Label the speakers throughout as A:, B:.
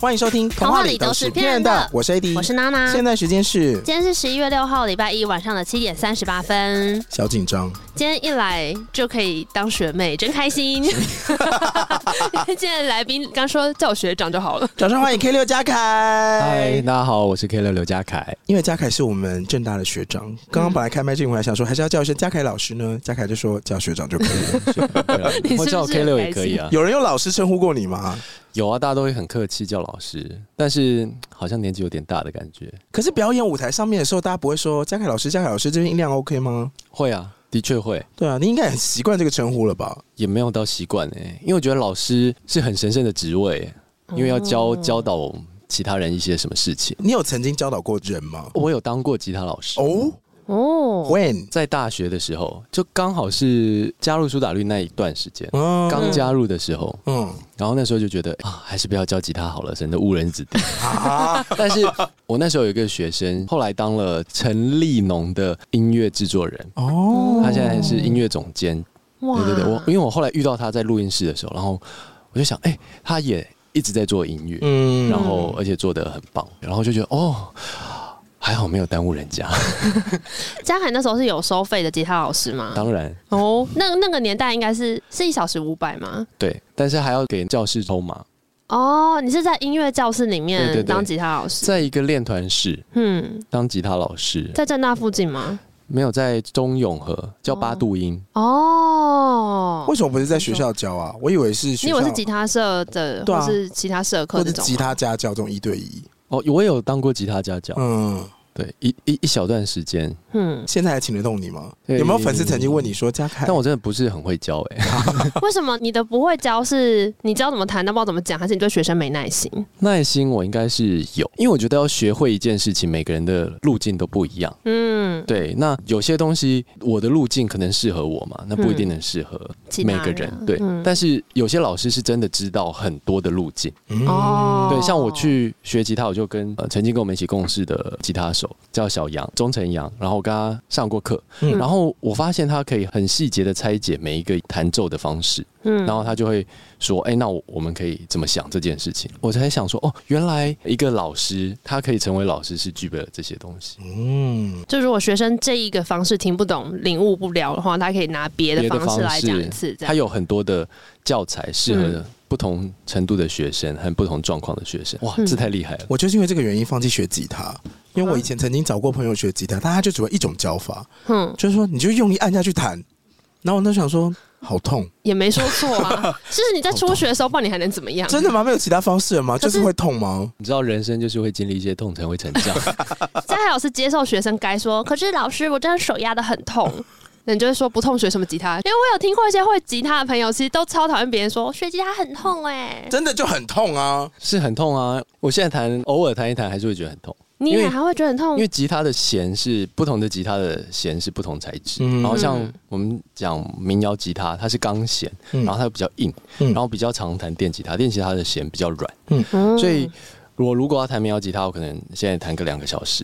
A: 欢迎收听《
B: 童话里都是骗人的
A: 我是 AD，
B: 我是娜娜。
A: 现在时间是
B: 今天是十一月六号，礼拜一晚上的七点三十八分。
A: 小紧张，
B: 今天一来就可以当学妹，真开心。 今天来宾刚说叫我学长就好了。
A: 掌声欢迎 K 六嘉
C: 嗨，
A: 凯。
C: 大家好，我是 K 六刘家凯。
A: 因为嘉凯是我们正大的学长，刚刚本来开麦之前我还想说还是要叫一声嘉凯老师呢，嘉凯就说叫学长就可以 了。
C: 对啊
B: 你是不是
C: 或叫我 K 六也可以啊。
A: 有人用老师称呼过你吗？
C: 有啊，大家都会很客气叫老师，但是好像年纪有点大的感觉。
A: 可是表演舞台上面的时候，大家不会说嘉凯老师，嘉凯老师这边音量 OK 吗？
C: 会啊，的确会，
A: 对啊，你应该很习惯这个称呼了吧？
C: 也没有到习惯哎，因为我觉得老师是很神圣的职位欸，因为要
B: 哦
C: 教教导其他人一些什么事情。
A: 你有曾经教导过人吗？
C: 我有当过吉他老师，
A: 哦
B: 哦，
A: ，When？
C: 在大学的时候，就刚好是加入苏打绿那一段时间，
A: 嗯
C: 刚加入的时候，
A: 嗯
C: 然后那时候就觉得啊，还是不要教吉他好了，省得误人子弟。
A: 啊，
C: 但是我那时候有一个学生，后来当了陈立农的音乐制作人，
A: 哦，
C: 他现在是音乐总监。
B: 哇
C: 对对对，我因为我后来遇到他在录音室的时候，然后我就想，哎、他也一直在做音乐，
A: 嗯
C: 然后而且做的很棒，然后就觉得哦，还好没有耽误人家。
B: 嘉凯那时候是有收费的吉他老师吗？
C: 当然，
B: 哦，那那个年代应该是是一小时五百吗？
C: 对，但是还要给教室抽嘛，
B: 哦，你是在音乐教室里
C: 对对
B: 面
C: 对
B: 当吉他老师？
C: 在一个练团室
B: 嗯，
C: 当吉他老师，
B: 在正大附近吗？
C: 没有在中永和教八度音。
B: 哦
A: 为，什么不是在学校教啊？我以为是学
B: 你以
A: 校，
B: 为是吉他社的，
A: 对啊
B: 或是其他社课
A: 或
B: 这
A: 者
B: 种吗？
A: 吉他家教这种一对一。
C: 哦，我有当过吉他家教，
A: 嗯，
C: 对，一一一小段时间，
B: 嗯，
A: 现在还请得动你吗？
C: 对
A: 有没有粉丝曾经问你说嘉凯？
C: 但我真的不是很会教哎、
B: 为什么你的不会教是你知道怎么弹，但不知道怎么讲，还是你对学生没耐心？
C: 耐心我应该是有，因为我觉得要学会一件事情，每个人的路径都不一样。
B: 嗯，
C: 对，那有些东西我的路径可能适合我嘛，那不一定能适合
B: 其他
C: 每个人。对，
B: 嗯
C: 但是有些老师是真的知道很多的路径。
A: 嗯，
B: 哦，
C: 对，像我去学吉他，我就跟、呃、曾经跟我们一起共事的吉他手叫小杨，钟成阳，然后我跟他上过课，
A: 嗯
C: 然后我发现他可以很细节的拆解每一个弹奏的方式。
B: 嗯，
C: 然后他就会说：“哎、那我我们可以怎么想这件事情？”我才想说：“哦，原来一个老师他可以成为老师是具备了这些东西，
A: 嗯，
B: 就如果学生这一个方式听不懂、领悟不了的话，他可以拿别的
C: 别的
B: 方式
C: 方
B: 来
C: 式
B: 讲一次，这
C: 他
B: 样。
C: 有很多的教材适
B: 嗯
C: 合不同程度的学生和不同状况的学生。哇，
B: 嗯
C: 这太厉害了！
A: 我就是因为这个原因放弃学吉他。因为我
B: 啊
A: 以前曾经找过朋友学吉他，但他就只会一种教法，
B: 嗯，
A: 就是说你就用力按下去弹。然后我那时候想说，好痛，
B: 也没说错 啊。就是你在初学的时候，不然你还能怎么样？
A: 真的吗？没有其他方式了吗？
B: 可
A: 就是是会痛吗？
C: 你知道人生就是会经历一些痛才会成长，
B: 嘉海老师接受学生该说，可是老师，我真的手压的很痛。 那你就会说不痛学什么吉他？因为我有听过一些会吉他的朋友，其实都超讨厌别人说学吉他很痛哎、
A: 真的就很痛啊！
C: 是很痛啊！我现在弹，偶尔弹一弹还是会觉得很痛，
B: 你
C: 因
B: 也
C: 为
B: 还会觉得很痛
C: 因为吉他的弦是不同的，吉他的弦是不同材质。
A: 嗯
C: 然后像
B: 嗯
C: 我们讲民谣吉他，它是钢弦，
A: 嗯
C: 然后它比较硬，
A: 嗯
C: 然后比较常弹电吉他，电吉他的弦比较软，
B: 嗯
C: 所以我如果要弹民谣吉他，我可能现在弹个两个小时，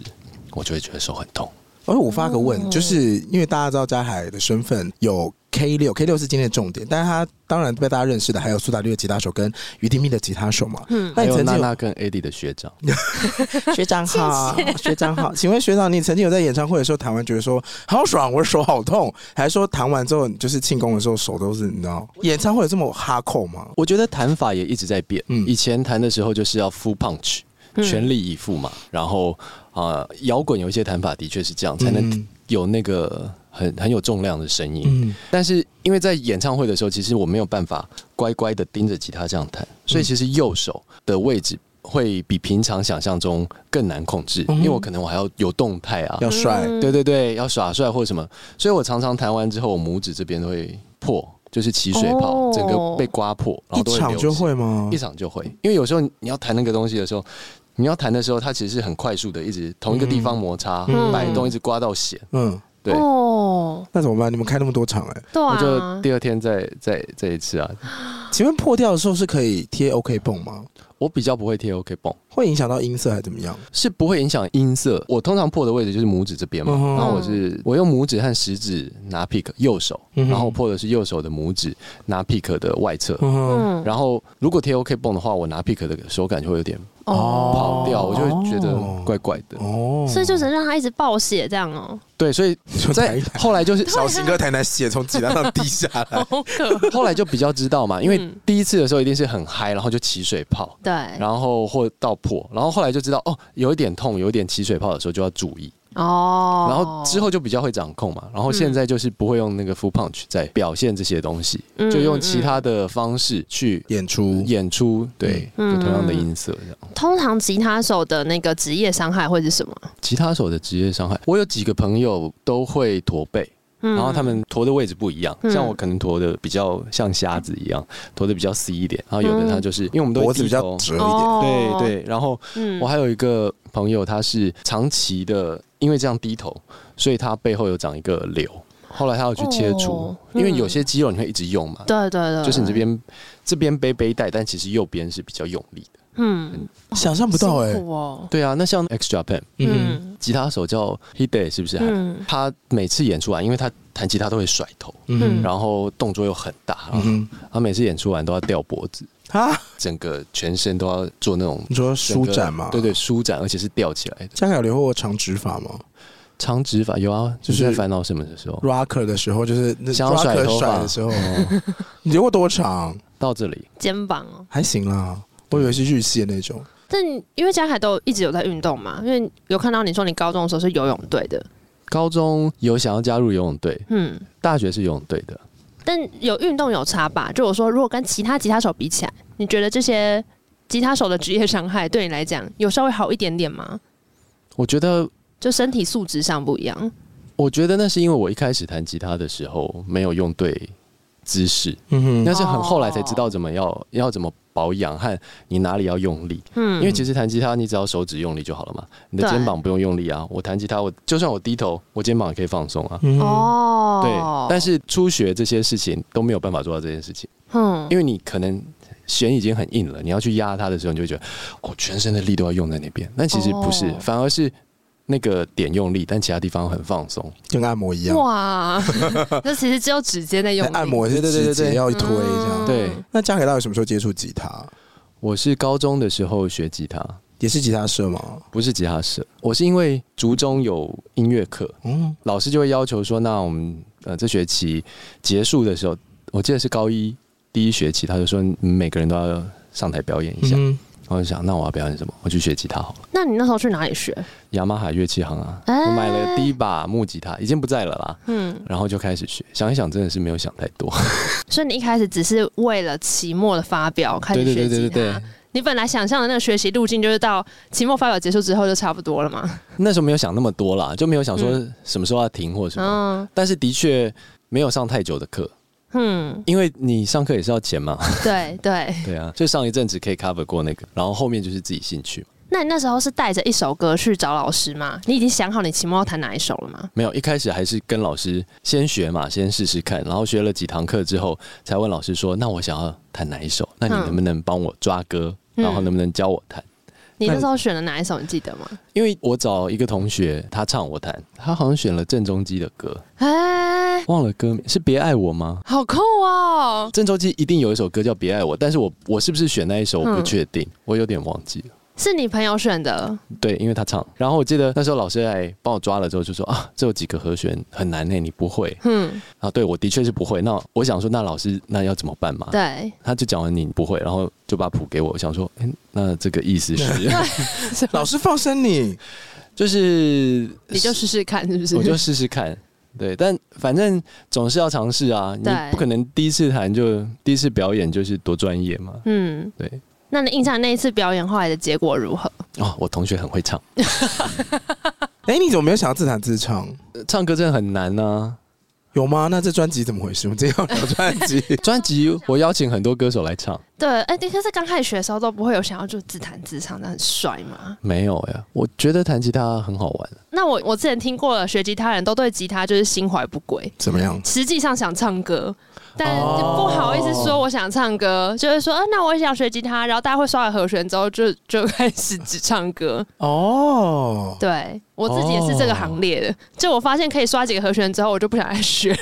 C: 我就会觉得手很痛。
A: 而我发个问，就是因为大家知道嘉海的身份有 K 六，K 六是今天的重点，但是他当然被大家认识的还有苏打绿的吉他手跟于丁密的吉他手嘛。
B: 嗯
A: 那
C: 还
A: 你
C: 有
A: 曾
C: 娜
A: 经
C: 娜跟 AD 的学长，
A: 有学长好， 学长好，请问学长，你曾经有在演唱会的时候弹完觉得说好爽，我的手好痛，还是说弹完之后就是庆功的时候手都是你知道？演唱会有这么哈扣吗？
C: 我觉得弹法也一直在变。
A: 嗯
C: 以前弹的时候就是要 full punch，
B: 嗯
C: 全力以赴嘛。然后啊，呃摇、滚有一些弹法的确是这样，才能
A: 嗯
C: 有那个很很有重量的声音。
A: 嗯
C: 但是因为在演唱会的时候，其实我没有办法乖乖的盯着吉他这样弹，所以其实右手的位置会比平常想象中更难控制，
A: 嗯
C: 因为我可能我还要有动态啊，
A: 要帅，
C: 对对对，要耍帅或什么，所以我常常弹完之后，我拇指这边都会破，就是起水泡，
B: 哦
C: 整个被刮破，
A: 哦
C: 然后
A: 一
C: 都
A: 场
C: 流血
A: 就会吗
C: 一？场就会，因为有时候你要弹那个东西的时候。你要弹的时候，它其实是很快速的，一直同一个地方摩擦、
B: 嗯
C: 摆动，一直刮到血。
A: 嗯，
C: 对，
B: 哦，
A: 那怎么办？你们开那么多场哎、
B: 对
C: 我
B: 啊
C: 就，第二天再再再一次啊，
A: 请问破掉的时候是可以贴 OK 泵吗？
C: 我比较不会贴 OK 绷，
A: 会影响到音色还怎么样？
C: 是不会影响音色。我通常破的位置就是拇指这边嘛，
A: 嗯
C: 然后我是我用拇指和食指拿 pick 右手，
A: 嗯哼
C: 然后破的是右手的拇指拿 pick 的外侧。
A: 嗯，
B: 嗯，
C: 然后如果贴 OK 绷的话，我拿 pick 的手感就会有点
A: 哦
C: 跑掉，我就嗯会觉得
A: 哦
C: 怪怪的。
A: 哦，
B: 所以就只能让他一直暴血这样哦，
C: 对，所以
A: 就台
C: 在
A: 语
C: 后来就是
A: 小新哥台南血从吉他上滴下来，
B: 好可
C: 后来就比较知道嘛，因为
B: 嗯哎
C: 第一次的时候一定是很嗨，然后就起水泡，
B: 对，
C: 然后或到破，然后后来就知道哦，有一点痛，有一点起水泡的时候就要注意，
B: 哦，
C: 然后之后就比较会掌控嘛。然后现在就是不会用那个 full punch 在表现这些东西，
B: 嗯
C: 就用其他的方式去
A: 演出
C: 演出，对，
B: 嗯
C: 就同样的音色这样。
B: 通常吉他手的那个职业伤害会是什么？
C: 吉他手的职业伤害，我有几个朋友都会驼背，
B: 嗯
C: 然后他们驼的位置不一样，
B: 嗯
C: 像我可能驼的比较像瞎子一样，驼的比较 C 一点，然后有的他就是、因为我们都会
A: 脖子比较
C: 低头
A: 折一点，
B: 嗯哦
C: 对，对，然后
B: 嗯
C: 我还有一个朋友，他是长期的，因为这样低头，所以他背后有长一个瘤。后来他要去切除，
B: 哦
C: 因为
B: 嗯
C: 有些肌肉你会一直用嘛，
B: 对对对，
C: 就是你这边这边背背带，但其实右边是比较用力的。
B: 嗯，
A: 想象不到哎
B: 辛，苦哦，
C: 对啊，那像 X Japan
A: 嗯，
B: 嗯
C: 吉他手叫 Hide 是不是？
B: 嗯
C: 他每次演出完，因为他弹吉他都会甩头，
A: 嗯
C: 然后动作又很大，然后
A: 嗯
C: 他每次演出完都要吊脖子，
A: 啊，
C: 整个全身都要做那种
A: 你说
C: 整
A: 舒
C: 个
A: 展嘛？
C: 对对，，舒展，而且是吊起来的。
A: 香港有留过长直发吗
C: 长直发有啊，
A: 就
C: 就是是在烦恼什么的时候，
A: ？Rocker 的时候就是那
C: 想要甩
A: rocker
C: 头
A: 甩
C: 发哦
A: 的时候， 你留过多长？
C: 到这里
B: 肩膀哦，
A: 还行啦，我以为是日系的那种。
B: 但你因为江海都一直有在运动嘛，因为有看到你说你高中的时候是游泳队的，
C: 高中有想要加入游泳队，
B: 嗯，
C: 大学是游泳队的。
B: 但有运动有差吧？就我说，如果跟其他吉他手比起来，你觉得这些吉他手的职业伤害对你来讲有稍微好一点点吗？
C: 我觉得，
B: 就身体素质上不一样，
C: 我觉得那是因为我一开始弹吉他的时候没有用对姿势，
A: 嗯哼，
C: 但是很后来才知道怎么要要怎么保养和你哪里要用力。
B: 嗯
C: 因为其实弹吉他你只要手指用力就好了嘛，你的
B: 对
C: 肩膀不用用力啊。我弹吉他，我就算我低头，我肩膀也可以放松啊。
A: 嗯哼，
B: 哦，
C: 对，但是初学这些事情都没有办法做到这件事情。
B: 嗯，
C: 因为你可能弦已经很硬了，你要去压它的时候，你就会觉得哦，全身的力都要用在那边。但其实不是，
B: 哦
C: 反而是那个点用力，但其他地方很放松。
A: 跟按摩一样，
B: 哇，这其实只有指尖在 用力
A: 按摩是
C: 对对对
A: 直
C: 对
A: 接
C: 对
A: 要一推这
B: 嗯
A: 样。
C: 对
A: 那嘉凯到底什么时候接触吉他？
C: 我是高中的时候学吉他，
A: 也是吉他社吗？
C: 不是吉他社，我是因为族中有音乐课，
A: 嗯，
C: 老师就会要求说，那我们呃这学期结束的时候，我记得是高一第一学期，他就说你们每个人都要上台表演一下。
A: 嗯
C: 然后我就想，那我要表演什么？我去学吉他好了。
B: 那你那时候去哪里学？
C: 雅马哈乐器行啊，
B: 哎
C: 我买了第一把木吉他，已经不在了啦。
B: 嗯，
C: 然后就开始学，想一想真的是没有想太多。
B: 所以你一开始只是为了期末的发表开始学吉他。你本来想象的那个学习路径就是到期末发表结束之后就差不多了嘛？
C: 那时候没有想那么多啦，就没有想说什么时候要停或什么。
B: 嗯
C: 但是啊的确没有上太久的课，
B: 嗯，
C: 因为你上课也是要钱嘛。
B: 对对。
C: 对啊，就上一阵子可以 cover 过那个，然后后面就是自己兴趣嘛。
B: 那你那时候是带着一首歌去找老师吗？你已经想好你期末要弹哪一首了吗？
C: 没有，一开始还是跟老师先学嘛，先试试看，然后学了几堂课之后，才问老师说：“那我想要弹哪一首？那你
B: 嗯
C: 能不能帮我抓歌？
B: 嗯
C: 然后能不能教我弹？”
B: 你那时候选了哪一首？你记得吗？
C: 因为我找一个同学，他唱我弹，他好像选了郑中基的歌，
B: 哎、
C: 忘了歌名是《别爱我》吗？
B: 好酷哦！
C: 郑中基一定有一首歌叫《别爱我》，但是我我是不是选那一首我不
B: 嗯
C: 确定，我有点忘记了。
B: 是你朋友选的，
C: 对，因为他唱，然后我记得那时候老师来帮我抓了之后就说啊，这有几个和弦很难呢、你不会
B: 嗯，
C: 啊？对，我的确是不会。那我想说，那老师那要怎么办嘛？
B: 对，
C: 他就讲完你不会，然后就把谱给我，我想说，哎、那这个意思是
A: 老师放生你，
C: 就是
B: 你就试试看，是不是？
C: 我就试试看。对，但反正总是要尝试啊，你
B: 对
C: 不可能第一次弹就第一次表演就是多专业嘛。
B: 嗯，
C: 对，
B: 那你印象那一次表演后来的结果如何？
C: 哦，我同学很会唱，
A: 哎，你怎么没有想要自弹自唱？
C: 呃唱歌真的很难啊。
A: 有吗？那这专辑怎么回事？我们今天要聊专辑
C: 专辑我邀请很多歌手来唱，
B: 对，哎、可是刚开始学的时候都不会有想要就自弹自唱，那很帅嘛。
C: 没有呀，我觉得弹吉他很好玩。啊
B: 那我我之前听过了，学吉他人都对吉他就是心怀不轨，
A: 怎么样？
B: 实际上想唱歌，但
C: 哦
B: 就不好意思说我想唱歌，就是说，啊、那我也想学吉他，然后大家会刷了和弦之后就就开始只唱歌。
A: 哦，
B: 对我自己也是这个行列的，就我发现可以刷几个和弦之后，我就不想再学。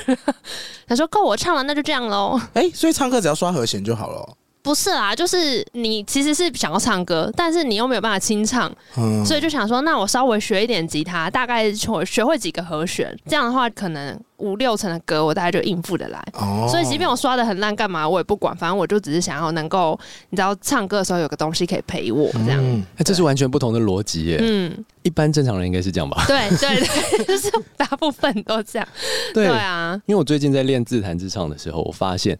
B: 他说够我唱了，那就这样喽。
A: 哎、所以唱歌只要刷和弦就好了哦。
B: 不是啦，就是你其实是想要唱歌，但是你又没有办法清唱，
A: 嗯，
B: 所以就想说，那我稍微学一点吉他，大概学学会几个和弦，这样的话可能五六成的歌我大概就应付得来。
A: 哦
B: 所以即便我刷的很烂，干嘛我也不管，反正我就只是想要能够，你知道，唱歌的时候有个东西可以陪我这样。
A: 嗯
C: 哎，这是完全不同的逻辑耶。
B: 嗯，
C: 一般正常人应该是这样吧？
B: 对对对，就是大部分都这样。对啊，
C: 因为我最近在练自弹自唱的时候，我发现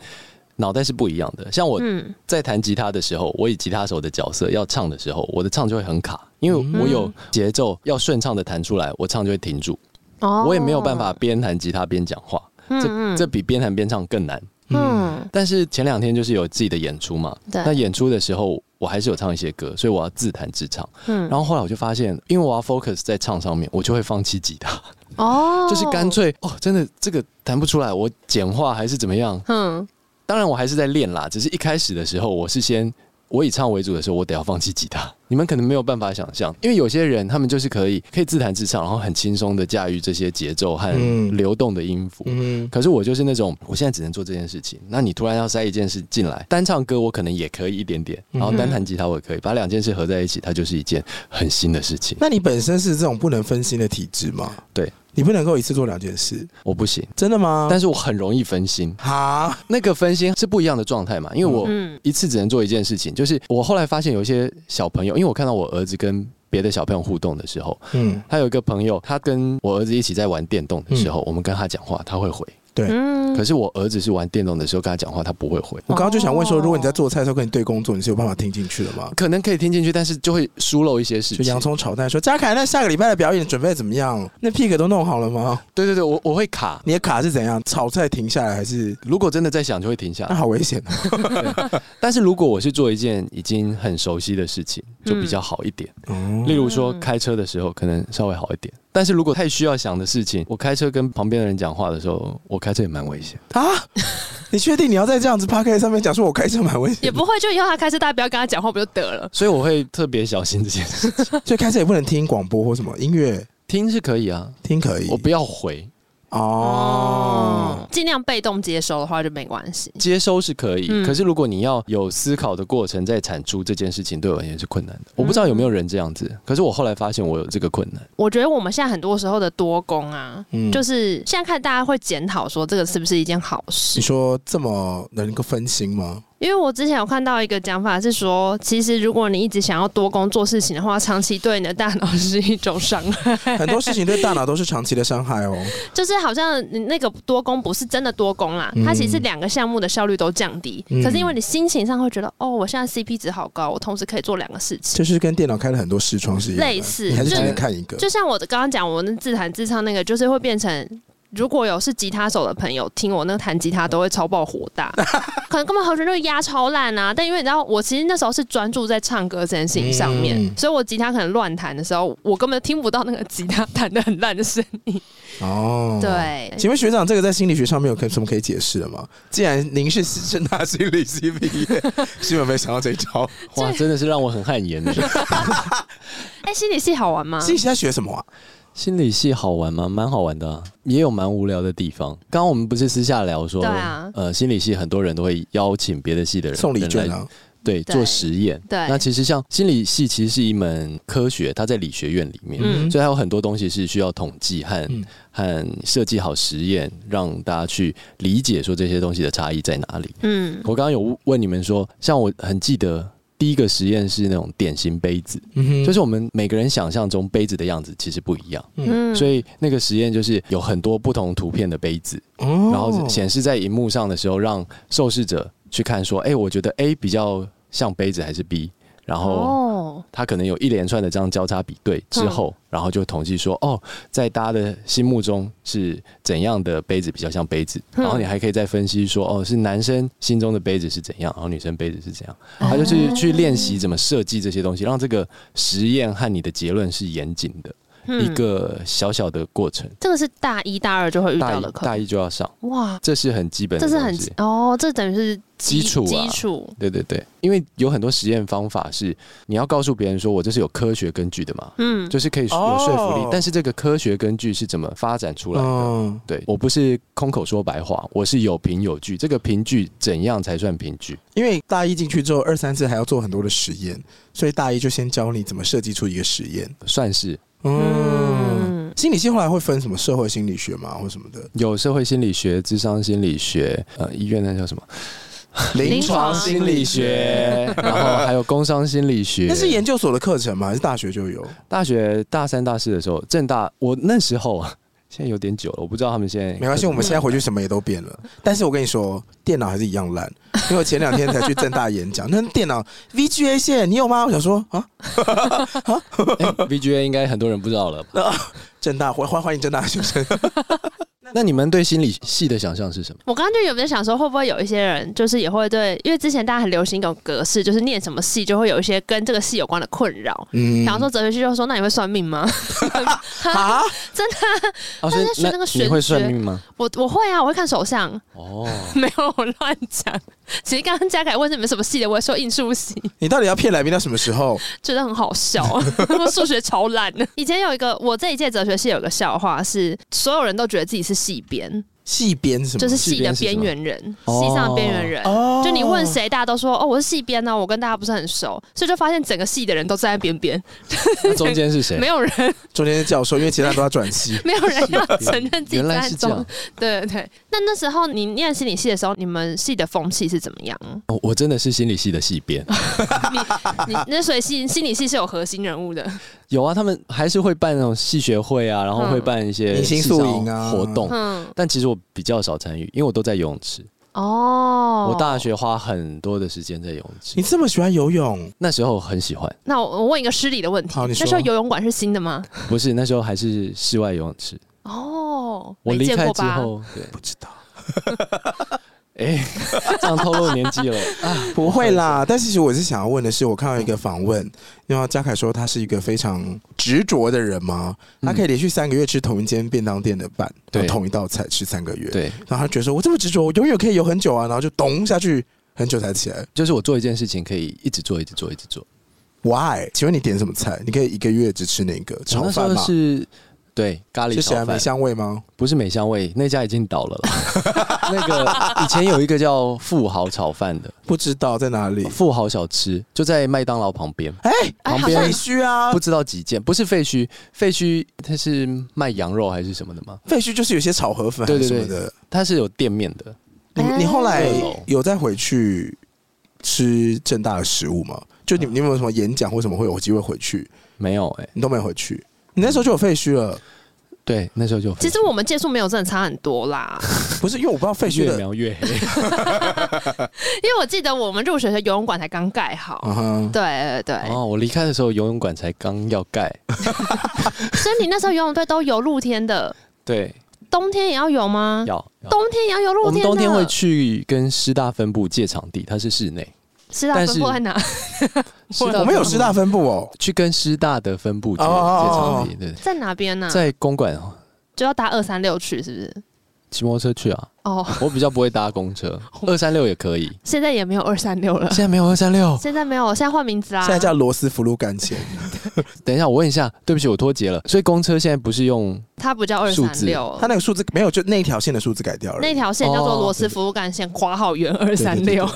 C: 脑袋是不一样的。像我
B: 嗯，
C: 在弹吉他的时候，我以吉他手的角色要唱的时候，我的唱就会很卡，因
B: 嗯
C: 为我有节奏要顺畅的弹出来，我唱就会停住，
B: 哦
C: 我也没有办法，边弹吉他边讲话，这这比边弹边唱更难。
B: 嗯，
C: 但是前两天就是有自己的演出嘛，
B: 对
C: 那演出的时候我还是有唱一些歌，所以我要自弹自唱。
B: 嗯
C: 然后后来我就发现，因为我要 focus 在唱上面，我就会放弃吉他，
B: 哦，
C: 就是干，脆哦，真的这个弹不出来，我简化还是怎么样？
B: 嗯，
C: 当然我还是在练啦，只是一开始的时候我是先。我以唱为主的时候，我得要放弃吉他。 你们可能没有办法想象，因为有些人他们就是可以可以自弹自唱，然后很轻松的驾驭这些节奏和
A: 嗯
C: 流动的音符。
A: 嗯
C: 可是我就是那种，我现在只能做这件事情。那你突然要塞一件事进来，单唱歌我可能也可以一点点，
A: 嗯
C: 然后单弹吉他我也可以，把两件事合在一起，它就是一件很新的事情。
A: 那你本身是这种不能分心的体质吗？
C: 对，
A: 你不能够一次做两件事，
C: 我不行，
A: 真的吗？
C: 但是我很容易分心。
A: 哈，
C: 那个分心是不一样的状态嘛，因为我
B: 嗯
C: 一次只能做一件事情。就是我后来发现有一些小朋友，因为我看到我儿子跟别的小朋友互动的时候，
A: 嗯，
C: 他有一个朋友，他跟我儿子一起在玩电动的时候，我们跟他讲话，他会回。
B: 嗯
C: 可是我儿子是玩电动的时候跟他讲话，他不会回。
A: 我刚刚就想问说，
B: 哦
A: 如果你在做菜的时候跟你对工作，你是有办法听进去的吗？
C: 可能可以听进去，但是就会疏漏一些事
A: 就
C: 情。
A: 洋葱炒蛋说，嘉凯，那下个礼拜的表演准备怎么样？那 pig 都弄好了吗？
C: 对对对，我我会卡。
A: 你的卡是怎样？炒菜停下来还是？
C: 如果真的在想，就会停下
A: 那
C: 来。
A: 好危险哦！
C: 但是如果我是做一件已经很熟悉的事情，就比较好一点。例
A: 哦
C: 如说开车的时候，可能稍微好一点。但是如果太需要想的事情，我开车跟旁边的人讲话的时候，我开车也蛮危险。
A: 啊， 你确定你要在这样子 p a r k 上面讲说我开车蛮危
B: 也
A: 险？
B: 不会，就以后他开车，大家不要跟他讲话，不就得了？
C: 所以我会特别小心这件事。
A: 所以开车也不能听广播或什么音乐，
C: 听是可以啊，
A: 听可以。
C: 我不要回，
A: 哦，，
B: 尽量被动接收的话就没关系。
C: 接收是可以。
B: 嗯
C: 可是如果你要有思考的过程在产出这件事情，对我而言是困难的。我不知
B: 嗯
C: 道有没有人这样子，可是我后来发现我有这个困难。
B: 我觉得我们现在很多时候的多功啊，
A: 嗯
B: 就是现在看大家会检讨说这个是不是一件好事
A: 你？说这么能够分心吗？
B: 因为我之前有看到一个讲法是说，其实如果你一直想要多工做事情的话，长期对你的大脑是一种伤害。
A: 很多事情对大脑都是长期的伤害哦。
B: 就是好像你那个多工不是真的多工啦，
A: 嗯
B: 它其实两个项目的效率都降低。
A: 嗯
B: 可是因为你心情上会觉得，哦，我现在 CP 值好高，我同时可以做两个事情。
A: 这是跟电脑开了很多视窗是一样的，
B: 类似
A: 你还是
B: 就
A: 只能看一个。
B: 就像我刚刚讲，我那自弹自唱那个，就是会变成。如果有是吉他手的朋友听我那个弹吉他，都会超爆火 大，可能根本和弦就压超烂啊！但因为你知道，我其实那时候是专注在唱歌这件事情上面，
A: 嗯
B: 所以我吉他可能乱弹的时候，我根本听不到那个吉他弹的很烂的声音。
A: 哦，。
B: 对，
A: 请问学长，这个在心理学上面有可什么可以解释的吗？既然您是 正大心理系毕业， 是有没有想到这一招？
C: 哇，真的是让我很汗 颜的。
B: 哎、心理系好玩吗？
A: 心理系在学什么啊？
C: 心理系好玩吗？蛮好玩的、啊，也有蛮无聊的地方。刚刚我们不是私下聊说，
B: 对啊
C: 呃，心理系很多人都会邀请别的系的人
A: 送礼券
C: 人来
A: 啊？
C: 对，
B: 对
C: 做实验。
B: 对
C: 那其实像心理系其实是一门科学，它在理学院里面，
B: 嗯
C: 所以它有很多东西是需要统计和、
A: 嗯
C: 和设计好实验，让大家去理解说这些东西的差异在哪里。
B: 嗯，
C: 我刚刚有问你们说，像我很记得第一个实验是那种典型杯子，
A: 嗯哼
C: 就是我们每个人想象中杯子的样子其实不一样。
B: 嗯
C: 所以那个实验就是有很多不同图片的杯子，
A: 哦
C: 然后显示在荧幕上的时候，让受试者去看说，哎、我觉得 A 比较像杯子还是 B，然后
B: 哦，
C: 他可能有一连串的这样交叉比对之后，
B: 嗯
C: 然后就统计说，哦，在大家的心目中是怎样的杯子比较像杯子，
B: 嗯
C: 然后你还可以再分析说，哦，是男生心中的杯子是怎样，然后女生杯子是怎样，
B: 啊
C: 他就是去练习怎么设计这些东西，让这个实验和你的结论是严谨的
B: 嗯
C: 一个小小的过程。
B: 这个是大一大二就会遇
C: 大
B: 到
C: 一
B: 的课
C: 大，一就要上，
B: 哇，
C: 这是很基本的
B: 这
C: 东西，
B: 是很哦，这等于是
C: 基础啊
B: 基础，
C: 对对对，因为有很多实验方法是你要告诉别人说我这是有科学根据的嘛，
B: 嗯，
C: 就是可以有
A: 哦
C: 说服力，但是这个科学根据是怎么发展出来的？
A: 嗯，
C: 对我不是空口说白话，我是有凭有据。这个凭据怎样才算凭据？
A: 因为大一进去之后，二三次还要做很多的实验，所以大一就先教你怎么设计出一个实验。
C: 算是
A: 嗯，
B: 嗯，
A: 心理系后来会分什么社会心理学嘛，或什么的，
C: 有社会心理学、智商心理学，呃，医院那叫什么？
B: 临床
A: 心理学。，
C: 然后还有工商心 理学。
A: 那是研究所的课程吗？还是大学就有？
C: 大学大三、大四的时候，正大我那时候啊，现在有点久了，我不知道他们现在
A: 没关系，我们现在回去什么也都变了。但是我跟你说，电脑还是一样烂，因为我前两天才去正大演讲， 那电脑 VGA 线你有吗？我想说啊，
C: VGA 应该很多人不知道了吧。
A: 正大欢欢欢迎正大的学生，
C: 那你们对心理系的想象是什么？
B: 我刚刚就有没有想说，会不会有一些人就是也会对，因为之前大家很流行一种格式，就是念什么系就会有一些跟这个系有关的困扰。
A: 嗯
B: 比方说哲学系就说，那你会算命吗？
A: 啊，
C: 哦，所
B: 是
C: 以
B: 学那个玄
C: 你会算
B: 学
C: 命吗？
B: 我我会啊，我会看手相，
C: 哦，
B: 没有我乱讲。 其实刚刚嘉凯问你们什么系的，我也说艺术系，
A: 你到底要骗来宾到什么时候？
B: 觉得很好笑。我数学超烂的。以前有一个，我这一届哲学系有个笑话是，所有人都觉得自己是系边，
A: 戏编是什么？
B: 就是
C: 系
B: 系
C: 边
B: 的
C: 是什
B: 边
C: 么
B: 缘人，
C: 哦
B: 系上的边缘人。
A: 哦
B: 就你问？谁，大家都说哦，我是系边呢、我跟大家不是很熟，所以就发现整个系的人都站在边边，
C: 那中间是谁
B: 没？有人，。
A: 中间是教授，因为其他都要转系
B: 没有人要承认自己
C: 原
B: 站
C: 来
B: 在
C: 是这
B: 中
C: 样。，
B: 对对对。那那时候你念心理系的时候，你们系的风气是怎么样？
C: 哦我真的是心理系的系编。
B: 啊你那所以系心理系是有核心人物的，
C: 有啊，他们还是会办那种系学会啊，然后会办一些
A: 迎新
C: 系上
A: 宿营啊
C: 活动。
B: 嗯，
C: 但其实我比较少参与，因为 我都在游泳池。
B: 哦，
C: 我大学花很多的时间在游泳池
A: 你，这么喜欢游泳，
C: 那时候很喜欢，
B: 那我我问一个失礼的问题，
A: 好你
B: 那
A: 说
C: 啊
B: 时候游泳馆是新的吗？
C: 不是那时候还是室外游泳池。
B: 哦，
C: 我
B: 没
C: 离
B: 见
C: 开
B: 过
C: 之
B: 吧？
C: 后，对，
A: 不知道。
C: 哎、这样透露年纪了啊！
A: 不会啦，但是其实我是想要问的是，我看到一个访问，然后嘉凯说他是一个非常执着的人嘛，
C: 嗯
A: 他可以连续三个月吃同一间便当店的饭，
C: 对
A: 然后同一道菜吃三个月，
C: 对，
A: 然后他觉得说我这么执着，我永远可以游很久啊，然后就咚下去很久才起来
C: 就是我做一件事情可以一直做，一直做，一直做。
A: ，why？请问你点什么菜？你可以一个月只吃那个
C: 我
A: 炒
C: 那时候
A: 饭吗？
C: 是，对，咖喱
A: 是啊
C: 炒
A: 喜欢梅
C: 饭，
A: 香味吗？
C: 不是美香味，那家已经倒了啦。 那个以前有一个叫富豪炒饭的
A: 不知道在哪里。
C: 富豪小吃，就在麦当劳旁边，
A: 哎、
B: 哎，
C: 旁
B: 好
C: 边
B: 像
A: 废墟啊
C: 不，知道几间，不是废墟，废墟它是卖羊肉还是什么的吗？
A: 废墟就是有些炒河粉
C: 对对
A: 什么
C: 对
A: 的。
C: 它是有店面的，
A: 你
B: 哎
A: 你后来
C: 二楼
A: 有再回去吃正大的食物吗？就
C: 啊
A: 你你有没有什么演讲或什么会有机会回去？
C: 没有哎、
A: 你都没有回去，你那时候就有废墟了，
C: 对，那时候就
B: 其实我们届数没有真的差很多啦，
A: 不是因为我不知道废墟
C: 越
A: 的。
C: 描越黑，
B: 因为我记得我们入学的时候游泳馆才刚盖好。
A: 啊哈，
B: 对对对，
C: 嗯哦，我离开的时候游泳馆才刚要盖，
B: 所以你那时候游泳队都游露天的，
C: 对，
B: 冬天也要游吗？
C: 要。要
B: 嗯冬天也要游露
C: 我
B: 天
C: 们
B: 的。
C: 冬天会去跟师大分部借场地，它是室内。
B: 师大
C: 但
B: 分
C: 是
B: 布在 哪？
C: 师大
A: 我们有师大分部哦，
C: 去跟师大的分部借
A: 哦
C: 借
A: 哦哦哦
C: 场地，对，
B: 在哪边呢、啊
C: 在公馆
B: 就要搭二三六去，是不是？
C: 骑摩托车去啊。
B: 哦，
C: 我比较不会搭公 车，二三六也可以。
B: 现在也没有二三六了
C: 现，在没有二三六，
B: 现在没有，现在换名字啦。啊
A: 现在叫罗斯福路干线，
C: 等一下我问一下，对不起，我脱节了。所以公车现在不是用
B: 它不叫二
C: 数
B: 三
C: 字
B: 六，
A: 它那个数字没有，就那一条线的数字改掉了。
B: 啊那条线叫做罗斯福路干线，括号圆二三六。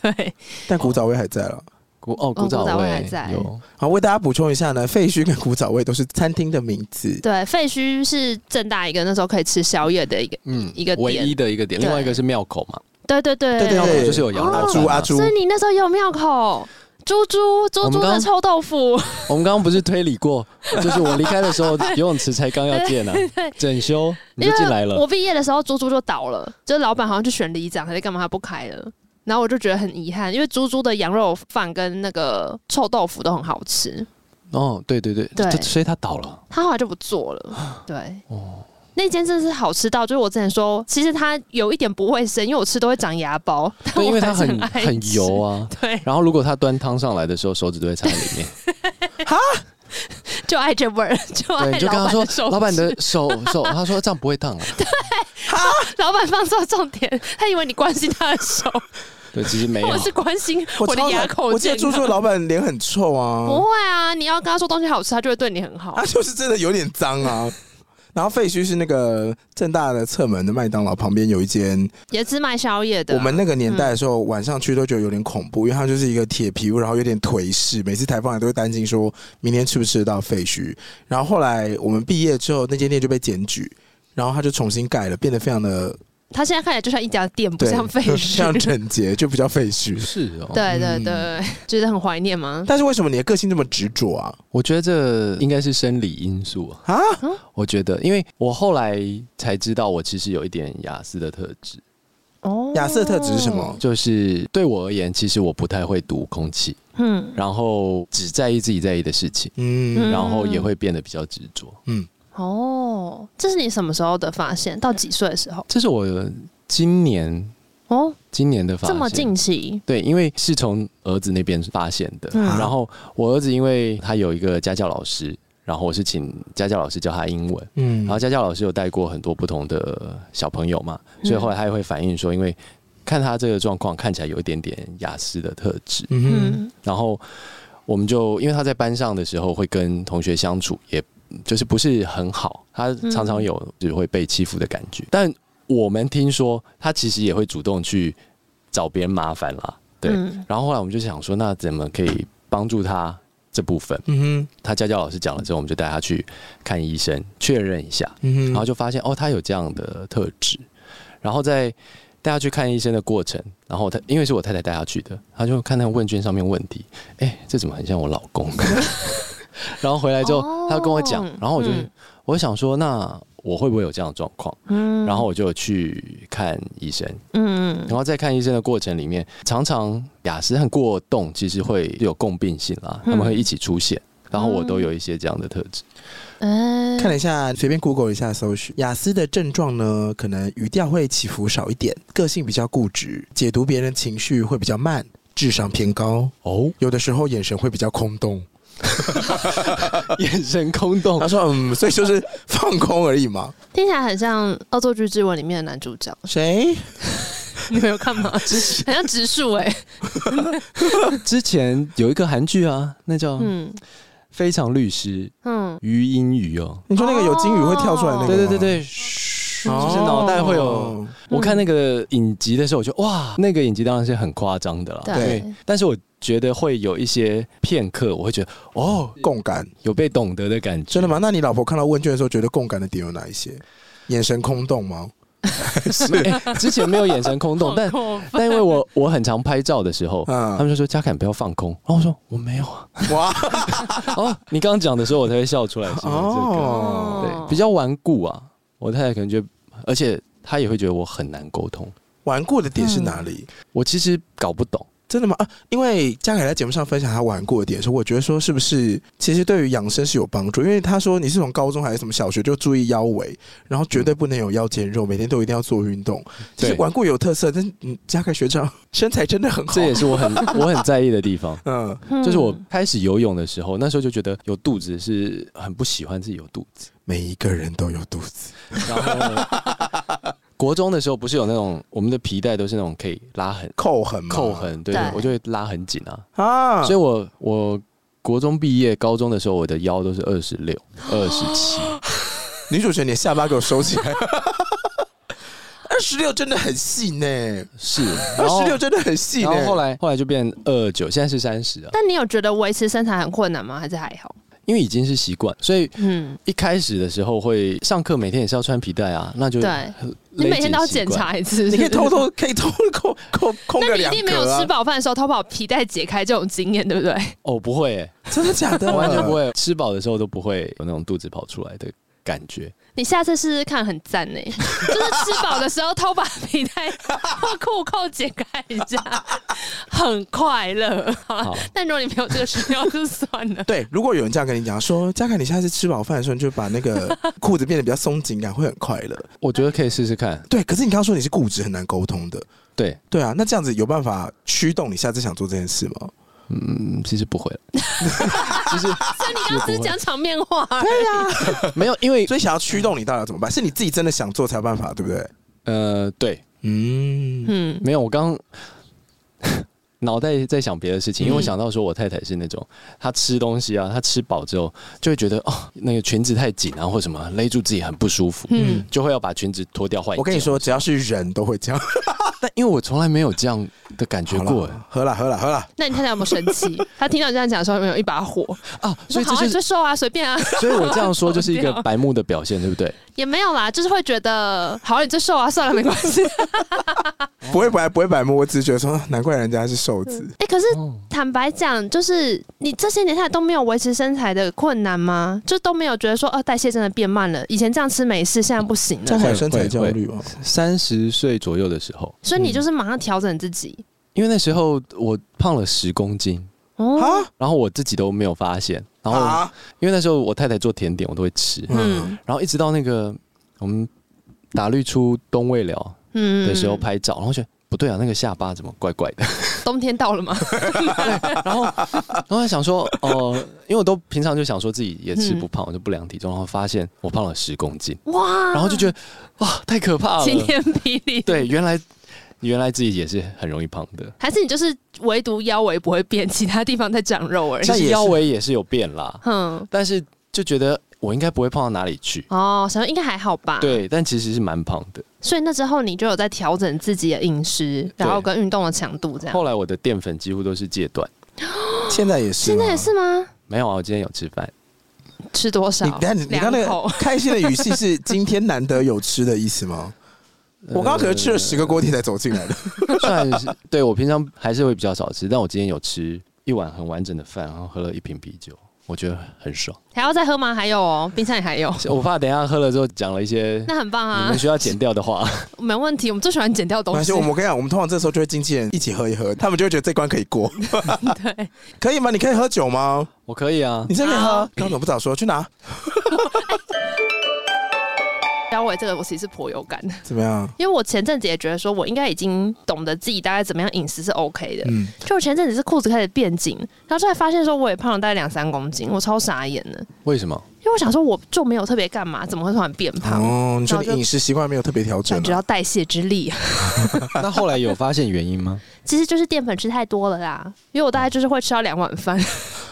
B: 对，
A: 但古早味还在了。
C: 古哦
B: 古
C: 古早
B: 早味还
C: 味
B: 在
C: 有
A: 好，为大家补充一下呢，废墟跟古早味都是餐厅的名字。
B: 对，废墟是正大一个那时候可以吃宵夜的一个，
C: 嗯
B: 一个点
C: 唯一的一个点，
B: 对
C: 另外一个是庙口嘛，
B: 对对对
A: 对
C: 庙
A: 对
C: 口就是有羊肉
A: 阿
C: 饭
A: 朱
C: 嘛
A: 阿朱
B: 所，以你那时候有庙口。猪猪猪
C: 我
B: 猪
C: 们
B: 的
C: 刚
B: 臭豆腐，
C: 我们刚刚不是推理 过，就是我离开的时候游泳池才刚要建 啊，整修你
B: 因
C: 就
B: 为
C: 进来了
B: 我。毕业的时候，猪猪就倒了，就是老板好像去选里长还是干嘛，他不开了。然后我就觉得很遗憾，因为猪猪的羊肉饭跟那个臭豆腐都很好吃，
C: 哦，对对对，
B: 对
C: 这所以他倒 了。
B: 他后来就不做 了。对，
C: 哦，
B: 那间真的是好吃到，就是我之前说，其实它有一点不卫生，因为我吃都会长牙包，但
C: 对，因为
B: 我
C: 它
B: 还是
C: 很
B: 爱
C: 很
B: 吃
C: 油。啊。
B: 对，
C: 然后如果他端汤上来的时候，手指都会插在里 面。
B: 就爱这味儿，就
C: 对，
B: 爱
C: 你就跟
B: 老
C: 他
B: 板的
C: 说，
B: 手
C: 老板
B: 指
C: 的手手，他说这样不会烫啊。
B: 老板放错重点，他以为你关心他的手，
C: 对，其实没有
B: 我。是关心
A: 我
B: 的
A: 超
B: 牙
A: 讨
B: 口啊
A: 我记
B: 健
A: 得猪
B: 康。
A: 猪老板脸很臭
B: 不
A: 啊，
B: 会啊，你要跟他说东西好吃，他就会对你很好
A: 他。就是真的有点脏啊。 然后废墟是那个正大的侧门的麦当劳旁边有一间，
B: 也是卖宵夜的啊、
A: 我们那个年代的时候晚上去都觉得有点恐怖，因为它就是一个铁皮屋，然后有点颓势，每次台风来都会担心说明天吃不吃得到废墟。然后后来我们毕业之后，那间店就被检举，然后他就重新盖了，变得非常的
B: 他现在看起来就像一家店，不
A: 对，
B: 像废
A: 像
B: 墟。
A: 整洁，就不叫废墟。
C: 是哦，
B: 对对
A: 嗯
B: 对，觉得很怀念吗？
A: 但是为什么你的个性这么执着啊？
C: 我觉得这应该是生理因素啊。
A: 啊，
C: 我觉得，因为我后来才知道，我其实有一点雅思的特质，
B: 哦
A: 亚瑟特指是什么？？
C: 就是对我而言，其实我不太会读空气，
B: 嗯，
C: 然后只在意自己在意的事情，
A: 嗯
B: 嗯
C: 然后也会变得比较执着。
A: 嗯，
B: 哦，这是你什么时候的发现？到几岁的时候？
C: 这是我今年
B: 哦，
C: 今年的发
B: 这
C: 现，
B: 么近期？
C: 对，因为是从儿子那边发现的。
B: 嗯
C: 然后我儿子因为他有一个家教老师，然后我是请家教老师教他英文。
A: 嗯
C: 然后家教老师有带过很多不同的小朋友嘛，
B: 嗯
C: 所以后来他也会反映说，因为看他这个状况看起来有一点点雅思的特质，
A: 嗯
B: 嗯
C: 然后我们就因为他在班上的时候会跟同学相处，也就是不是很好，他常常有就是会被欺负的感觉。但我们听说他其实也会主动去找别人麻烦啦，对。
B: 嗯
C: 然后后来我们就想说，那怎么可以帮助他这部分？
A: 嗯
C: 他家教老师讲了之后，我们就带他去看医生确认一下，
A: 嗯哼
C: 然后就发现哦，他有这样的特质。然后在带他去看医生的过程，然后他因为是我太太带他去的，他就看那个问卷上面问题，哎，这怎么很像我老公？ 然后回来之后，
B: 哦
C: 他跟我讲，然后我就、
B: 嗯
C: 我想说，那我会不会有这样的状况？
B: 嗯
C: 然后我就有去看医生，
B: 嗯
C: 然后在看医生的过程里面，常常雅思和过动其实会有共病性啦，他们会一起出现。然后我都有一些这样的特质，
B: 嗯，
A: 看
B: 哎，
A: 了一下，随便 Google 一下搜寻雅思的症状呢，可能语调会起伏少一点，个性比较固执，解读别人情绪会比较慢，智商偏高，
C: 哦，
A: 有的时候眼神会比较空洞。
C: 眼神空洞
A: 他，说嗯，所以就是放空而已嘛。
B: 听起来很像《恶作剧之吻》里面的男主 角。
A: 谁？
B: 你们有看吗？很像植树哎，
C: 之前有一个韩剧啊，那叫《
B: 嗯
C: 非常律师
B: 嗯，
C: 于英语》哦，
A: 你说那个有金鱼会跳出
B: 哦
A: 来那个？哦
C: 对对对，对，嘘就是脑袋会有。，我看那个影集的时候，我觉得哇，那个影集当然是很夸张的啦，
B: 对
C: 对，但是我觉得会有一些片刻，我会觉得哦，
A: 共感，
C: 有被懂得的感觉，
A: 真的吗？那你老婆看到问卷的时候，觉得共感的点有哪一些？眼神空洞吗？
C: 哎之前没有眼神空洞， 但但因为我我很常拍照的时候，他
A: 嗯，
C: 们就说嘉凯不要放空，然后我说我没有啊，
A: 哇
C: 哦，你刚刚讲的时候我才会笑出来，是因为这个。
A: 哦，
C: 对，比较顽固啊。我太太可能觉得，而且她也会觉得我很难沟通。
A: 顽固的点是哪里？
C: 我其实搞不懂，
A: 真的吗？啊，因为嘉凯在节目上分享他玩过的点，说我觉得说是不是其实对于养生是有帮助，因为他说你是从高中还是什么小学就注意腰围，然后绝对不能有腰间肉，每天都一定要做运动。其实
C: 对
A: 顽固有特色，但是嗯，嘉凯学 长身材真的很好
C: 这。也是我很我很在意的地方。
A: 哦嗯，
B: 嗯
C: 就是我开始游泳的时候，那时候就觉得有肚子是很不喜欢自己有肚子。
A: 每一个人都有肚子，
C: 然后国中的时候不是有那种我们的皮带都是那种可以拉很
A: 扣痕吗？
C: 扣痕，对
B: 对
C: 我就会拉很紧啊。
A: 啊，
C: 所以我我国中毕业、高中的时候，我的腰都是二十六、二十七。
A: 女主角，你的下巴给我收起来。 二十六真的很细呢，
C: 是，然
A: 二
C: 后
A: 十六真的很细呢。
C: 然后后来后来就变二九，现在是三十啊。
B: 但你有觉得维持身材很困难吗？还是还好？
C: 因为已经是习惯，所以
B: 嗯，
C: 一开始的时候会上课，每天也是要穿皮带啊，那就
B: 对，你
C: 勒紧
B: 每天都要
C: 习惯
B: 检。查一次，
A: 你可以偷
B: 是不
A: 偷可以偷偷扣扣空
B: 是。那
A: 个
B: 你一
A: 两
B: 定
A: 格
B: 没有
A: 啊
B: 吃饱饭的时候偷把皮带解开这种经验，对不对？
C: 哦，不会、欸，
A: 真的假的？呃
C: 完全不。会，吃饱的时候都不会有那种肚子跑出来的感觉。
B: 你下次试试看，很赞 呢。就是吃饱的时候偷把皮带 或裤扣解开一下， 很快乐。
C: 好
B: 但如果你没有这个需要，就算了。
A: 对，如果有人这样跟你讲说，嘉凯，你下次吃饱饭的时候，你就把那个裤子变得比较松紧感，会很快乐。
C: 我觉得可以试试看。
A: 对，可是你刚刚说你是固执，很难沟通的。
C: 对，
A: 对啊，那这样子有办法驱动你下次想做这件事吗？
C: 嗯，其实不会了， 其实
B: 所以你刚刚只是讲场面话，
C: 没有，因为
A: 所以想要驱动你到底要怎么办？是你自己真的想做才有办法，对不对？
C: 呃，对，
A: 嗯，
B: 嗯，
C: 没有，我刚脑袋在想别的事情，因为我
B: 嗯
C: 想到说我太太是那种，她吃东西啊，她吃饱之后就会觉得哦，那个裙子太紧啊，或什么勒住自己很不舒服，
B: 嗯
C: 就会要把裙子脱掉换。
A: 我跟你，说，只要是人都会这样。
C: 但因为我从来没有这样的感觉过哎
A: 喝了，喝了，喝了。
B: 那你太太有没有生气？她听到你这样讲的时候，有没有一把火？
C: 啊，
B: 说
C: 所以
B: 好
C: 这
B: 啊，
C: 就
B: 你就，
C: 是
B: 瘦啊，随便啊，
C: 所以我这样 说就是一
B: 好
C: 个
B: 屌
C: 白目的表现，对不对？
B: 也没有啦，就是会觉得好，你就瘦啊，算了，没关 系。哎、
A: 不会白不会白目，我只是觉得说，难怪人家是瘦子。
B: 可是
C: 哦，
B: 坦白讲，就是你这些年下来都没有维持身材的困难吗？就都没有觉得说，呃，代谢真的变慢了，以前这样吃美式，现在不行
A: 这样，
B: 了
A: 还有
C: 会
A: 身材
C: 会
A: 焦
C: 会
A: 虑吗？
C: 三十岁左右的时候，
B: 所以你就是马上调整自己。
C: 因为那时候我胖了十公斤，
B: 哦，
A: 啊
C: 然后我自己都没有发现，然后
A: 啊！
C: 因为那时候我太太做甜点，我都会吃，
B: 嗯
C: 然后一直到那个我们打绿出东未了
B: 嗯
C: 的时候拍照，然后觉得不对啊，那个下巴怎么怪怪的？
B: 冬天到 了嘛，
C: 然后然后还想说，哦、因为我都平常就想说自己也吃不胖，我就不量体重，然后发现我胖了十公斤，
B: 哇，
C: 然后就觉得哇，太可怕了。
B: 晴啊天霹雳。
C: 对，原来原来自己也是很容易胖的，
B: 还是你就是唯独腰围不会变，其他地方在长肉而已嗯
A: 这。样也
C: 其实
A: 是
C: 腰围也是有变啦，
B: 哼，
C: 但是就觉得我应该不会胖到哪里去。
B: 哦，想说应该还好吧。，
C: 对，但其实是蛮胖的。
B: 所以那之后你就有在调整自己的饮食，然后跟运动的强度这样。
C: 后来我的淀粉几乎都是戒断，
A: 现在也是，
B: 现在也。是吗？
C: 没有啊，我今天有吃饭。
B: 吃多
A: 你
B: 少？
A: 等下你你刚那
B: 两
A: 个
B: 口
A: 开心的语气是今天难得有吃的意思吗？我刚刚可是吃了十个锅贴才走进来的。
C: 算是对我平常还是会比较少吃，但我今天有吃一碗很完整的饭，然后喝了一瓶啤酒，我觉得很爽。
B: 还要再喝吗？还有哦，冰箱里还 有。
C: 我怕等一下喝了之后讲了一些
B: 那很棒
C: 你
B: 啊
C: 们，需要剪掉的话，
B: 没问题。我们最喜欢剪掉的
A: 没
B: 东
A: 关系，
B: 西
A: 我。们跟你讲，我们通常这时候就会经纪人一起喝一喝，他们就会觉得这关可以过，
B: 对，
A: 可以吗？你可以喝酒 吗？
C: 我可以啊
A: 你。真的可以
B: 好
A: 喝？刚刚怎么不早说？去拿？
B: 腰围这个我其实是颇有感的，
A: 怎么样？
B: 因为我前阵子也觉得说我应该已经懂得自己大概怎么样饮食是 OK 的。
A: 嗯，
B: 就我前阵子是裤子开始变紧，然后就才发现说我也胖了大概两三公斤，我超傻眼的。
C: 为什么？
B: 因为我想说我就没有特别干嘛，怎么会突然变胖？
A: 哦，你说
B: 然后
A: 你
B: 就
A: 饮食习惯没有特别调整
B: 感觉
A: 啊？
B: 到代谢之力，
C: 那后来有发现原因吗？
B: 其实就是淀粉吃太多了啦。因为我大概就是会吃到两碗饭，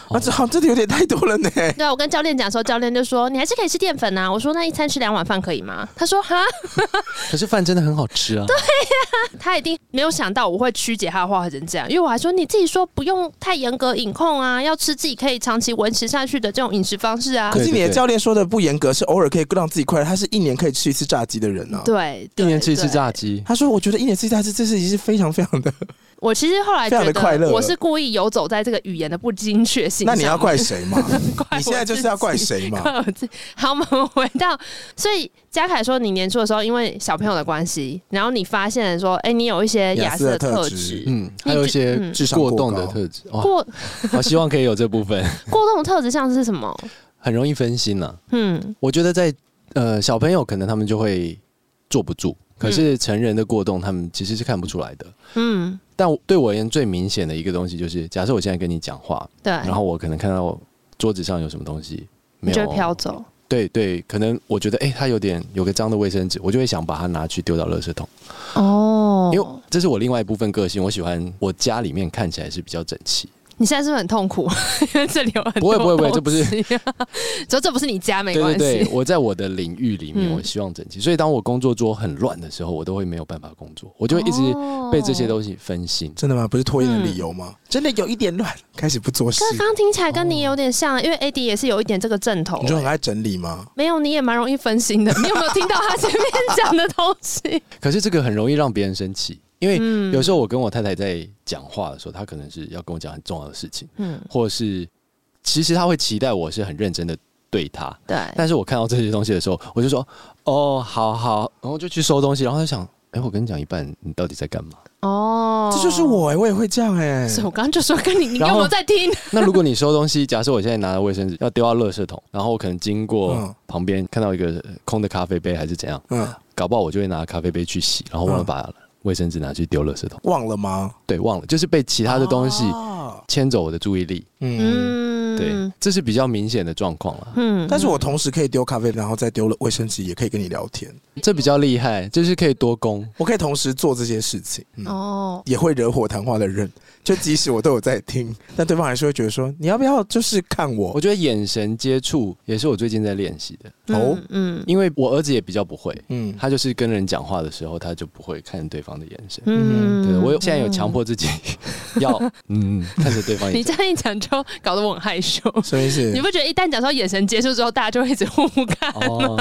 A: 啊，这好，真的有点太多了呢。
B: 对啊，我跟教练讲的时候，教练就说你还是可以吃淀粉啊。我说那一餐吃两碗饭可以吗？他说哈，
C: 可是饭真的很好吃啊。
B: 他一定没有想到我会曲解他的话成这样，因为我还说你自己说不用太严格饮控啊，要吃自己可以长期维持下去的这种饮食方式啊
A: 可。
C: 对
A: 是你的
C: 对对
A: 教练说的不严格，是偶尔可以让自己快乐，他是一年可以吃一次炸鸡的人呢、啊。
B: 对，
C: 一
B: 对
C: 年吃一次
B: 对
C: 炸鸡，
A: 他说：“我觉得一年吃一次炸鸡，这是已经是非常非常的。
B: 我其实后来
A: 非常
B: 觉
A: 地快乐
B: 得，我是故意游走在这个语言的不精确性
A: 那
B: 上面。
A: 你要怪谁嘛？
B: 怪
A: 你现在
B: 我
A: 就是
B: 自
A: 要怪
B: 己
A: 谁 嘛？
B: 怪我自己哦好，我们回到，所以嘉凯说，你年初的时候因为小朋友的关系，然后你发现说，哎、你有一些
A: 雅
B: 雅
A: 思
B: 思
A: 的
B: 的
A: 特
B: 特
A: 质
B: 质，
C: 嗯，还有一些
B: 嗯
A: 智商
C: 过
A: 过
C: 动的
A: 高
C: 特质，哇，
B: 过
C: 我希望可以有这部分，
B: 过动的特质像是什么？
C: 很容易分心了、啊。
B: 嗯
C: 我觉得在呃小朋友可能他们就会坐不住，可是成人的过动他们其实是看不出来的。
B: 嗯，
C: 但我对我而言最明显的一个东西就是，假设我现在跟你讲话，
B: 对，
C: 然后我可能看到桌子上有什么东西没
B: 你就
C: 有哦
B: 会飘走。
C: 对对，可能我觉得哎、诶它有点有个脏的卫生纸，我就会想把它拿去丢到垃圾桶，
B: 哦
C: 因为这是我另外一部分个性，我喜欢我家里面看起来是比较整齐，
B: 你现在是不是很痛苦？ 因为这里有很
C: 不会不会不会这不是
B: 是，只啊要这不是你家没
C: 对
B: 关
C: 对
B: 系。
C: 对，我在我的领域里面，
B: 嗯
C: 我希望整齐，所以当我工作桌很乱的时候，我都会没有办法工作，我就会一直被这些
B: 哦。
C: 东西分心。
A: 真的吗？不是拖延的理由吗？真的有一点乱， 开始不做事
B: 嗯可。是刚刚听起来跟
C: 哦
B: 你有点像，因为 AD 也是有一点这个阵头
A: 你。就很爱整理吗？
B: 没有，你也蛮容易分心的。你有没有听到他前面讲的东西？
C: 可是这个很容易让别人生气，因为
B: 嗯
C: 有时候我跟我太太在讲话的时候，她可能是要跟我讲很重要的事情，
B: 嗯
C: 或是其实她会期待我是很认真的对他。
B: 对，
C: 但是我看到这些东西的时候，我就说哦，好好，然后就去收东西，然后就想，哎、我跟你讲一半，你到底在干嘛？
B: 哦，
A: 这就是。我哎、我也会这样哎、
B: 是我刚刚就说 跟你，你有
C: 嗯然后
B: 没有在听？
C: 那如果你收东西，假设我现在拿了卫生纸要丢到垃圾桶，然后我可能经
A: 嗯
C: 过旁边看到一个呃空的咖啡杯还是怎样，
A: 嗯，
C: 搞不好我就会拿咖啡杯去洗，然后忘了
A: 嗯
C: 把卫生纸拿去丢垃圾桶。
A: 忘了吗？
C: 对，忘了，就是被其他的东西
A: 哦
C: 牵走我的注意力。
A: 嗯，
B: 嗯，
C: 对，这是比较明显的状况了。
B: 嗯，
A: 但是我同时可以丢咖啡，然后再丢了卫生纸，也可以跟你聊天。
C: 这比较厉害，就是可以多攻。
A: 我可以同时做这些事情，嗯，
B: 哦，
A: 也会惹火谈话的人。就即使我都有在听，但对方还是会觉得说，你要不要就是看我
C: 我？觉得眼神接触也是我最近在练习的，
A: 哦
B: 嗯嗯
C: 因为我儿子也比较不会，
A: 嗯，
C: 他就是跟人讲话的时候，他就不会看对方的眼神。
A: 嗯
C: 对我有现在有强。迫自己 要嗯看着对 方
B: 你
C: 眼
B: 这
C: 神。
B: 样一讲，就搞得我很害羞。
A: 什么意思
B: 你？不觉得一旦讲到眼神接触之后，大家就会一直互看？
C: 哦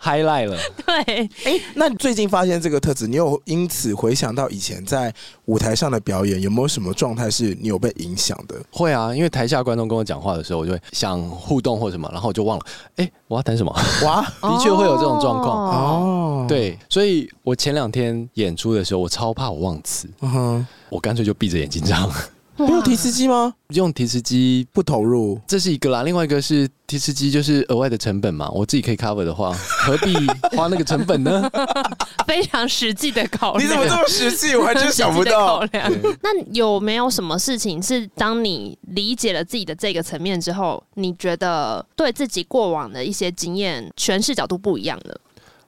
C: ，highlight 了，
B: 对，
A: 哎、那你最近发现这个特质，你有因此回想到以前在舞台上的表演，有没有什么状态是你有被影响的？
C: 会啊，因为台下观众跟我讲话的时候，我就会想互动或什么，然后我就忘了，哎、我要谈什么？
A: 哇
C: 的确会有这种状况
B: 哦，
A: 哦，，
C: 对，所以我前两天演出的时候，我超怕我忘词，
A: 嗯哼，
C: 我干脆就闭着眼睛唱，
A: 没有提词机吗？
C: 用提词机。
A: 不投入，
C: 这是一个啦，另外一个是提词机，就是额外的成本嘛。我自己可以 cover 的话，何必花那个成本呢？
B: 非常实际的考量。
A: 么实际？我还
B: 实际的考。 量？
C: 对
B: 那有没有什么事情是当你理解了自己的这个层面之后，你觉得对自己过往的一些经验诠释角度不一样了？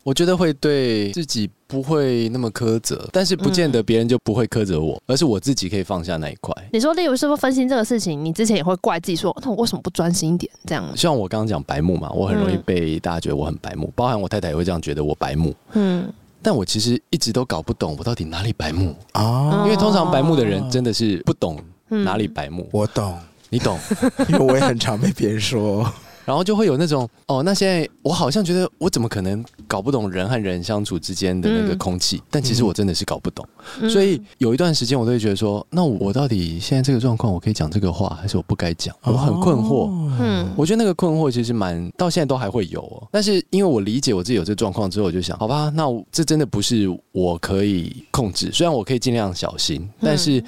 C: 我觉得会对自己不会那么苛责，但是不见得别人就不会苛责我，而是我自己可以放下那一块。
B: 你说，例如是不是分心这个事情，你之前也会怪自己说，那我为什么不专心一点？这样，
C: 像我刚刚讲白目嘛，我很容易
B: 嗯
C: 被大家觉得我很白目，包含我太太也会这样觉得我白目。
B: 嗯，
C: 但我其实一直都搞不懂我到底哪里白目，
A: 啊，
C: 因为通常白目的人真的是不懂
B: 嗯
C: 哪里白目，
A: 我懂，
C: 你懂？
A: 因为我也很常被别人说，
C: 然后就会有那种哦，那现在我好像觉得我怎么可能搞不懂人和人相处之间的那个
B: 嗯
C: 空气，但其实我真的是搞不懂。
B: 嗯
C: 所以有一段时间我都会觉得说，那我到底现在这个状况，我可以讲这个话，还是我不该讲？
B: 哦
C: 我很困惑。
A: 惑。
B: 嗯，
C: 我觉得那个困惑其实蛮到现在都还会有哦，但是因为我理解我自己有这状况之后，我就想，好吧，那我这真的不是我可以控制，虽然我可以尽量小
B: 嗯
C: 心，但是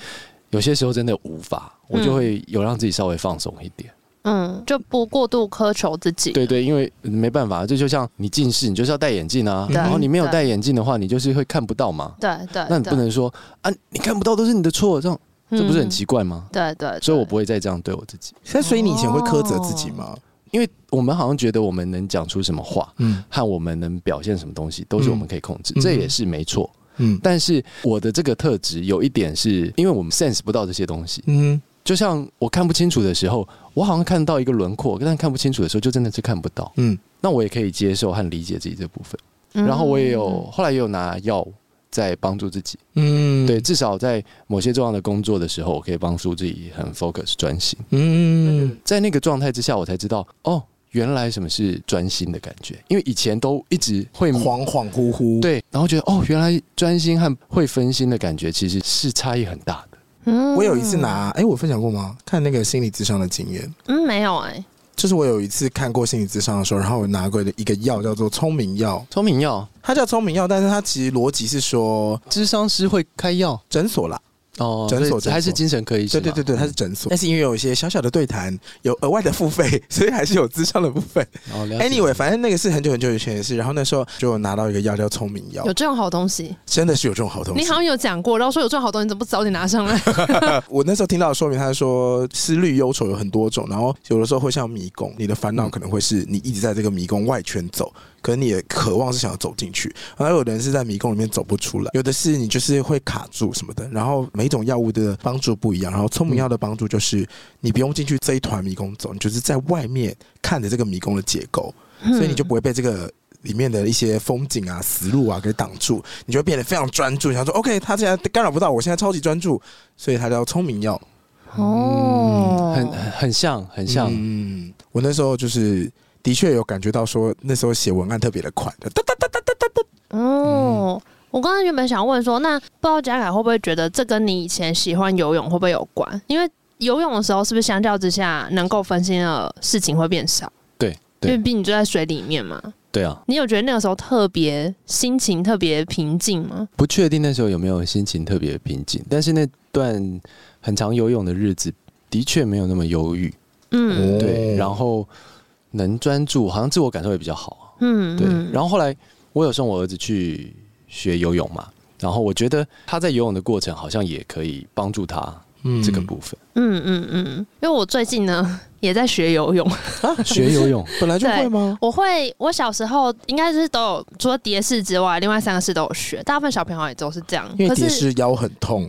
C: 有些时候真的无法，我就会有让自己稍微放松一点。
B: 嗯，就不过度苛求自己。
C: 对对，因为呃没办法，这就像你近视，你就是要戴眼镜啊，
B: 嗯对
C: 然后你没有
B: 对
C: 戴眼镜的话，你就是会看不到嘛。
B: 对对，
C: 那你
B: 对
C: 不，能说啊，你看不到都是你的错，这样这不是很
B: 嗯
C: 奇怪吗？
B: 对对，
C: 所以我
B: 对
C: 不会再这样对我自己，
A: 那所以你以前会苛责自己吗？
C: 因为我们好像觉得我们能讲出什么话
A: 嗯
C: 和我们能表现什么东西，都是我们可以控制，
A: 嗯
C: 这也是没错。
A: 嗯
C: 但是我的这个特质有一点是，因为我们 sense 不到这些东西，
A: 嗯，
C: 就像我看不清楚的时候，我好像看到一个轮廓，但看不清楚的时候就真的是看不到。
A: 嗯，
C: 那我也可以接受和理解自己这部分，
B: 嗯
C: 然后我也有后来也有拿药。在帮助自己，
A: 嗯，
C: 对，，至少在某些重要的工作的时候，我可以帮助自己很 focus 专心。
A: 嗯，
C: 在那个状态之下，我才知道哦，原来什么是专心的感觉。因为以前都一直会
A: 恍恍惚惚，，
C: 对，然后觉得哦，原来专心和会分心的感觉其实是差异很大的。
B: 嗯
A: 我有一次，拿，哎、我分享过吗？看那个心理智商的经验，
B: 嗯，没有哎，
A: 就是我有一次看过心理智商的时候，然后我拿过一个药叫做聪明药，
C: 聪明药，
A: 它叫聪明药，但是它其实逻辑是说
C: 智商师会开药
A: 诊所啦，
C: 哦，
A: 诊所
C: 所
A: 诊
C: 以
A: 所
C: 还是嗯精神科医
A: 对
C: 生？
A: 对对对，它是诊所，但是因为有一些小小的对谈，有额外的付费， 所以还是有智商的部分。
C: 哦，了解
A: Anyway，反正那个是很久很久以前的事，然后那时候就有拿到一个药叫聪明药
B: 有，这种好东西，
A: 真的是有这种好东
B: 你
A: 西
B: 好。像有讲过，然后说有这种好东西，你怎么不早点拿上来？
A: 我那时候听到的说明，他说思虑忧愁有很多种，然后有的时候会像迷宫，你的烦恼可能会是你一直在这个迷宫外圈走，可是你的渴望是想要走进去，然后有的人是在迷宫里面走不出来，有的是你就是会卡住什么的，然后每一种药物的帮助不一样，然后聪明药的帮助就是你不用进去这一团迷宫走，你就是在外面看着这个迷宫的结构，
C: 嗯
A: 所以你就不会被这个。里面的一些风景啊、思路啊给挡住，你就会变得非常专注。你想说，OK，他现在干扰不到我，现在超级专注，所以它叫聪明药。
B: 嗯哦，
C: 很很很像，很像。
A: 嗯，我那时候就是的确有感觉到说，那时候写文案特别的快，哒哒哒哒哒哒哒。
B: 哦。我刚刚原本想问说，那不知道贾凯会不会觉得这跟你以前喜欢游泳会不会有关？因为游泳的时候，是不是相较之下能够分心的事情会变少？因
C: 对
B: 为毕竟你就在水里面嘛。
C: 对啊，
B: 你有觉得那个时候特别心情特别平静吗？
C: 不确定那时候有没有心情特别平静，但是那段很常游泳的日子的确没有那么忧郁，
B: 嗯
A: 哦
C: 对，然后能专注，好像自我感受也比较好啊，
B: 嗯，
C: 对。
B: 嗯
C: 然后后来我有送我儿子去学游泳嘛，然后我觉得他在游泳的过程好像也可以帮助他
A: 嗯
C: 这个部 分，
B: 嗯嗯嗯，因为我最近呢也在学游泳，
C: 学游泳，
A: 本来就会吗？
B: 我会我小时候应该是都有，除了蝶式之外，另外三个式都有学，大部分小朋友也都是这样。
A: 因为
B: 可
A: 蝶式
B: 是
A: 腰很痛，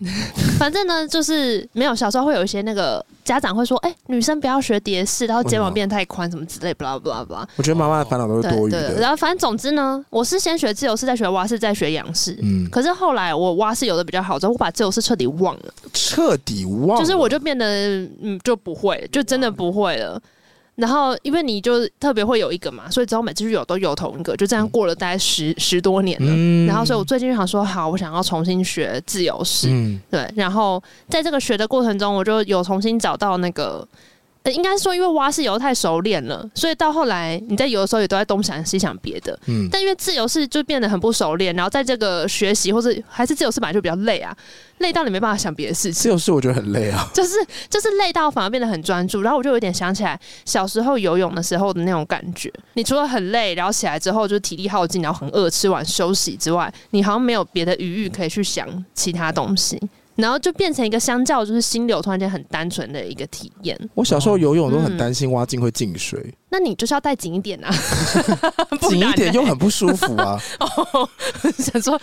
B: 反正呢，就是没有小时候会有一些那个家长会说，哎、女生不要学蝶式，然后肩膀变太宽什么之类，blah blah blah。
A: 我觉得妈妈的烦恼都是多
B: 对
A: 余
B: 对，
A: 的。
B: 然后反正总之呢，我是先学自由式，再学蛙式，再学仰式。
A: 嗯，
B: 可是后来我蛙式游的比较好之后，我把自由式彻底忘了，
A: 彻底忘了，
B: 就是我就变得嗯就不会，就真的不会了。然后因为你就特别会有一个嘛，所以之后每次去游都游同一个，就这样过了大概十、十多年了。
A: 嗯
B: 然后所以我最近就想说，好，我想要重新学自由式。
A: 嗯
B: 对，然后在这个学的过程中，我就有重新找到那个，呃、应该说因为蛙式游得太熟练了，所以到后来你在游的时候也都在东想西想别的。
A: 嗯，
B: 但因为自由式就变得很不熟练，然后在这个学习或是还是自由式本来就比较累啊，累到你没办法想别的事
A: 自
B: 情。
A: 由式我觉得很累啊。
B: 就是就是累到反而变得很专注，然后我就有点想起来小时候游泳的时候的那种感觉。你除了很累，然后起来之后就体力耗尽，然后很饿，吃完休息之外，你好像没有别的余裕可以去想其他东西，然后就变成一个相较就是心流突然间很单纯的一个体验。
A: 我小时候游泳都很
B: 嗯
A: 担心蛙镜会进水，
B: 那你就是要带紧一点啊， 不欸
A: 紧
B: 然
A: 一点
B: 嘞
A: 又很不舒服啊。
B: 哦，想说，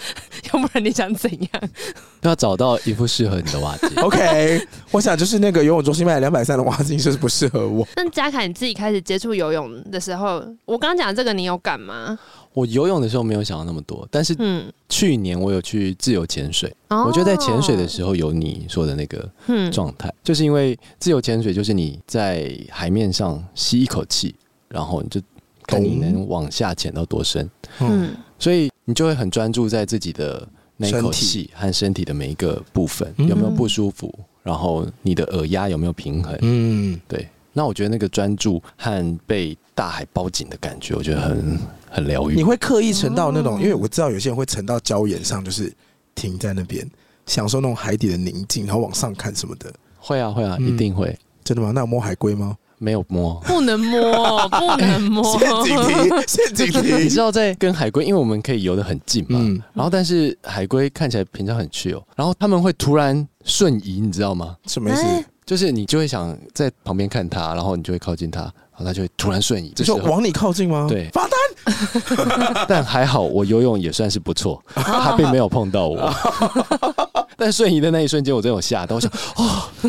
B: 要不然你想怎样？
C: 要找到一副适合你的蛙镜。
A: OK，我想就是那个游泳中心卖两百三的蛙镜就是不适合我。
B: 那嘉凯你自己开始接触游泳的时候，我刚刚讲的这个你有感吗？
C: 我游泳的时候没有想到那么多，但是
B: 嗯，
C: 去年我有去自由潜水，
B: 哦
C: 我觉得在潜水的时候有你说的那个
B: 嗯
C: 状态，就是因为自由潜水就是你在海面上吸一口气，然后你就看你能往下潜到多深，
A: 嗯，
B: 嗯
C: 所以你就会很专注在自己的那一口气和身体的每一个部分
A: 嗯
C: 有没有不舒服，然后你的耳压有没有平衡。
A: 嗯，
C: 对，那我觉得那个专注和被大海包紧的感觉，我觉得很很疗
A: 你
C: 愈。
A: 会刻意沉到那种，
B: 哦。
A: 因为我知道有些人会沉到礁岩上，就是停在那边享受那种海底的宁静，然后往上看什么的。
C: 会啊会啊，
A: 嗯
C: 一定会。
A: 真的吗？那有摸海龟吗？
C: 没有摸
B: 不能 摸，不能摸，
A: 陷阱 题，陷阱
C: 你知
A: 题。
C: 道在跟海龟，因为我们可以游得很近嘛，
A: 嗯
C: 然后但是海龟看起来平常很 chill，然后他们会突然瞬移，你知道吗？
A: 什么意思
B: 哎？
C: 就是你就会想在旁边看它，然后你就会靠近它，然后它就会突然瞬移。这时
A: 就
C: 候，
A: 往你靠近吗？
C: 对
A: 罚单。
C: 但还好我游泳也算是不错，它并没有碰到我。 但瞬移的那一瞬间，我真的有吓到，我想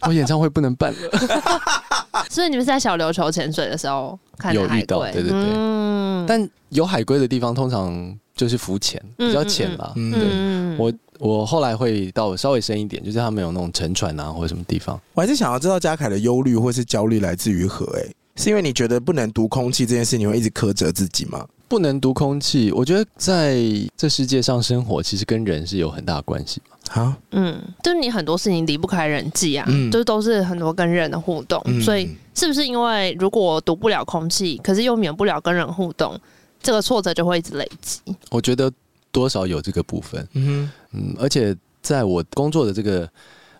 C: 哦，我演唱会不能办
A: 嗯
C: 了。
B: 所以你们是在小琉球潜水的时候看的
C: 有
B: 海
C: 遇到
B: 龟，
C: 对对对
B: 嗯
C: 但有海龟的地方，通常就是浮潜，比较浅啦。
A: 嗯
C: 对。
B: 嗯
C: 我我后来会到稍微深一点，就是他们有那种沉船啊，或者什么地方。
A: 我还是想要知道嘉凯的忧虑或是焦虑来自于何、欸？是因为你觉得不能读空气这件事，你会一直苛责自己吗？
C: 不能读空气，我觉得在这世界上生活，其实跟人是有很大关系嘛。
A: 啊，
B: 嗯，就是你很多事情离不开人际啊，
A: 嗯
B: 就是都是很多跟人的互动，
A: 嗯
B: 所以是不是因为如果读不了空气，可是又免不了跟人互动，这个挫折就会一直累积？
C: 我觉得多少有这个部分，
A: 嗯哼，
C: 嗯，而且在我工作的这个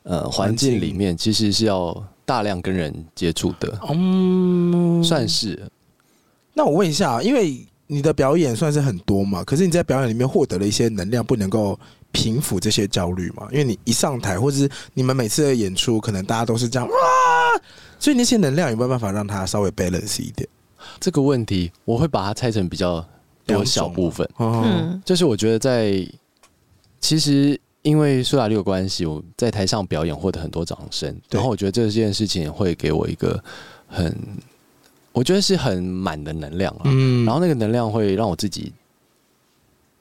C: 呃环境里面，其实是要大量跟人接触的，
A: 嗯
C: 算是
A: 那我问一下，因为你的表演算是很多嘛，可是你在表演里面获得了一些能量，不能够平复这些焦虑嘛？因为你一上台，或者是你们每次的演出，可能大家都是这样哇，所以那些能量有没有办法让它稍微 balance 一点？
C: 这个问题，我会把它拆成比较多小部分。
A: 哦，
B: 嗯
C: 就是我觉得在其实因为苏打绿的关系，我在台上表演获得很多掌声，
A: 对
C: 然后我觉得这件事情会给我一个很，我觉得是很满的能量啊。
A: 嗯
C: 然后那个能量会让我自己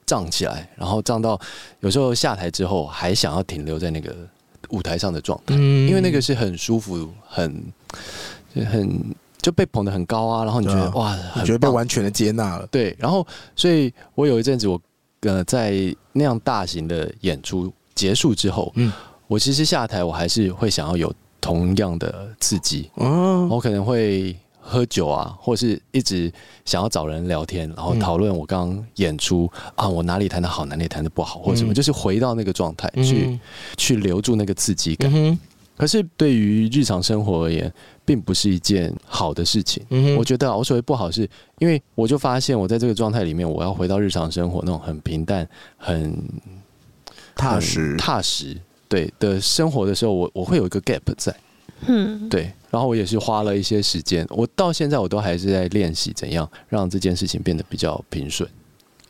C: 胀起来，然后胀到有时候下台之后还想要停留在那个舞台上的状态，
A: 嗯
C: 因为那个是很舒服、很就很就被捧得很高啊，然后你觉
A: 对
C: 得、
A: 啊
C: 哇，
A: 你
C: 很
A: 觉得被
C: 棒
A: 完全的接纳了，
C: 对，然后所以我有一阵子我呃在那样大型的演出结束之后，
A: 嗯
C: 嗯，我其实下台我还是会想要有同样的刺激，
A: 哦，
C: 我可能会喝酒啊，或是一直想要找人聊天，然后
A: 嗯
C: 讨论我刚刚演出、啊，我哪里弹的好，哪里弹的不好，或者什么，
A: 嗯
C: 就是回到那个状态去、去留住那个刺激感。
A: 嗯哼，
C: 可是对于日常生活而言，并不是一件好的事情。
A: 嗯哼，
C: 我觉得啊我所谓不好是，因为我就发现我在这个状态里面，我要回到日常生活那种很平淡、很
A: 踏
C: 很
A: 实，
C: 踏实对的生活的时候，我我会有一个 gap 在
B: 嗯，
C: 对，然后我也是花了一些时间，我到现在我都还是在练习怎样让这件事情变得比较平顺。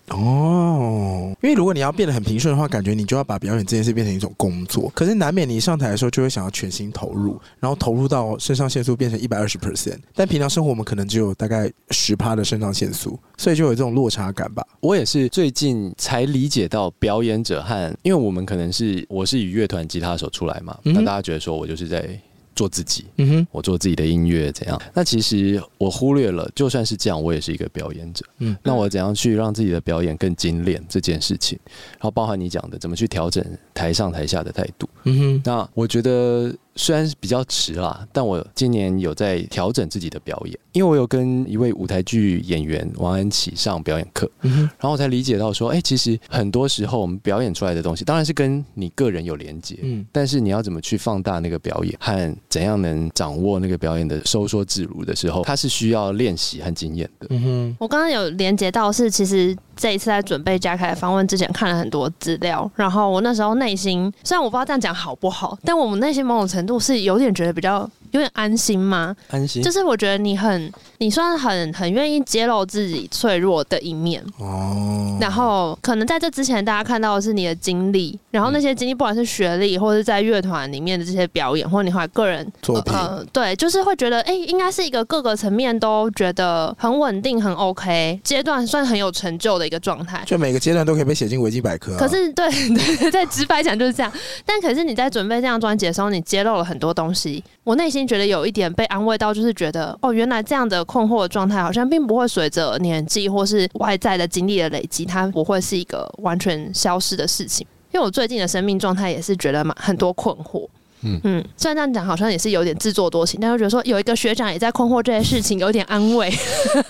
A: 哦，因为如果你要变得很平顺的话，感觉你就要把表演这件事变成一种工作。可是难免你上台的时候就会想要全心投入，然后投入到肾上腺素变成一百二十 percent，但平常生活我们可能只有大概十趴的肾上腺素，所以就有这种落差感吧。
C: 我也是最近才理解到表演者和，因为我们可能是我是以乐团吉他手出来嘛，
A: 嗯
C: 那、
A: 哼
C: 大家觉得说我就是在做自己，
A: 嗯哼，
C: 我做自己的音乐怎样？那其实我忽略了，就算是这样，我也是一个表演者。
A: 嗯
C: 嗯，那我怎样去让自己的表演更精炼这件事情？然后包含你讲的，怎么去调整台上台下的态度？
A: 嗯哼，
C: 那我觉得虽然是比较迟啦，但我今年有在调整自己的表演，因为我有跟一位舞台剧演员王安琪上表演课，
A: 嗯哼，
C: 然后我才理解到说，哎、其实很多时候我们表演出来的东西，当然是跟你个人有连接，
A: 嗯
C: 但是你要怎么去放大那个表演，和怎样能掌握那个表演的收缩自如的时候，它是需要练习和经验的。
A: 嗯哼，
B: 我刚刚有连接到是，其实这一次在准备嘉凯访问之前看了很多资料，然后我那时候内心虽然我不知道这样讲好不好，但我们内心某种程度是有点觉得比较有点安心嘛，
C: 安心
B: 就是我觉得你很你算很很愿意揭露自己脆弱的一面，
A: 哦，
B: 然后可能在这之前，大家看到的是你的经历，然后那些经历，不管是学历，或是在乐团里面的这些表演，或者你后来个人
A: 作品
B: 呃，对，就是会觉得，哎、应该是一个各个层面都觉得很稳定、很 OK 阶段，算很有成就的一个状态。
A: 就每个阶段都可以被写进维基百科啊、
B: 可是，对 对，在直白讲就是这样。但可是你在准备这张专辑的时候，你揭露了很多东西，我内心觉得有一点被安慰到，就是觉得哦，原来这样的困惑的状态，好像并不会随着年纪或是外在的经历的累积，它不会是一个完全消失的事情。因为我最近的生命状态也是觉得蛮很多困惑。嗯
C: 嗯
B: 嗯，虽然这样讲好像也是有点自作多情，但又觉得说有一个学长也在困惑这些事情，有点安慰。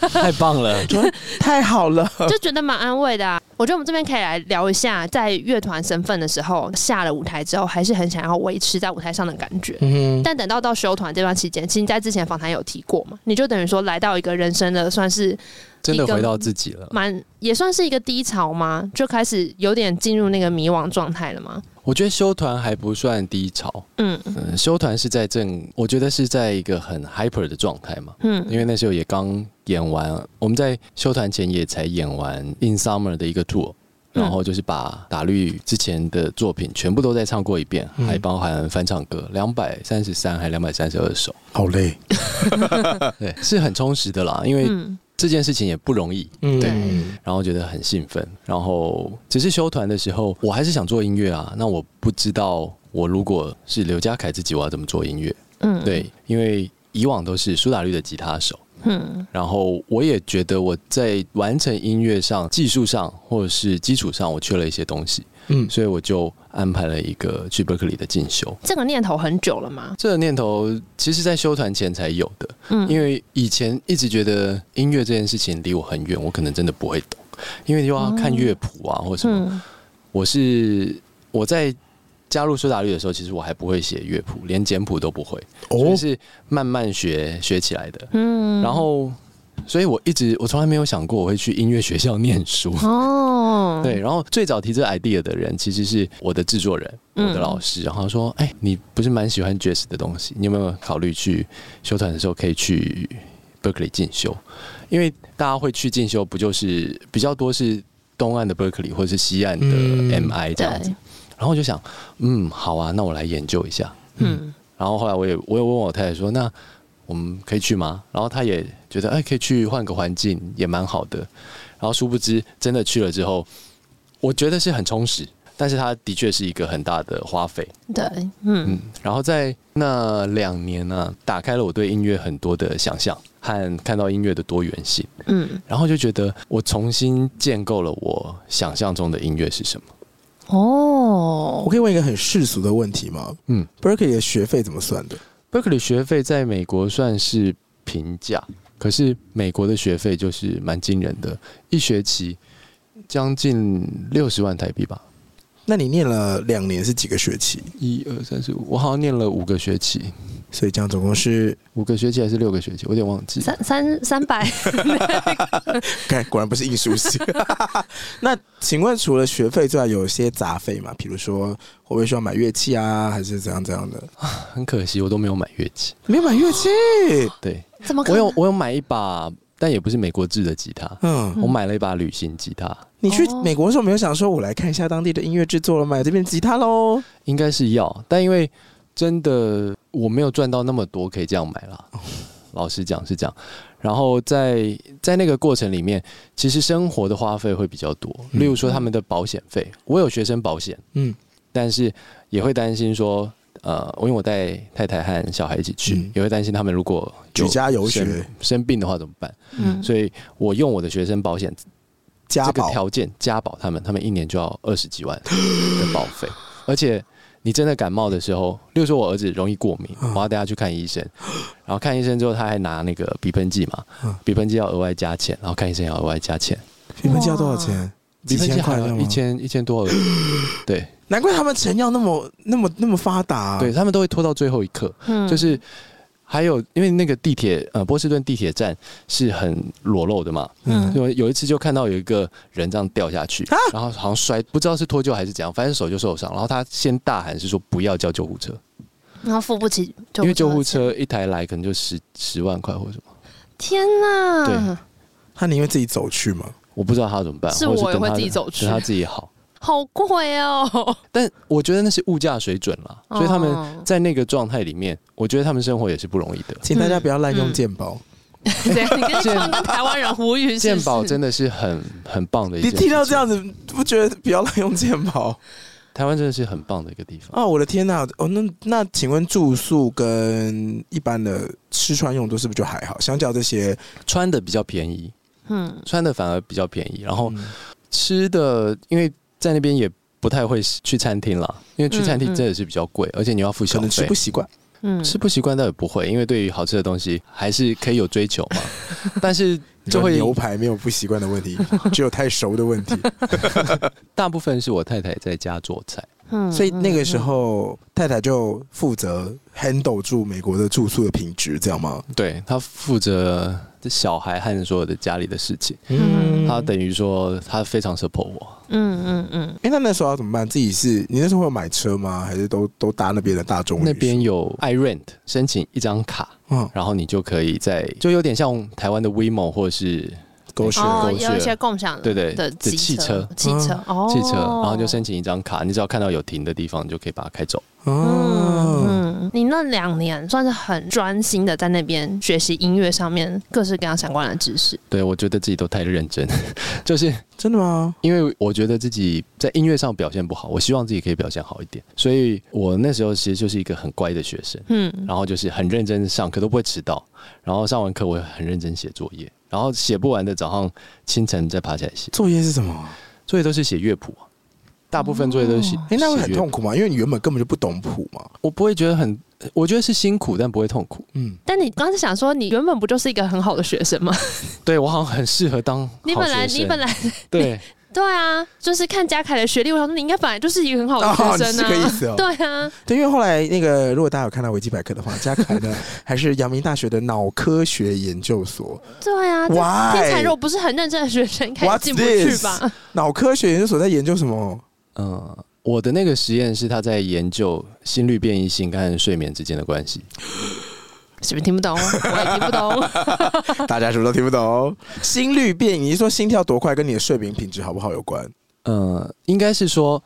C: 太棒了，
A: 太好了，
B: 就觉得蛮安慰的啊。我觉得我们这边可以来聊一下，在乐团身份的时候，下了舞台之后，还是很想要维持在舞台上的感觉。
A: 嗯哼，
B: 但等到到休团这段期间，其实你在之前访谈有提过嘛，你就等于说来到一个人生的算是
C: 真的回到自己了。
B: 蛮也算是一个低潮吗？就开始有点进入那个迷惘状态了吗？
C: 我觉得修团还不算低潮，
B: 嗯
C: 嗯，修团是在正，我觉得是在一个很 hyper 的状态嘛。
B: 嗯
C: 因为那时候也刚演完，我们在休团前也才演完《In Summer》的一个 tour，
B: 嗯
C: 然后就是把打绿之前的作品全部都再唱过一遍，
A: 嗯
C: 还包含翻唱歌，两百三十三还两百三十二首，
A: 好累，
C: 对，是很充实的啦。因为
B: 嗯
C: 这件事情也不容易，
A: 嗯，
B: 对
C: 然后觉得很兴奋，然后只是休团的时候，我还是想做音乐啊。那我不知道我如果是刘家凯自己，我要怎么做音乐？
B: 嗯，
C: 对，因为以往都是苏打绿的吉他手。
B: 嗯
C: 然后我也觉得我在完成音乐上、技术上或者是基础上，我缺了一些东西，
A: 嗯，
C: 所以我就安排了一个去伯克利的进修。
B: 这个念头很久了嘛。
C: 这个念头其实，在修团前才有的，
B: 嗯，
C: 因为以前一直觉得音乐这件事情离我很远，我可能真的不会懂，因为又要看乐谱啊或什么。
B: 嗯
C: 我是我在加入苏打绿的时候，其实我还不会写乐谱，连简谱都不会，
A: 哦
C: 就，是慢慢学学起来的。
B: 嗯
C: 然后，所以我一直我从来没有想过我会去音乐学校念书。
B: 哦，
C: 对，然后最早提这个 idea 的人其实是我的制作人，我
B: 嗯
C: 的老师，然后他说：“哎、你不是蛮喜欢爵士的东西，你有没有考虑去修团的时候可以去 Berkeley 进修？因为大家会去进修，不就是比较多是东岸的 Berkeley 或者是西岸的
A: 嗯
C: MI 这样子。
B: 对，
C: 然后我就想，嗯，好啊，那我来研究一下。
B: 嗯
C: 然后后来我也我也问我太太说，那我们可以去吗？然后她也觉得，哎，可以去换个环境也蛮好的。然后殊不知，真的去了之后，我觉得是很充实，但是它的确是一个很大的花费。
B: 对，嗯
C: 嗯，然后在那两年呢、打开了我对音乐很多的想象和看到音乐的多元性，
B: 嗯，
C: 然后就觉得我重新建构了我想象中的音乐是什么。
B: 哦
A: 我，可以问一个很世俗的问题吗
C: 嗯
A: ？Berkeley 的学费怎么算的？
C: Berkeley 学费在美国算是平价，可是美国的学费就是蛮惊人的，一学期将近六十万台币吧，
A: 那你念了两年是几个学期？
C: 一二三四五，我好像念了五个学期，
A: 所以这样总共是，
C: 五个学期还是六个学期，我有点忘记。
B: 三三三百，
A: 看果然不是艺术系。那请问除了学费之外，有些杂费吗？比如说会不会需要买乐器啊，还是怎样怎样的？
C: 很可惜，我都没有买乐器。
A: 没有买乐器，
C: 对
B: 怎么可
C: 我
B: 能
C: 有？我有买一把，但也不是美国制的吉他，
A: 嗯，
C: 我买了一把旅行吉他，
A: 你去
B: 哦
A: 美国的时候没有想说我来看一下当地的音乐制作了，买这边吉他喽？
C: 应该是要，但因为真的我没有赚到那么多，可以这样买 啦。老实讲是这样，然后在在那个过程里面，其实生活的花费会比较多，
A: 嗯
C: 例如说他们的保险费，我有学生保险，
A: 嗯，
C: 但是也会担心说，呃，因为我带太太和小孩一起去，
A: 嗯
C: 也会担心他们如果有
A: 举家游学
C: 生生病的话怎么办？
B: 嗯，
C: 所以我用我的学生保险
A: 家
C: 这个
A: 宝
C: 条件加保他们，他们一年就要二十几万 的保费，而且你真的感冒的时候，例如说我儿子容易过敏，
A: 嗯
C: 我要带他去看 医生，然后看医生之后他还拿那个鼻喷剂
A: 嗯
C: 嘛，鼻喷剂要额外加钱，然后看医生要额外加钱，
A: 你们家多少钱？
C: 鼻
A: 几
C: 喷剂
A: 千
C: 好
A: 块
C: 像
A: 吗？
C: 一。千一 千多而已，对
A: 难怪他们成药那么那么那么发达、啊
C: 对，，他们都会拖到最后一刻，
B: 嗯
C: 就是。还有，因为那个地铁，呃，波士顿地铁站是很裸露的嘛，
B: 嗯
C: 有有一次就看到有一个人这样掉下
B: 啊
C: 去，然后好像摔，不知道是脱臼还是怎样，反正手就受伤。然后他先大喊是说不要叫救护车，
B: 然后付不起，
C: 因为救护
B: 的钱，
C: 车一台来可能就十十万块或者什么，
B: 天哪，
A: 他宁愿自己走去嘛。
C: 我不知道他怎么办。
B: 是
C: 或者
B: 我也
C: 等
B: 会
C: 他
B: 自己走去
C: 等他自己好。
B: 好贵哦，
C: 但我觉得那是物价水准啦， 所以他们
B: 哦
C: 在那个状态里面，我觉得他们生活也是不容易的。
A: 请大家不要滥用健保。
B: 对，你跟突
C: 健
B: 然跟台湾人呼吁，
C: 健保
B: 的
C: 真的是很很棒的一
A: 你
C: 件，
A: 听到这，样子，不觉得不要滥用健保？
C: 台湾真的是很棒的一个地方。
A: 哦，我的天呐、哦，那那请问住宿跟一般的吃穿用度是不是就还好？相较这些，
C: 穿的比较便宜，
B: 嗯，
C: 穿的反而比较便宜，然后
A: 嗯
C: 吃的，因为在那边也不太会去餐厅啦，因为去餐厅真的是比较贵，而且你要付
A: 可
C: 小费，
A: 能吃不习惯。
B: 嗯
C: 吃不习惯倒也不会，因为对于好吃的东西还是可以有追求 嘛。但是
A: 你
C: 就会嗯
A: 说牛排没有不习惯的问 题，只有太熟的问题。
C: 大部分是我太太在家做菜，
B: 嗯
A: 所以那个时候，太太就负责 handle 住美国的住宿的品质，这样吗？
C: 对她负责小孩和所有的家里的事情，
B: 嗯
C: 她等于说她非常 support 我。
B: 嗯嗯嗯，
A: 哎、那那时候要怎么办？自己是你那时候会有买车吗？还是都都搭那边的大众运输？
C: 那边有 iRent 申请一张卡，
A: 嗯，
C: 然后你就可以在，就有点像台湾的 WeMo 或者是
A: 狗血、
B: 哦，
C: 狗血
B: 有一些共享
C: 对对
B: 的
C: 的
B: 机
C: 汽
B: 车
C: 车，嗯
B: 汽车哦，
C: 汽车，然后就申请一张卡，你只要看到有停的地方，你就可以把它开走。
A: 哦。
B: 嗯嗯，你那两年算是很专心的在那边学习音乐上面各式各样相关的知识。
C: 对我觉得自己都太认真， 就是
A: 真的吗？
C: 因为我觉得自己在音乐上表现不好，我希望自己可以表现好一点，所以我那时候其实就是一个很乖的学生，
B: 嗯
C: 然后就是很认真上课，都不会迟到，然后上完课我也很认真写作业，然后写不完的早上清晨再爬起来写，
A: 作业是什么？
C: 作业都是写乐谱啊。大部分作业都是
B: 哦
C: 写，
A: 哎、那会很
C: 写乐谱
A: 痛。苦吗？因为你原本根本就不懂谱嘛。
C: 我不会觉得很，我觉得是辛苦，但不会痛苦。
A: 嗯，
B: 但你刚才想说，你原本不就是一个很好的学生吗？
C: 对我好像很适合当
B: 你
C: 好
B: 本来
C: 学
B: 你
C: 生
B: 本来
C: 对，
B: 对啊，就是看嘉凯的学历，我想说你应该本来就是一个很好的
A: 哦，
B: 学
A: 你
B: 生
A: 是这
B: 啊。
A: 个意思哦。
B: 对啊，
A: 对，因为后来那个，如果大家有看到维基百科的话，嘉凯 呢还是阳明大学的脑科学研究所。
B: 对啊，这天才
A: Why？
B: 如果不是很认真的学生，应该也
A: What's
B: 进不去吧？
A: 脑科学研究所在研究什么？
C: 嗯，我的那个实验是他在研究心率变异性跟睡眠之间的关系。
B: 是不是听不懂？我也听不 懂。
A: 大家是不是都听不懂？ 心率变，你是说心跳多快跟你的睡眠品质好不好有关？
C: 嗯，应该是说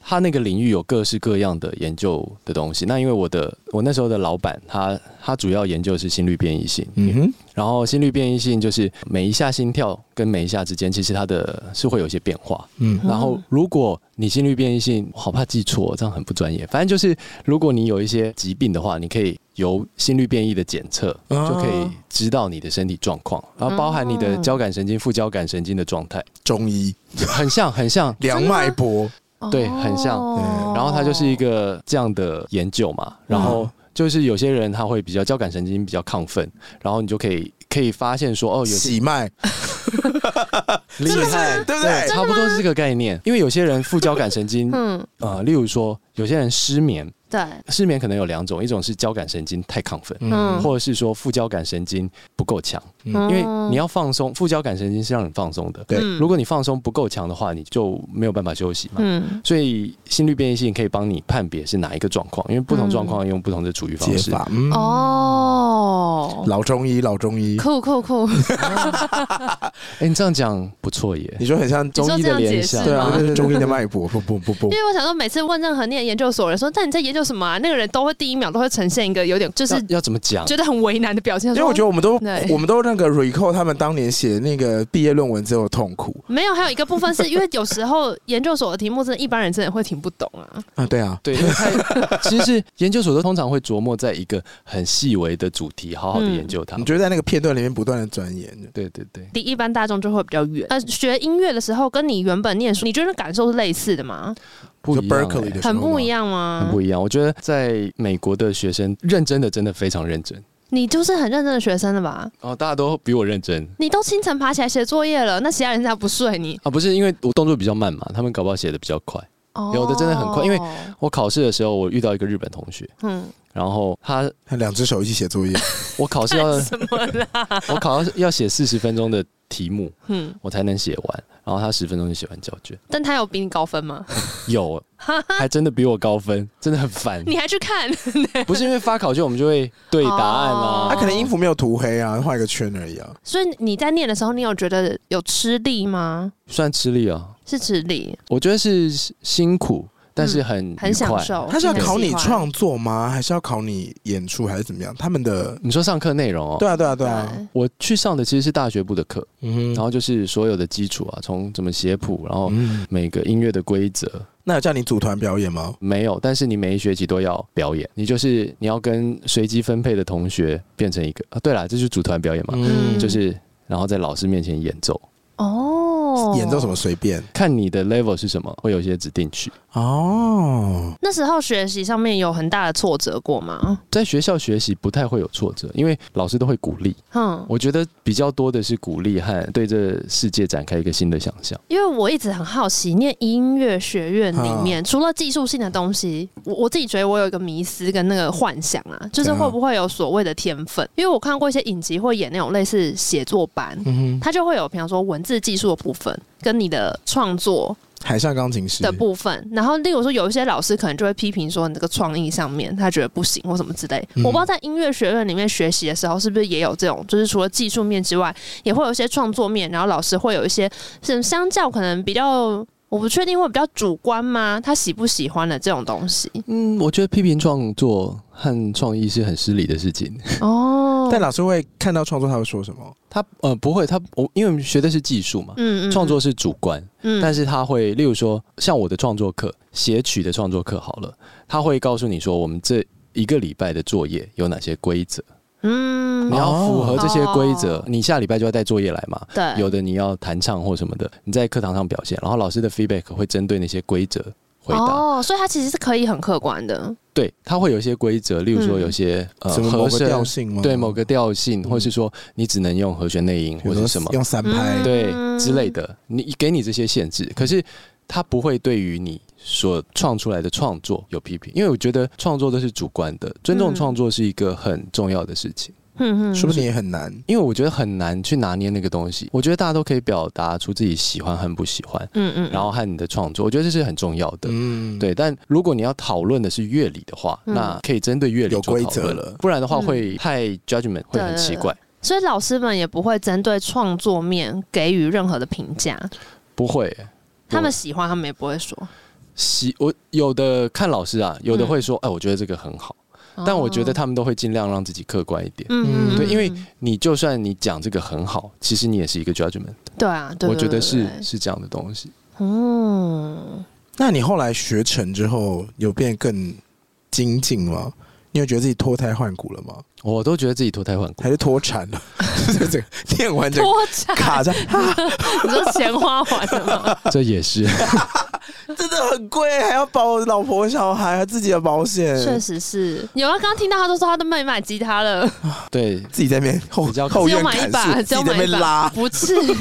C: 他那个领域有各式各样的研究的东西。那因为我的我那时候的老板他他主要研究是心率变异性，
A: 嗯哼，
C: 然后心率变异性就是每一下心跳跟每一下之间其实它的是会有一些变化。
A: 嗯
B: 嗯
C: 然后，如果你心率变异性，我好怕记错，这样很不专业。反正就是，如果你有一些疾病的话，你可以由心率变异的检测，
A: 哦
B: 啊
C: 就可以知道你的身体状况，
B: 嗯
C: 然后包含你的交感神经、副交感神经的状 态，
A: 中医
C: 很像，很像。
A: 梁脉搏，
C: 对很像
B: 哦，
C: 然后它就是一个这样的研究嘛，然后就是有些人他会比较交感神经比较亢奋，然后你就可以可以发现说，哦，有些
A: 喜脉，
C: 厉
A: 是不是
C: 害，
A: 对不对
C: 差不多是这个概念。因为有些人副交感神经
B: 嗯，
C: 呃，例如说有些人失眠，
B: 对，
C: 失眠可能有两种，一种是交感神经太亢奋，
B: 嗯哦
C: 或者是说副交感神经不够强，
B: 因
C: 因为
B: 嗯
C: 你要放松，副交感神经是让你放松的。
A: 对
C: 如果你放松不够强的话，你就没有办法休息嘛。
B: 嗯
C: 所以心率变异性可以帮你判别是哪一个状况，因为不同
B: 嗯
C: 状况用不同的处理方
A: 解
C: 式。
A: 法，嗯，
B: 哦，
A: 老中医，老中医，
B: 酷酷酷，
C: 哎、你这样讲不错耶
A: 你，说很像中，
C: 中医的联
B: 你
C: 想，
B: 说
A: 对
B: 这样
A: 啊
B: 解释吗，
A: 就是中医的脉搏，不不不不
B: 因，为我想说，每次问任何念研究所的人说，但你在研究什么啊？那个人都会第一秒都会呈现一个有点就是
C: 要要怎么讲？
B: 觉得很为难的表情，
A: 因
B: 因
A: 为我觉得我们都
B: 对
A: 我们都那个 recall 他们当年写那个毕业论文只有痛苦
B: 没有，还有一个部分是因为有时候研究所的题目真的，一般人真的会听不懂啊。
C: 嗯
A: 啊，对啊，
C: 对，因 为太其实研究所都通常会琢磨在一个很细微的主题，好
B: 嗯
C: 好的研究它。
A: 你就在那个片段里面不断的钻研，
C: 对对对，
B: 离一般大众就会比较远。呃，学音乐的时候跟你原本念书，你觉得感受是类似的吗？
C: 不
A: 就
C: 一样、
A: Berkeley 的
C: 欸
A: 时候
B: 很不
A: 吗
B: 一样吗？
C: 很不一样。我觉得在美国的学生认真的真的非常认真
B: 你就是很认真的学生了吧？
C: 哦，大家都比我认真
B: 你都清晨爬起来写作业了，那其他人家不睡你？
C: 啊，不是因为我动作比较慢嘛，他们搞不好写的比较快。
B: 哦
C: 有的真的很快因为我考试的时候，我遇到一个日本同学，
B: 嗯，
C: 然后他
A: 他两只手一起写作业，
B: 哦
C: 我考试 要
B: 什么啦？
C: 我考到要写四十分钟的题目，
B: 嗯，
C: 我才能写完，然后他十分钟就写完交卷，
B: 但他有比你高分吗？
C: 有还真的比我高分，真的很烦。
B: 你还去看？
C: 不是因为发考卷我们就会对答案
A: 他
B: 哦
C: 啊，
A: 可能衣服没有涂黑啊，画一个圈而已啊，
B: 所以你在念的时候，你有觉得有吃力吗？
C: 算吃力啊，
B: 是吃力，
C: 我觉得是辛苦，但是很
B: 嗯很
C: 愉
B: 享
C: 快。
B: 受。
A: 他是要考你
B: 很喜欢，
A: 创作
B: 哦
A: 吗？还是要考你演出，还是怎么样？他们的
C: 你说上课内容哦，
A: 对啊，对啊，对啊，
C: 我去上的其实是大学部的课，
A: 嗯
C: 然后就是所有的基础啊，从怎么写谱，然后
A: 嗯，
C: 每个音乐的规则，
A: 那有叫你组团表演吗？
C: 没有，但是你每一学期都要表演，你就是你要跟随机分配的同学变成一个啊。对啦，这就是组团表演嘛，
B: 嗯
C: 就是然后在老师面前演奏，
B: 哦，
A: 演奏什么？随便
C: 看你的 level 是什么，会有一些指定曲。
A: 哦，
B: 那时候学习上面有很大的挫折过吗？
C: 在学校学习不太会有挫折，因为老师都会鼓励。
B: 嗯，
C: 我觉得比较多的是鼓励和对这世界展开一个新的想象。
B: 因为我一直很好奇，念音乐学院里面、除了技术性的东西，我我自己觉得我有一个迷思跟那个幻想啊，就是会不会有所谓的天分？因为我看过一些影集会演那种类似写作班，
A: 嗯
B: 它就会有，比方说文字技术的部分跟你的创作
A: 哼，海上钢琴师
B: 的部分，然后例如说有一些老师可能就会批评说你这个创意上面他觉得不行或什么之类。
A: 嗯
B: 我不知道在音乐学院里面学习的时候是不是也有这种，就是除了技术面之外，也会有一些创作面，然后老师会有一些是相较可能比较。我不确定会比较主观吗？他喜不喜欢的这种东西
C: 嗯，我觉得批评创作和创意是很失礼的事情。
B: 哦
A: 但老师会看到创作，他会说什么？
C: 他呃不会，他我因为我们学的是技术嘛，
B: 嗯
C: 创作是主观，
B: 嗯
C: 但是他会，例如说，像我的创作课，写曲的创作课好了，他会告诉你说，我们这一个礼拜的作业有哪些规则，
B: 嗯
C: 你要符合这些规则
B: 哦，哎
C: 你下礼拜就要带作业来嘛。
B: 对
C: 有的你要弹唱或什么的，你在课堂上表现，然后老师的 feedback 会针对那些规则回答。
B: 哦，所以他其实是可以很客观的，
C: 对，他会有一些规则，例如
B: 嗯
C: 说有些呃
A: 什么某
C: 和
A: 个
C: 声
A: 调，性吗？
C: 对某个调性，
A: 嗯
C: 或是说你只能用和弦内音
A: 比如
C: 或
A: 说
C: 者什么。
A: 用三拍
B: 嗯，
C: 对之类的，你给你这些限制，可是他不会对于你所创出来的创作有批评，因为我觉得创作都是主观的，尊重
B: 嗯
C: 创作是一个很重要的事情，
B: 嗯嗯，
A: 说不定也很难。
C: 因为我觉得很难去拿捏那个东西。我觉得大家都可以表达出自己喜欢和不喜欢，
B: 嗯嗯，
C: 然后和你的创作，我觉得这是很重要的。
A: 嗯，
C: 对，但如果你要讨论的是乐理的话，
B: 嗯
C: 那可以针对乐理
A: 有
C: 做
A: 规
C: 讨
A: 则
C: 论
A: 了
C: 不然的话
B: 嗯
C: 会太 judgment 会很
B: 对
C: 奇怪。
B: 所以老师们也不会针对创作面给予任何的评价，
C: 不会，
B: 他们喜欢他们也不会说。
C: 喜我有的看老师啊，有的
B: 嗯
C: 会说，哎、我觉得这个很好，
B: 哦
C: 但我觉得他们都会尽量让自己客观一点。
B: 嗯，嗯，
C: 对因为
B: 嗯
C: 你就算你讲这个很好，其实你也是一个 judgment，
B: 对啊，对
C: 我觉得是，
B: 对对对
C: 是这样的东西。
B: 嗯，
A: 那你后来学成之后，有变更精进吗？你有觉得自己脱胎换骨了吗？
C: 我都觉得自己脱胎换骨。
A: 还是脱产了？ 就是这个念完整个
B: 脱产，
A: 卡在，啊
B: 你说钱花完了 吗？
C: 这也是
A: 真的很贵，还要保老婆小孩，还自己的保险，
B: 确实是有啊，刚刚听到他都说他都没买吉他了，
C: 对，
A: 自己在那边后
C: 比较
A: 后
B: 只有
A: 院
B: 买
A: 砍
B: 一把，
A: 树，
B: 只
A: 自
B: 有
A: 己在那
B: 买
A: 边
B: 一把，
A: 拉，
B: 不至于。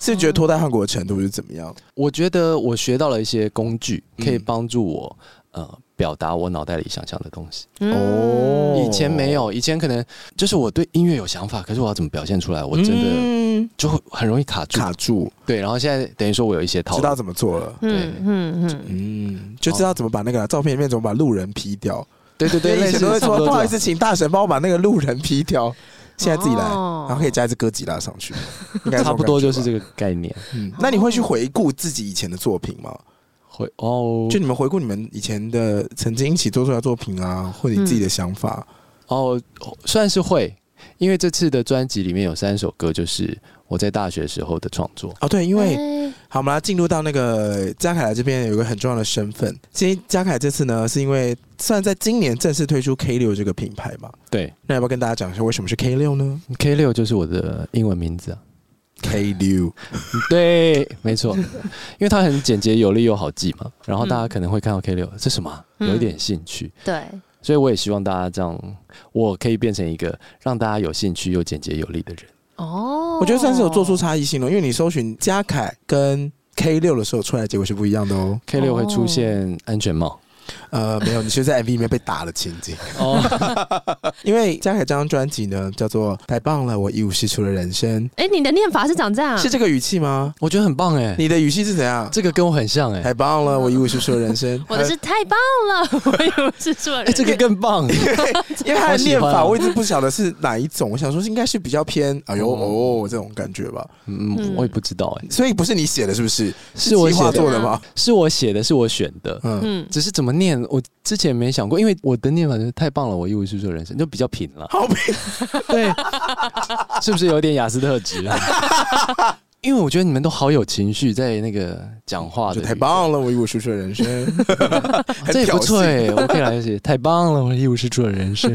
A: 是觉得脱胎换骨的程度是怎么样？
C: 我觉得我学到了一些工具，可以
A: 嗯
C: 帮助我呃表达我脑袋里想象的东西。
A: 哦
C: 以前没有，以前可能就是我对音乐有想法，可是我要怎么表现出来，我真的
A: 的
C: 就会很容易卡住。
A: 嗯卡住，
C: 对，然后现在等于说我有一些套
A: 知
C: 路
A: 道，怎么做了。
B: 嗯嗯嗯，
A: 嗯，就知道怎么把那个照片里面怎么把路人 P 掉。
C: 对对 对，
A: 因为
C: 类
A: 以
C: 似
A: 前都会
C: 差不
A: 说
C: 多
A: 不好意思，
C: 这
A: 请大神帮我把那个路人 P 掉。现在自己来，
B: 哦
A: 然后可以加一只哥吉拉上去，应该
C: 种， 差不多就是这
A: 个。
C: 个概念。
A: 嗯，那你会去回顾自己以前的作品吗？
C: 会哦，
A: 就你们回顾你们以前的曾经一起做出来的作品啊，或者你自己的想法，
C: 哦，算是会，因为这次的专辑里面有三首歌，就是我在大学时候的创作。
A: 哦，对，因为、
B: 哎
A: 好，我们来进入到那个嘉凯来这边有一个很重要的身份。其实嘉凯这次呢，是因为虽然在今年正式推出 K 六这个品牌嘛，
C: 对
A: 那要不要跟大家讲一下为什么是 K 六呢
C: ，K 六就是我的英文名字啊。
A: ？K 六，
C: 对，没 错，因为它很简洁有力又好记嘛。然后大家可能会看到 K 六，这什么啊、
B: 嗯
C: 有一点兴趣，
B: 对，
C: 所以我也希望大家这样，我可以变成一个让大家有兴趣又简洁有力的人。
B: 哦，
A: 我觉得算是有做出差异性了，因为你搜寻嘉凯跟 K 六的时候出来的结果是不一样的哦。
C: K 六会
B: 哦
C: 出现安全帽
A: 呃，没有，你是在 MV 里面被打的情景。
C: 哦，
A: 因为嘉凯这张专辑呢，叫做《太棒了，我一无是处的人生
B: 哎，你的念法是长这样》，
A: 是这个语气吗？
C: 我觉得很棒哎、
A: 你的语气是怎样？
C: 这个跟我很像哎、
A: 太棒了，我一无是处的人生。
B: 我的是太棒了， 我以为是做人
C: 哎，这个更棒。
A: 因为他的念
C: 好喜
A: 法
C: 欢哦
A: 我一直不晓得是哪一种，我想说是应该是比较偏哎呦哦这种感觉吧，
C: 嗯，我也不知道哎、
A: 所以不是你写的，是不是？
C: 是我
A: 计划
C: 写的，
A: 做的吗？
C: 是我写的，是我选的。
A: 嗯，，
B: 嗯，
C: 只是怎么念，我之前没想过，因为我的念法就是太棒了，我一无是处的人生就比较平了
A: 好评
C: 对，是不是有点雅思特质啊？ 因为我觉得你们都好有情绪，在那个讲话
A: 就
C: 的
A: 太棒了，我一无是处的 人生，
C: 语调，这也不错哎、我可以来写太棒了，我一无是处的人生。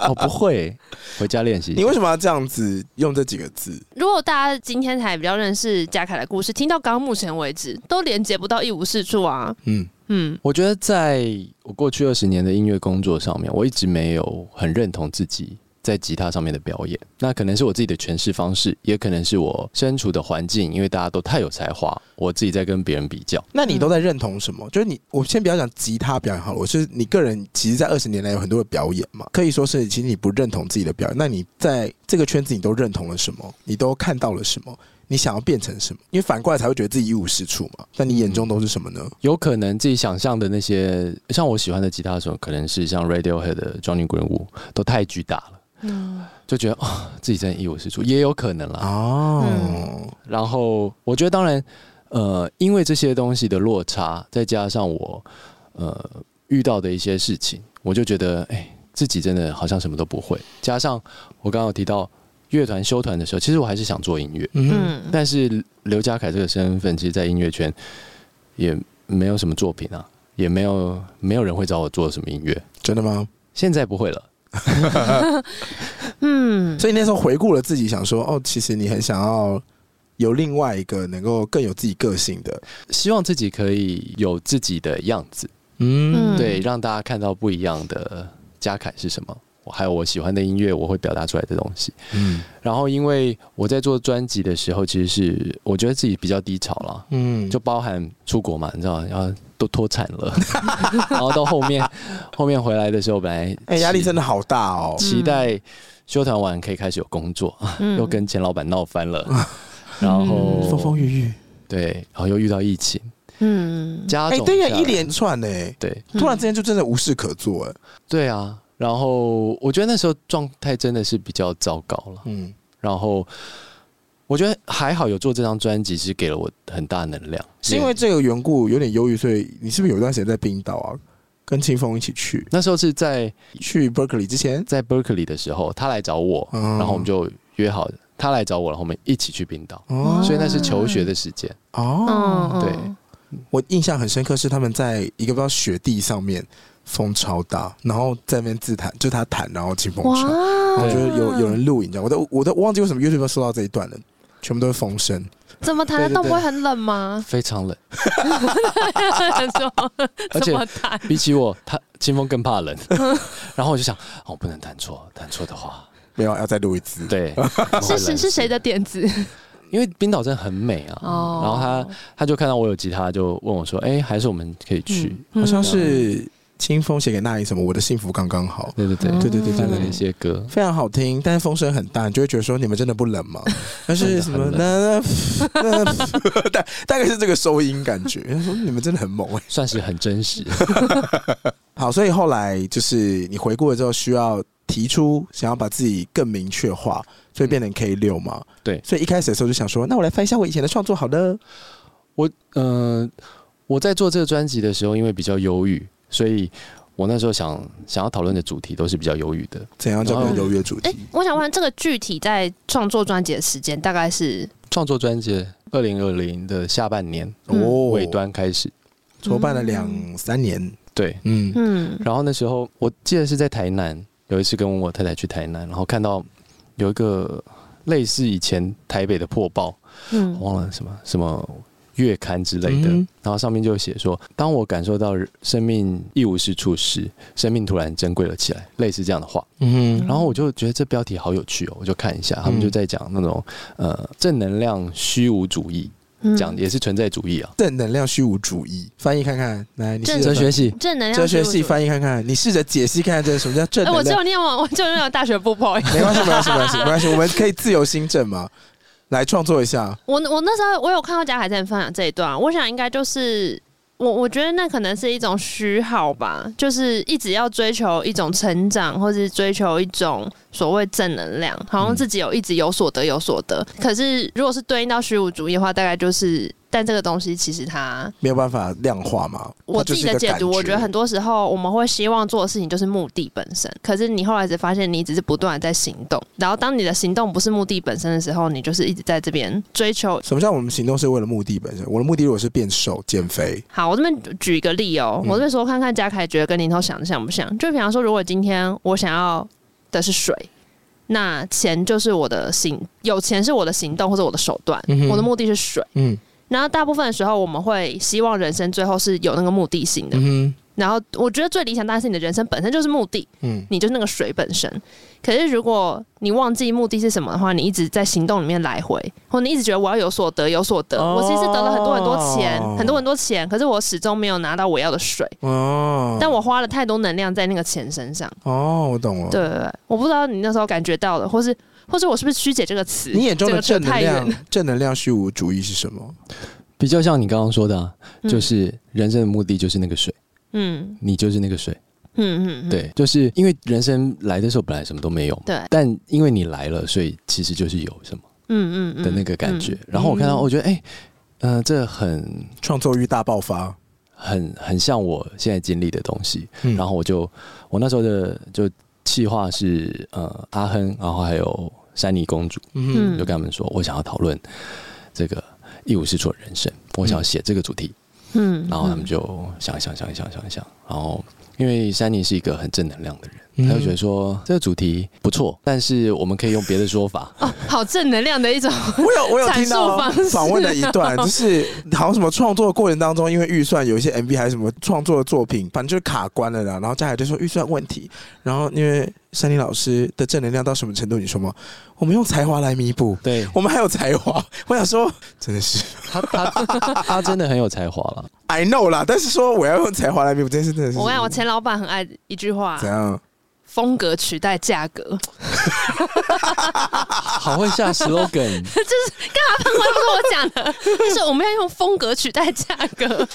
C: 哦，不会，回家练习。
A: 你为什么要这样子用这几个字？
B: 如果大家今天才比较认识嘉凯的故事，听到刚刚目前为止都连接不到一无是处啊，
A: 嗯，
B: 嗯
C: 我觉得在我过去二十年的音乐工作上面，我一直没有很认同自己在吉他上面的表演。那可能是我自己的诠释方式，也可能是我身处的环境，因为大家都太有才华，我自己在跟别人比较。
A: 那你都在认同什么？就是你，我先不要讲吉他表演好了，我是你个人，其实，在二十年来有很多的表演嘛，可以说是其实你不认同自己的表演。那你在这个圈子，你都认同了什么？你都看到了什么？你想要变成什么？因为反过来才会觉得自己一无是处嘛。但你
C: 嗯
A: 眼中都是什么呢？
C: 有可能自己想象的那些，像我喜欢的吉他手，可能是像 Radiohead 的 Johnny Greenwood，都太巨大了，
B: 嗯，
C: 就觉得啊、自己真的一无是处，也有可能啦。
A: 哦，
C: 然后我觉得，当然，呃，因为这些东西的落差，再加上我呃遇到的一些事情，我就觉得，哎、自己真的好像什么都不会。加上我刚刚有提到乐团休团的时候，其实我还是想做音乐，
A: 嗯，
B: 嗯，
C: 但是刘家凯这个身份，其实，在音乐圈也没有什么作品啊，也没有没有人会找我做什么音乐。
A: 真的吗？
C: 现在不会了，
B: 嗯，
A: 所以那时候回顾了自己，想说，哦，其实你很想要有另外一个能够更有自己个性的，
C: 希望自己可以有自己的样子。
A: 嗯，
B: 嗯
C: 对，让大家看到不一样的嘉凯是什么，我还有我喜欢的音乐，我会表达出来的东西。
A: 嗯
C: 然后，因为我在做专辑的时候，其实是我觉得自己比较低潮啦，
A: 嗯，
C: 就包含出国嘛，你知道，然后都脱产了， 然后到后面后面回来的时候，本来
A: 哎，压力
C: 期
A: 真的好大哦。
C: 期待休团完可以开 始有工作，
B: 嗯
C: 又跟钱老板闹翻了，然后
A: 风风雨雨，
C: 对，然后又遇到疫情，
B: 嗯，
C: 加
A: 哎、
C: 总
A: 对呀、
C: 下
A: 一
C: 来
A: 连串呢、哎
C: 对
B: 嗯
A: 突然之间就真的无事可做、哎，
C: 对啊，然后我觉得那时候状态真的是比较糟糕了。
A: 嗯，
C: 然后我觉得还好有做这张专辑，是给了我很大能量。
A: 是因为这个缘故有点忧郁，所以你是不是有一段时间在冰岛啊，跟清风一起去
C: 那时候是在
A: 去 Berkeley 之前，
C: 在 Berkeley 的时候，他来找我，
A: 嗯
C: 然后我们就约好，他来找我，然后我们一起去冰岛，
A: 哦
C: 所以那是求学的时间。
A: 哦，
B: 嗯，
C: 对
B: 嗯
A: 我印象很深刻是他们在一个不知道雪地上面，风超大，然后在那边自弹，就他弹，然后清风吹，然后
B: 哇，
A: 就是有有人录影这样，我都我都忘记为什么 YouTube 收到这一段了，全部都是风声。
B: 怎么弹得
C: 对对
B: 动？
C: 对
B: 不会很冷吗？
C: 非常冷。
B: 说
C: 而且
B: 怎么弹？
C: 比起我，他清风更怕冷。然后我就想，哦，不能弹错，弹错的话，
A: 没有，要再录一次。
C: 对，
B: 是是是谁的点子？
C: 因为冰岛真的很美啊。
B: 哦，
C: 然后他他就看到我有吉他，就问我说：“哎、还是我们可以去？”
B: 嗯
A: 好像是清风写给那英什么“我的幸福刚刚好
C: 对对对、
B: 嗯
A: 对对对对
C: 他的
A: 对
C: 那些歌”，，
A: 非常好听，但是风声很大，你就会觉得说你们真的不 冷吗？但是什么
C: 真
A: 那那 大大概是这个收音感觉，说你们真的很猛哎、
C: 算是很真实。
A: 好，所以后来就是你回顾了之后，需要提出想要把自己更明确化，所以变成 K 六嘛。
C: 嗯对
A: 所以一开始的时候就想说，那我来翻一下我以前的创作好了。
C: 我呃，我在做这个专辑的时候，因为比较忧郁，所以我那时候想想要讨论的主题都是比较忧郁的。
A: 怎样叫做
C: 然后
A: 优越主题？
B: 哎，我想问这个具体在创作专辑的时间大概是
C: 创作专辑二零二零的下半年
B: 嗯
A: 哦
C: 尾，端开始，
A: 筹办了两三年，
C: 对，
A: 嗯，
B: 嗯
C: 然后那时候我记得是在台南，有一次跟我太太去台南，然后看到有一个类似以前台北的破报，
B: 嗯
C: 我忘了什么什么月刊之类的，
A: 嗯
C: 然后上面就写说，当我感受到生命一无是处时，生命突然珍贵了起来，类似这样的话。
A: 嗯哼
C: 然后我就觉得这标题好有趣哦，我就看一下，
B: 嗯
C: 他们就在讲那种呃正能量虚无主义，
B: 嗯
C: 讲也是存在主义啊。
A: 正能量虚无主义，翻译看看，来，你试
B: 正
A: 着
C: 哲学系
B: 正能量
A: 哲学系
B: 译。
A: 翻译看看，你试着解析看看这什么叫正
B: 哎，我
A: 能
B: 只
A: 量
B: 有。念完，我就念完大学部 boy。
A: 没关系，没关系，没关系，没关系，我们可以自由新政嘛，来创作一下。
B: 我我那时候我有看到贾海正分享这一段，我想应该就是我我觉得那可能是一种虚耗吧，就是一直要追求一种成长，或是追求一种所谓正能量，好
A: 嗯
B: 像自己有一直有所得有所得。可是如果是对应到虚无主义的话，大概就是。但这个东西其实它，
A: 没有办法量化嘛，
B: 我
A: 它就
B: 自
A: 是
B: 己
A: 一
B: 的
A: 个
B: 解
A: 感
B: 读，我觉得很多时候我们会希望做的事情就是目的本身。可是你后来才发现，你只是不断的在行动，然后当你的行动不是目的本身的时候，你就是一直在这边追求
A: 什么叫我们行动是为了目的本身？我的目的如果是变瘦、减肥，
B: 好，我这边举一个例哦、
A: 嗯
B: 我这边说看看嘉凯觉得跟林头想的像不像？就比方说，如果今天我想要的是水，那钱就是我的行，有钱是我的行动或者我的手段，
A: 嗯哼
B: 我的目的是水。
A: 嗯
B: 然后大部分的时候，我们会希望人生最后是有那个目的性的。
A: 嗯
B: 然后我觉得最理想当然是你的人生本身就是目的，
A: 哼嗯，
B: 你就是那个水本身。可是如果你忘记目的是什么的话，你一直在行动里面来回，或你一直觉得我要有所得，有所得，
A: 哦
B: 我其实得了很多很多钱，很多很多钱，可是我始终没有拿到我要的水，
A: 哦，
B: 但我花了太多能量在那个钱身上。
A: 哦，我
C: 嗯
A: 懂了。
B: 对，对对，我不知道你那时候感觉到的，或是或是我是不是曲解这个词？
A: 你眼中的
B: 这
A: 正
B: 个
A: 能
B: 扯太远了，
A: 量，正能量虚无主义是什么？
C: 比较像你刚刚说的、啊，
B: 嗯
C: 就是人生的目的就是那个水，
B: 嗯
C: 你就是那个水。
B: 嗯嗯，嗯，
C: 对，就是因为人生来的时候本来什么都没有嘛，
B: 对
C: 但因为你来了，所以其实就是有什么
B: 嗯嗯嗯
C: 的那个感觉。
B: 嗯
C: 然后我看到，
B: 嗯
C: 我觉得，哎、呃，这很
A: 创作欲大爆发。
C: 很很像我现在经历的东西。
A: 嗯
C: 然后我就，我那时候的就计划是，呃，阿亨，然后还有珊妮公主，
A: 嗯
C: 就跟他们说，我想要讨论这个一无是处的人生，我想要写这个主题。
B: 嗯，
C: 然后他们就想一想想一想想一想，然后因为珊妮是一个很正能量的人，
A: 嗯
C: 他就觉得说这个主题不错，但是我们可以用别的说法。
B: 哦，好正能量的 一种，
A: 我有我有
B: 阐
A: 听
B: 述
A: 到哦
B: 方式
A: 访问的一 段，就是好像什么创作过程当中，因为预算有一些 MV 还是什么创作的作品，反正就是卡关了啦。然后嘉海就说预算问题，然后因为山林老师的正能量到什么程度，你说吗？我们用才华来弥补，
C: 对
A: 我们还有才华。我想说，真的是
C: 他，他 他真的很有才华了。
A: I know 啦，但是说我要用才华来弥补这件事，真的是
B: 我跟你讲，我前老板很爱一句话
A: 怎，样？
B: 风格取代价格。
C: 好会下 slogan，
B: 我又不是我讲的，是我们要用风格取代价格，这样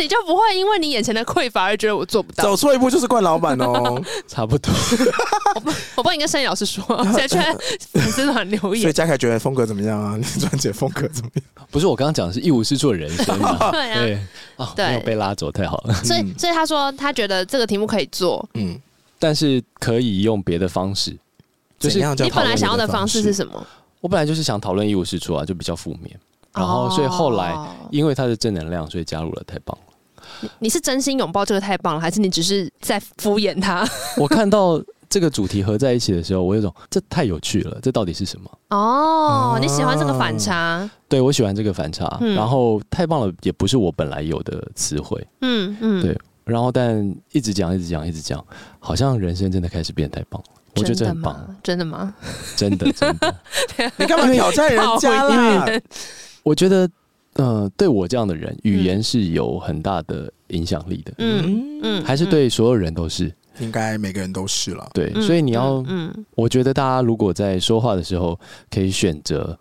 B: 你就不会因为你眼前的匮乏而觉得我做不到。
A: 走错一步就是怪老板 哦。
C: 差不多。
B: 我帮你跟申老师说，现在圈粉丝团留
A: 所以
B: 言，
A: 嘉凯觉得风格怎么样啊？你专辑的风格怎么样？
C: 不是我刚刚讲的是一无是处的人生 嘛？
B: 对嗯啊
C: 对
B: 对
C: 啊，没有被拉走，太好了。
B: 所以所以他说他觉得这个题目可以做。
A: 嗯，
C: 但是可以用别的方式，就是
A: 怎样叫
B: 你本
A: 讨
B: 来
A: 论
B: 想要的
A: 方
B: 方式是什么？
C: 我本来就是想讨论一无是处啊，就比较负面。然后所以后来
B: 哦
C: 因为他的正能量，所以加入了太棒了。
B: 你是真心拥抱这个太棒了，还是你只是在敷衍他？
C: 我看到这个主题合在一起的时候，我有种这太有趣了，这到底是什么？
B: 哦，
A: 哦
B: 你喜欢这个反差，
C: 对我喜欢这个反差，
B: 嗯
C: 然后太棒了，也不是我本来有的词汇。
B: 嗯嗯，
C: 对然后但一直讲，一直讲，一直讲，好像人生真的开始变太棒了。我觉得这
B: 真的
C: 很棒，
B: 吗？真的吗？
C: 真的真的。
A: 你干嘛挑战人 家啦？
C: 我觉得，呃，对我这样的人，语言是有很大的影响力的，
B: 嗯
A: 嗯，
B: 嗯，
C: 还是对所有人都是
A: 应该每个人都是了。
C: 对。
B: 嗯，
C: 所以你要，
B: 嗯嗯
C: 我觉得大家如果在说话的时候可以选择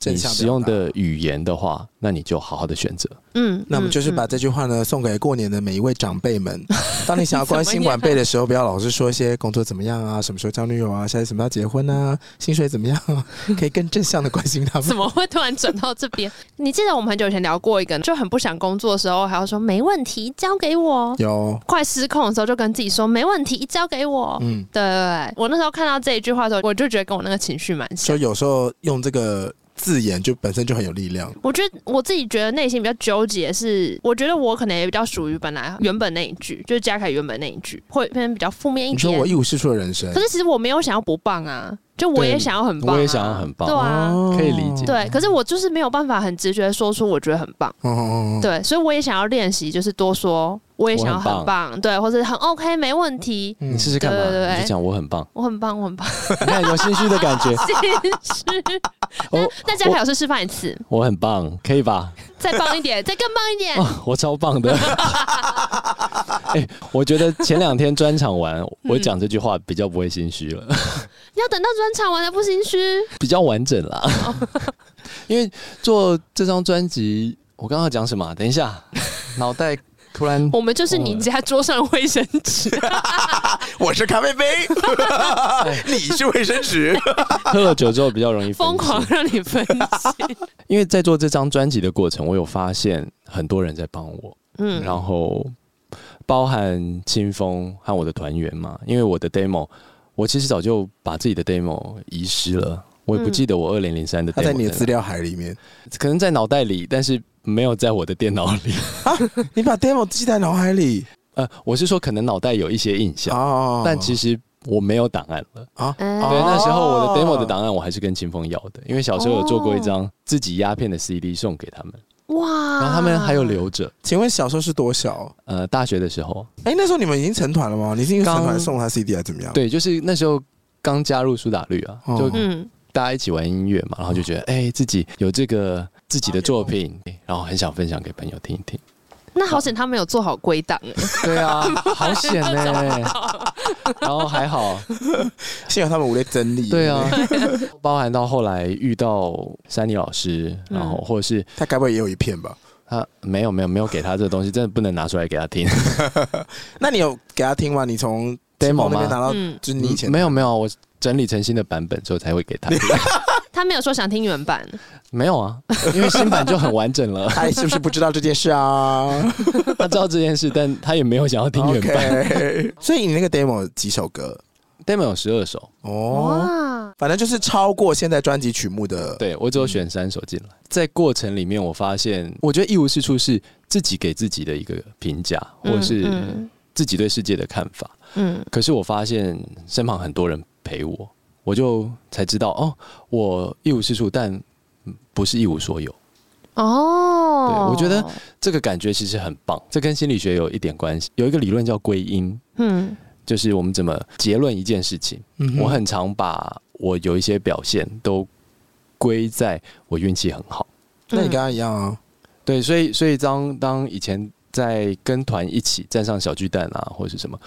A: 正
C: 你
A: 向
C: 使用
A: 表达
C: 的语言的话，那你就好好的选择。
B: 嗯，
A: 那我们就是
B: 嗯
A: 把
B: 嗯
A: 这句话呢送给过年的每一位长辈 们。当你想要关心晚辈的时候，不要老是说一些工作怎么样啊，什么时候交女友啊，现在什么时候结婚啊，薪水怎么样 啊，可以更正向的关心他们
B: 怎。么会突然转到这边？ 你记得我们很久以前聊过一个，就很不想工作的时候，还要说没问题，交给我。
A: 有，
B: 快失控的时候，就跟自己说没问题，交给我。
A: 嗯，
B: 对对对，我那时候看到这一句话的时候，我就觉得跟我那个情绪蛮像
A: 所。以有时候用这个字眼就本身就很有力量。
B: 我觉得我自己觉得内心比较纠结是，我觉得我可能也比较属于本来原本那一句，就是嘉凯原本那一句，会变得比较负面一
A: 你说
B: 点
A: 我。一无是处的人生
B: 可，是其实我没有想要不棒啊，就我也
C: 对
B: 想要很棒、啊，
C: 我也想要很棒
B: 对啊。
A: 哦
C: 可以理解
B: 对，可是我就是没有办法很直觉地说出我觉得很棒，
A: 哦哦，哦
B: 对，所以我也想要练习，就是多说，我也想要
C: 嗯我很
B: 很棒，对，或者很 OK 没问题，
A: 嗯
C: 你试试看
B: 对对
C: 嘛，
B: 对
C: 你就讲我很棒，
B: 我很棒，我很 棒，，
C: 你看有心虚的感觉
B: 是。
C: 哦，
B: 那嘉凯老师示范一次，
C: 我很棒，可以吧？
B: 再棒一 点，再更棒一点。
C: 哦，我超棒 的。哎、我觉得前两天专场完，
B: 嗯
C: 我讲这句话比较不会心虚了，
B: 你要等到专场完才不心虚。
C: 比较完整啦。因为做这张专辑，我刚刚讲什么啊？等一下，脑袋突然
B: 我们就是你家桌上的卫生纸，
A: 我是咖啡杯， 你是卫生纸。
C: 喝了酒之后比较容易分
B: 疯狂
C: 心。
B: 让你分 析。
C: 因为在做这张专辑的过程，我有发现很多人在帮我，
B: 嗯
C: 然后包含清风和我的团员嘛，因为我的 demo，我其实早就把自己的 demo 遗失了，我也不
B: 嗯
C: 记得我二零零三的 demo
A: 他在你的
C: 哪
A: 资料海里面，
C: 可能在脑袋里，但是没有在我的电脑里。
A: 你把 demo 记在脑海里
C: 呃，我是说可能脑袋有一些印象，
A: 哦，
C: 但其
A: 实
C: 实我没有档案了。
A: 啊，
B: 嗯
C: 对，
A: 哦
C: 那时候我的 demo 的档案我还是跟清风要的，因为小时候有做过一张自己鸦片的 CD 送给他们，
B: 哇，
C: 然后他们还有留着。
A: 请问小时候是多小？
C: 呃，大学的时候，
A: 哎、那时候你们已经成团了吗？你是因为成团
C: 刚
A: 送他 CD 还是怎么样？，
C: 对，就是那时候刚加入苏打绿啊，
A: 哦
C: 就
B: 嗯
C: 大家一起玩音乐嘛，然后就觉得哎、自己有这个自己的作品，然后很想分享给朋友听一听。
B: 那好险他们有做好归 档哎，
C: 对啊，好险呢、 然后还好，
A: 幸好他们无力整理。
C: 对啊，， 包含到后来遇到珊妮老师，然后
B: 嗯
C: 或者是
A: 他该不会也有一片吧？
C: 他没有没有没有给他这个东西，真的 不能拿出来给他听。
A: 那你有给他听吗？你从
C: demo
A: 那边拿
C: 吗？
A: 到，
B: 嗯，
A: 就是你以前，
C: 没有没有，我整理成新的版本之后才会给他听。
B: 他没有说想听原版，
C: 没有啊，因为新版就很完整了
A: 他是不是不知道这件事啊
C: 他知道这件事，但他也没有想要听原版。
A: ？OK，所以你那个 demo 几首歌？
C: demo 有十二首，
A: 哦，
B: 哇，
A: 反正就是超过现在专辑曲目的。，
C: 对我只有选三首进来。
A: 嗯
C: 在过程里面，我发现我觉得一无是处是自己给自己的一个评价，或者是
B: 嗯
C: 自己对世界的看法。
B: 嗯
C: 可是我发现身旁很多人陪我，我就才知道哦，我一无是处，但嗯不是一无所有。
B: 哦，
C: 对我觉得这个感觉其实很棒，这跟心理学有一点关系。有一个理论叫归因，
B: 嗯
C: 就是我们怎么结论一件事情。
A: 嗯哼
C: 我很常把我有一些表现都归在我运气很好。
A: 那你跟他一样啊。
C: 对，所以所以当当以前在跟团一起站上小巨蛋啊，或者是什么，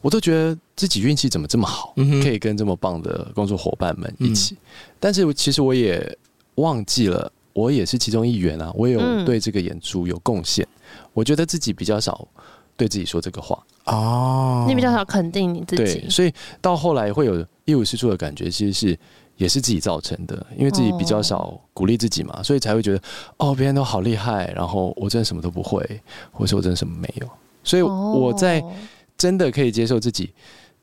C: 我都觉得自己运气怎么这么好，
A: 嗯哼
C: 可以跟这么棒的工作伙伴们一
B: 嗯
C: 起。但是其实我也忘记了，我也是其中一员啊，我也有
B: 嗯
C: 对这个演出有贡献。我觉得自己比较少对自己说这个话，
A: 哦，
B: 你比较少肯定你自
C: 对，
B: 己，
C: 所以到后来会有一无是处的感觉，其实是也是自己造成的，因为自己比
B: 哦
C: 较少鼓励自己嘛，所以才会觉得哦，别人都好厉害，然后我真的什么都不会，或是我真的什么没有。所以
B: 哦
C: 我在真的可以接受自己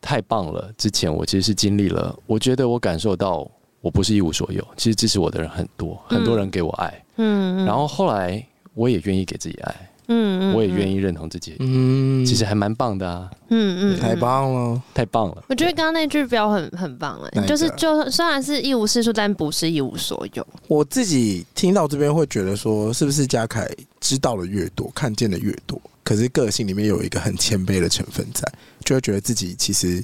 C: 太棒了之前，我其实是经历了，我觉得我感受到我不是一无所有，其实支持我的人很多，很多人给我爱，
B: 嗯，
C: 然后后来我也愿意给自己爱，
B: 嗯
C: 我也愿
B: 意，
C: 意认同自己，
A: 嗯，
C: 其实还蛮棒的啊，
B: 嗯嗯，
A: 太
B: 嗯。
A: 棒了，
C: 太棒了。
B: 我觉得刚刚那句标很很棒哎、
A: 哪一个
B: 就是就虽然是一无是处，但不是一无所有。
A: 我自己听到这边会觉得说，是不是嘉凯知道的越多，看见的越多，可是个性里面有一个很谦卑的成分在，就会觉得自己其实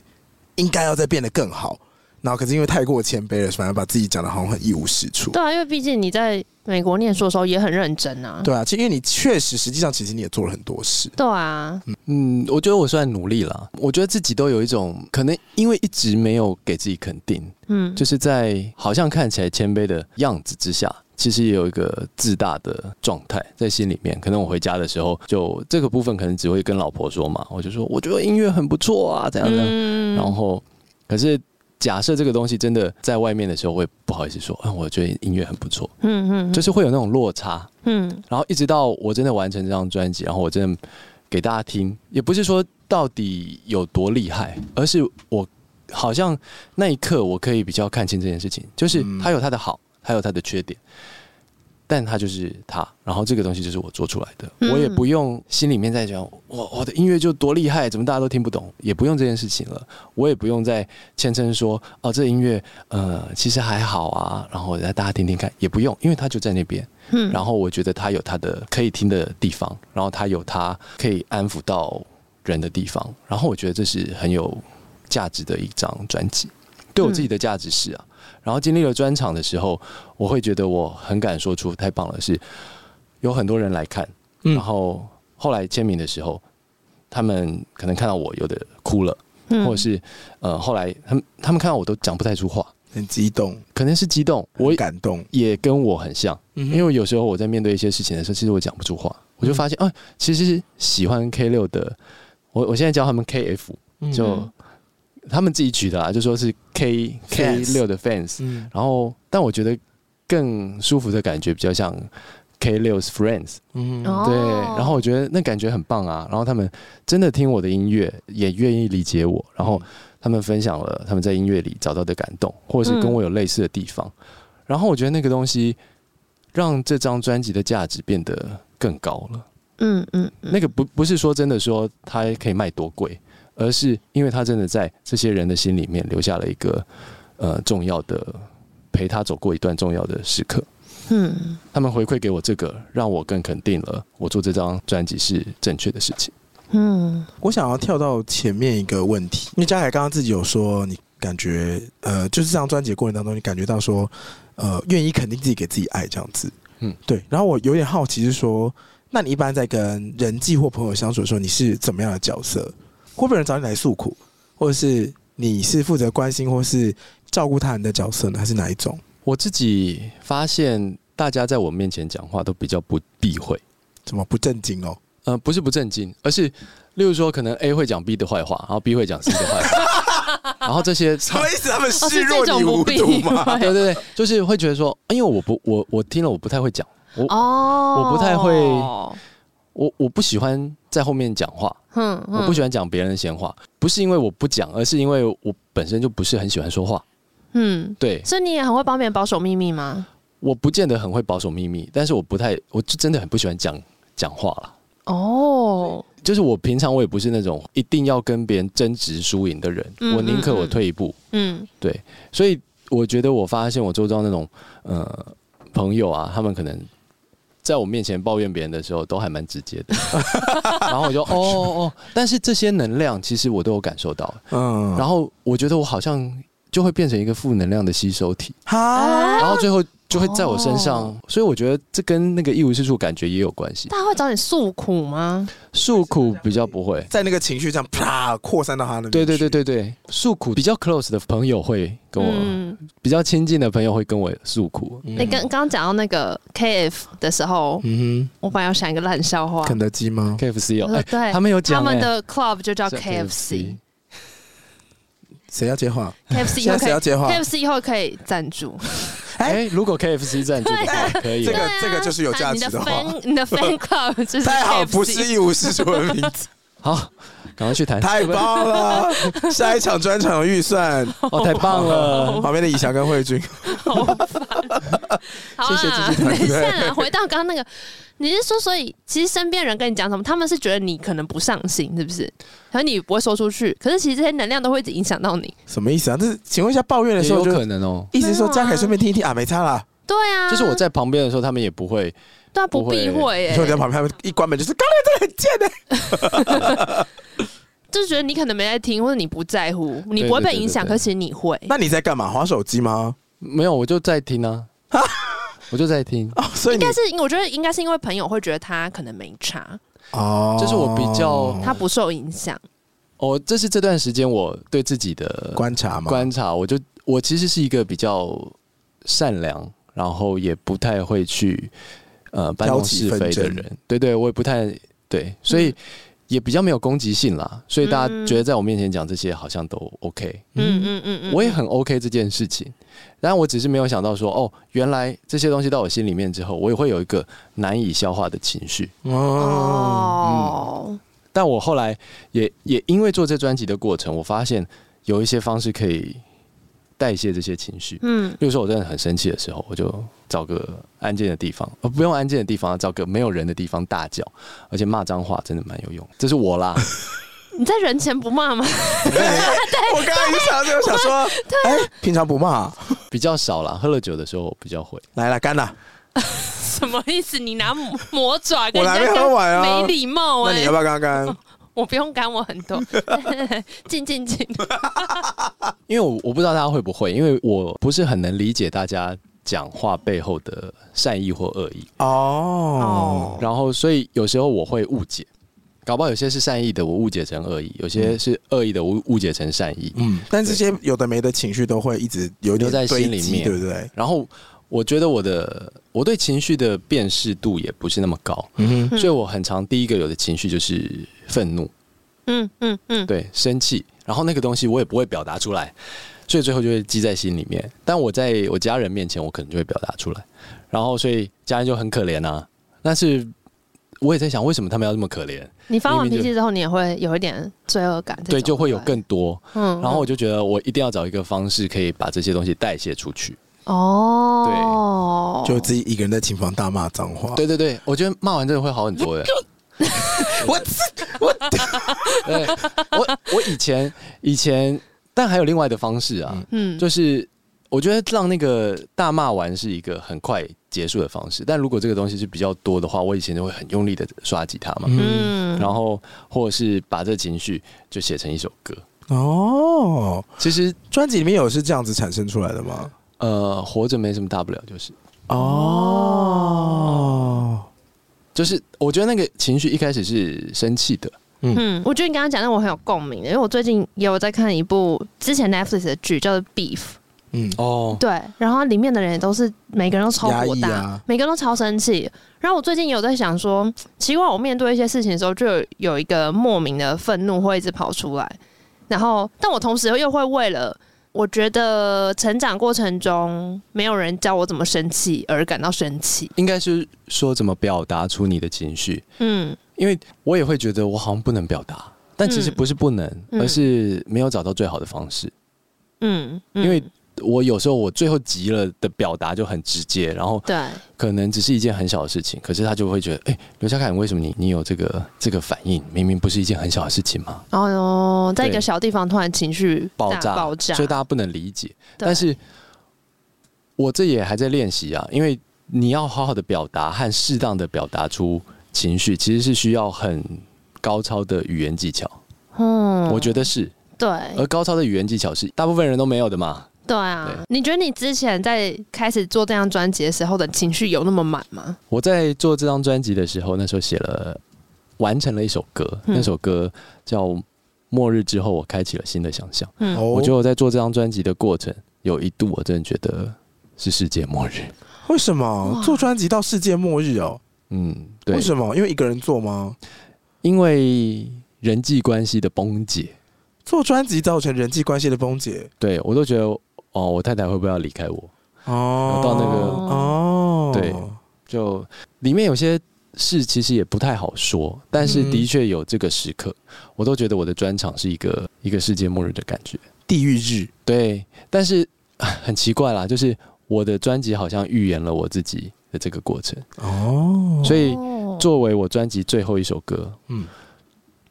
A: 应该要再变得更好。然后可是因为太过谦卑了，反而把自己讲的好像很一无是处。
B: 对啊，因为毕竟你在美国念书的时候也很认真啊。
A: 对啊，其实因为你确实，实际上其实你也做了很多事。
B: 对啊，
C: 嗯，我觉得我算努力了，我觉得自己都有一种可能，因为一直没有给自己肯定，
B: 嗯，
C: 就是在好像看起来谦卑的样子之下，其实也有一个自大的状态在心里面。可能我回家的时候，就这个部分可能只会跟老婆说嘛，我就说我觉得音乐很不错啊，怎样怎样。
B: 嗯
C: 然后，可是假设这个东西真的在外面的时候，会不好意思说，嗯，我觉得音乐很不错，
B: 嗯嗯，
C: 就是是会有那种落差。
B: 嗯
C: 然后一直到我真的完成这张专辑，然后我真的给大家听，也不是说到底有多厉害，而是我好像那一刻我可以比较看清这件事情，就是
A: 嗯
C: 它有它的好，还有它的缺点，但它就是它，然后这个东西就是我做出来的，
B: 嗯
C: 我也不用心里面在讲我我的音乐就多厉害，怎么大家都听不懂，也不用这件事情了，我也不用再谦称说哦这音乐呃其实还好啊，然后让大家听听看，也不用，因为它就在那边。
B: 嗯，
C: 然后我觉得他有他的可以听的地方，然后他有他可以安抚到人的地方，然后我觉得这是很有价值的一张专辑，对我自己的价值是啊。然后经历了专场的时候，我会觉得我很敢说出太棒了，是有很多人来看，
A: 嗯
C: 然后后来签名的时候，他们可能看到我有的哭了，
B: 嗯
C: 或者是呃后来他们他们看到我都讲不太出话，
A: 很激动，
C: 可能是激动，我
A: 很感动，
C: 也嗯跟我很像。
A: 因
C: 因为有时候我在面对一些事情的时候，其实我讲不出话，我就发现啊，其实喜欢 K 六的，我我现在叫他们 KF，就、
B: 嗯
C: 他们自己取的啦，就说是 K K
A: Fans
C: 六的 fans，
A: 嗯
C: 然后但我觉得更舒服的感觉比较像 K 六 's friends，
A: 嗯
B: 哦
C: 对，然后我觉得那感觉很棒啊，然后他们真的听我的音乐，也愿意理解我，然后他们分享了他们在音乐里找到的感动，或者是跟我有类似的地方。然后我觉得那个东西让这张专辑的价值变得更高了。
B: 嗯嗯嗯
C: 那个不不是说真的说它可以卖多贵，而是因为它真的在这些人的心里面留下了一个呃重要的陪他走过一段重要的时刻。
B: 嗯，
C: 他们回馈给我这个，让我更肯定了我做这张专辑是正确的事情。
B: 嗯，
A: 我想要跳到前面一个问题，因为嘉凯刚刚自己有说，你感觉呃，就是这张专辑的过程当中，你感觉到说，呃，愿意肯定自己，给自己爱这样子，嗯
C: 嗯，
A: 对。然后我有点好奇是说，那你一般在跟人际或朋友相处的时候，你是怎么样的角色？会不会有人找你来诉苦，或者是你是负责关心或是照顾他人的角色呢？还是哪一种？
C: 我自己发现，大家在我面前讲话都比较不避讳，
A: 怎么不正经哦？
C: 呃，不是不正经，而是例如说，可能 A 会讲 B 的坏话，然后 B 会讲 C 的坏话， 然后这些
A: 什么意思？他们
B: 哦，
A: 视
B: 是
A: 若
B: 这
A: 你
B: 种不
A: 无
B: 必
A: 睹 吗？
C: 对对对，就是会觉得说，因为我不我我听了我不太会讲，
B: 哦，
C: 我不太会我我不喜欢在后面讲话，
B: 嗯，嗯
C: 我不喜欢讲别人的闲话，不是因为我不讲，而是因为我本身就不是很喜欢说话。
B: 嗯，
C: 对，
B: 所以你也很会帮别人保守秘密吗？
C: 我不见得很会保守秘密，但是我不太，我就真的很不喜欢讲讲话啦。
B: 哦，
C: 就是我平常我也不是那种一定要跟别人争执输赢的人，
B: 嗯
C: 我宁可
B: 嗯
C: 我
B: 嗯
C: 退一步。
B: 嗯
C: 所以我觉得我发现我周遭那种呃朋友啊，他们可能在我面前抱怨别人的时候，都还蛮直接 的。然后我就哦哦哦，但是这些能量其实我都有感受到，
A: 嗯，
C: 然后我觉得我好像就会变成一个负能量的吸收体。
B: 啊
A: 好，
C: 然后最后就会在我身上，
B: 哦
C: 所以我觉得这跟那个一无是处感觉也有关系。
B: 大家会找你诉苦吗？
C: 诉苦比较不会，
A: 在那个情绪这样啪扩散到他那边。
C: 对对对。对对，诉苦比较 close 的朋友会跟我，嗯
B: 嗯，
C: 比较亲近的朋友会跟我诉苦。
B: 你刚刚刚讲到那个 KF 的时候，
A: 嗯
B: 我本来要想一个烂笑话
A: 哼，，肯德基吗？
C: KFC
B: 我
C: 哦，
B: 说
C: 哎，
B: 对，
C: 他们有
B: 他
C: 讲
B: 们
C: 哎
B: 的 club 就叫
C: 叫
B: KFC，KFC
A: 谁要接话？
B: 以后
A: 现在
B: 可
A: 谁要
B: 以
A: 接话？
B: KFC 以后可以赞助，
C: 哎，如果 KFC 赞助的话，可以
A: 这个
C: 哦。
A: 就是有价值的话
B: 啊 你的 fan 你的 fan club 就是
A: 太好，
B: KFC
A: 不是一无是处的名 字，
C: 好，赶快去谈。
A: 太棒了！下一场专场有预算，
C: 哦，太棒了！
A: 旁边的以翔跟慧君，
B: 好烦
A: 谢
B: 好
A: 谢
B: 啦，
A: 继续谈
B: 等一
A: 对
B: 下啊啦，回到刚刚那个，你是说，所以其实身边人跟你讲什么，他们是觉得你可能不上心，是不是？可是你不会说出去，可是其实这些能量都会一直影响到你。
A: 什么意思啊？这是请问一下，抱怨的
C: 也
A: 时候
C: 有
A: 就
C: 可能哦。
A: 意思是说
B: 没有啊
A: 家凯顺便听一听啊，没差啦。
B: 对啊，
C: 就是我在旁边的时候，他们也不会。欸
B: 对啊，不避
C: 不
B: 讳
A: 你
B: 哎、
A: 说你在旁边，他们一关门就是，刚才真的很贱的。
B: 就是觉得你可能没在听，或者你不在乎，你不会被影响，
C: 对对对对对
B: 可是其实你会。
A: 那你在干嘛？划手机吗？
C: 没有，我就在听啊，我就在听。
A: 哦，所以
B: 应
A: 你
B: 该是因为我觉得应该是因为朋友会觉得他可能没差，
A: 哦，
C: 这是我比较
A: 嗯
B: 他不受影响。
C: 哦，这是这段时间我对自己的
A: 呃观察嘛。
C: 观察，我就我其实是一个比较善良，然后也不太会去呃搬
A: 挑
C: 弄
A: 起
C: 是
A: 纷
C: 非的
A: 争嗯
C: 人，对对，我也不太对，所以也比较没有攻击性啦，所以大
B: 嗯
C: 家觉得在我面前讲这些好像都 OK，、
B: 嗯嗯嗯嗯，
C: 我也很 OK 这件事情，但我只是没有想到说哦，原来这些东西到我心里面之后，我也会有一个难以消化的情绪，
A: 哦，
B: 哦，
C: 但我后来也也因为做这专辑的过程，我发现有一些方式可以代谢这些情绪。
B: 嗯
C: 例如说，我真的很生气的时候，我就找个安静的地方，呃，不用安静的地方，找个没有人的地方大叫，而且骂脏话真的蛮有用。这是我啦，
B: 你在人前不骂吗？
A: 我刚刚一想就想说，哎，平常不骂，
C: 比较少啦，喝了酒的时候比较会。
A: 来了，干了。
B: 什么意思？你拿魔爪跟
A: 我还
B: 人家
A: 没喝完啊
B: 没礼貌
A: 那
B: 哎、
A: 你要不要刚刚？
B: 我不用赶我很多， 进进进，
C: 因为我我不知道大家会不会，因为我不是很能理解大家讲话背后的善意或恶意，
A: 哦，
C: 然后所以有时候我会误解，搞不好有些是善意的，我误解成恶意；有些是恶意的，我误解成善意。
A: 嗯，但这些有的没的情绪都会一直有点
C: 留在心里
A: 堆积
C: 面
A: 对不对？
C: 然后我觉得我的我对情绪的辨识度也不是那么高，
A: 嗯哼，
B: 嗯
C: 所以我很常第一个有的情绪就是愤怒，
B: 嗯嗯嗯，
C: 对，生气，然后那个东西我也不会表达出来，所以最后就会积在心里面。但我在我家人面前，我可能就会表达出来，然后所以家人就很可怜啊。但是我也在想，为什么他们要这么可怜？
B: 你发完
C: 明
B: 脾
C: 明就
B: 气之后，你也会有一点罪恶感，
C: 对，就会有，更多。
B: 嗯
C: 然后我就觉得，我一定要找一个方式，可以把这些东西代谢出去。
B: 哦，
A: 就自己一个人在琴房大骂脏话。
C: 对对对，我觉得骂完真的会好很多耶。
A: 我我
C: 对，我我以前以前，但还有另外的方式啊，
B: 嗯，
C: 就是我觉得让那个大骂完是一个很快结束的方式，但如果这个东西是比较多的话，我以前就会很用力的刷吉他嘛，
B: 嗯，
C: 然后或者是把这情绪就写成一首歌。
A: 哦，
C: 其实
A: 专辑里面有是这样子产生出来的吗？
C: 呃，活着没什么大不了，就是
A: 哦，
C: 就是，我觉得那个情绪一开始是生气的，
B: 嗯，我觉得你刚刚讲的我很有共鸣的，因为我最近也有在看一部之前 Netflix 的剧，叫做《Beef》，
A: 嗯，
C: 哦，
B: 对，然后它里面的人也都是每个人都超火
A: 压抑
B: 大，
A: 啊
B: 每个人都超生气。然后我最近有在想说，奇怪，我面对一些事情的时候，就有有一个莫名的愤怒会一直跑出来，然后但我同时又会为了。我觉得成长过程中没有人教我怎么生气而感到生气。
C: 应该是说怎么表达出你的情绪，
B: 嗯
C: 因为我也会觉得我好像不能表达，但其实
B: 嗯
C: 不是不能，
B: 嗯
C: 而是没有找到最好的方式。
B: 嗯，嗯
C: 因为我有时候我最后急了的表达就很直接，然后
B: 对，
C: 可能只是一件很小的事情，可是他就会觉得，哎、刘嘉凯，你为什么你你有这个这个反应？明明不是一件很小的事情嘛，
B: 然后呢在一个
C: 对
B: 小地方突然情绪
C: 爆
B: 大
C: 炸，
B: 爆炸，
C: 所以大家不能理解。
B: 对
C: 但是我这也还在练习啊，因为你要好好的表达和适当的表达出情绪，其实是需要很高超的语言技巧，
B: 嗯
C: 我觉得是。
B: 对，
C: 而高超的语言技巧是大部分人都没有的嘛。
B: 对啊
C: 呃对，
B: 你觉得你之前在开始做这张专辑的时候的情绪有那么满吗？
C: 我在做这张专辑的时候，那时候写了完成了一首歌，
B: 嗯
C: 那首歌叫《末日之后》，我开启了新的想象。
B: 嗯，
A: 哦
C: 我觉得我在做这张专辑的过程，有一度我真的觉得是世界末日。
A: 为什么做专辑到世界末日哦？
C: 嗯，对
A: 为，什么？因为一个人做吗？
C: 因为人际关系的崩解，
A: 做专辑造成人际关系的崩解
C: 对我都觉得哦，我太太会不会要离开我？
A: 哦，
C: 到那个
A: 哦，
C: 对就里面有些事其实也不太好说，但是
A: 嗯
C: 的确有这个时刻，我都觉得我的专场是一个一个世界末日的感觉。
A: 地狱日
C: 对，但是啊很奇怪啦，就是我的专辑好像预言了我自己的这个过程，
A: 哦，
C: 所以
B: 哦
C: 作为我专辑最后一首歌，
A: 嗯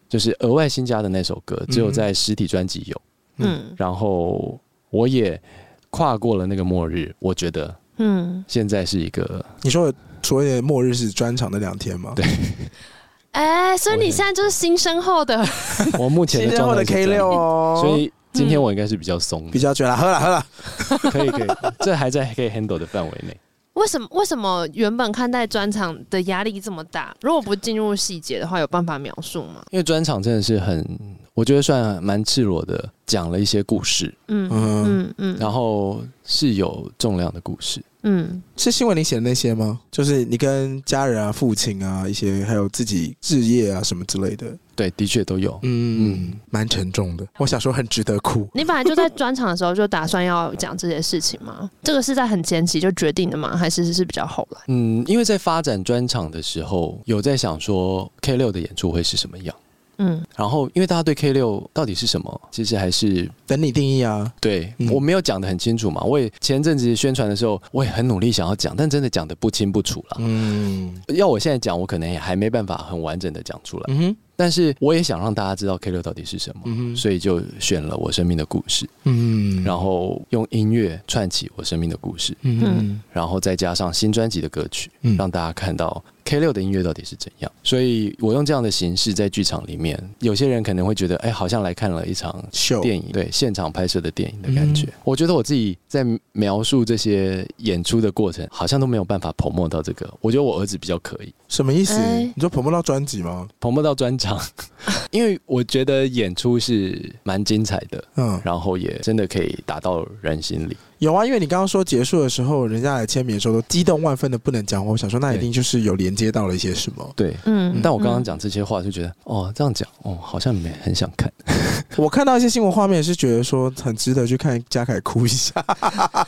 C: 就是额外新加的那首歌，只有在实体专辑有。
B: 嗯
C: 然后我也跨过了那个末日，我觉得
B: 嗯，
C: 现在是 一个
A: 你说的所谓的末日是专场的两天吗？对，
B: 哎，所以你现在就是新生后的
C: 我目前的
A: 然后
C: 状
A: 的
C: 态
A: K 六
C: 哦，
A: 哦，嗯
C: 所以今天我应该是比较松
A: 比
C: 的，
A: 较绝啊了，喝了喝了，
C: 可以可以，这还在可以 handle 的范围内。
B: 为什么？为什么原本看待专场的压力这么大？如果不进入细节的话，有办法描述吗？
C: 因为专场真的是很，我觉得算蛮赤裸的，讲了一些故事，
B: 嗯
A: 嗯，
B: 嗯嗯
C: 然后是有重量的故事。
B: 嗯
A: 是新闻里写的那些吗？就是你跟家人啊、父亲啊一些，还有自己置业啊什么之类的，
C: 对，的确都有。
A: 嗯，蛮沉重的。我想说很值得哭，
B: 你本来就在专场的时候就打算要讲这些事情吗？这个是在很前期就决定的吗？还是是比较后来？
C: 嗯，因为在发展专场的时候，有在想说 K 六的演出会是什么样。
B: 嗯
C: 然后，因为大家对 K 六到底是什么，其实还是
A: 等你定义啊。
C: 对、
A: 嗯
C: 我没有讲的很清楚嘛。我也前阵子宣传的时候，我也很努力想要讲，但真的讲的不清不楚了。
A: 嗯
C: 要我现在讲，我可能也还没办法很完整的讲出来。
A: 嗯哼
C: 但是我也想让大家知道 K 六到底是什么，
A: 嗯哼，
C: 所以就选了我生命的故事，
A: 嗯
C: 然后用音乐串起我生命的故事，
A: 嗯
C: 然后再加上新专辑的歌曲，
A: 嗯
C: 让大家看到 K 六的音乐到底是怎样。所以我用这样的形式在剧场里面，有些人可能会觉得，哎，好像来看了一场
A: 秀
C: 电影，对，现场拍摄的电影的感觉。
A: 嗯
C: 我觉得我自己在描述这些演出的过程，好像都没有办法捧墨到这个。我觉得我儿子比较可以。
A: 什么意思？
B: 哎
A: 你说捧不到专辑吗？
C: 捧墨到专场，因为我觉得演出是蛮精彩的，
A: 嗯，
C: 然后也真的可以打到人心里。
A: 有啊，因为你刚刚说结束的时候，人家来签名的时候都激动万分的不能讲话，我想说那一定就是有连接到了一些什 么。
C: 对，
B: 嗯
C: 但我刚刚，讲这些话就觉得，哦，这样讲，哦，好像没很想看。
A: 我看到一些新闻画面是觉得说很值得去看嘉凯哭一下。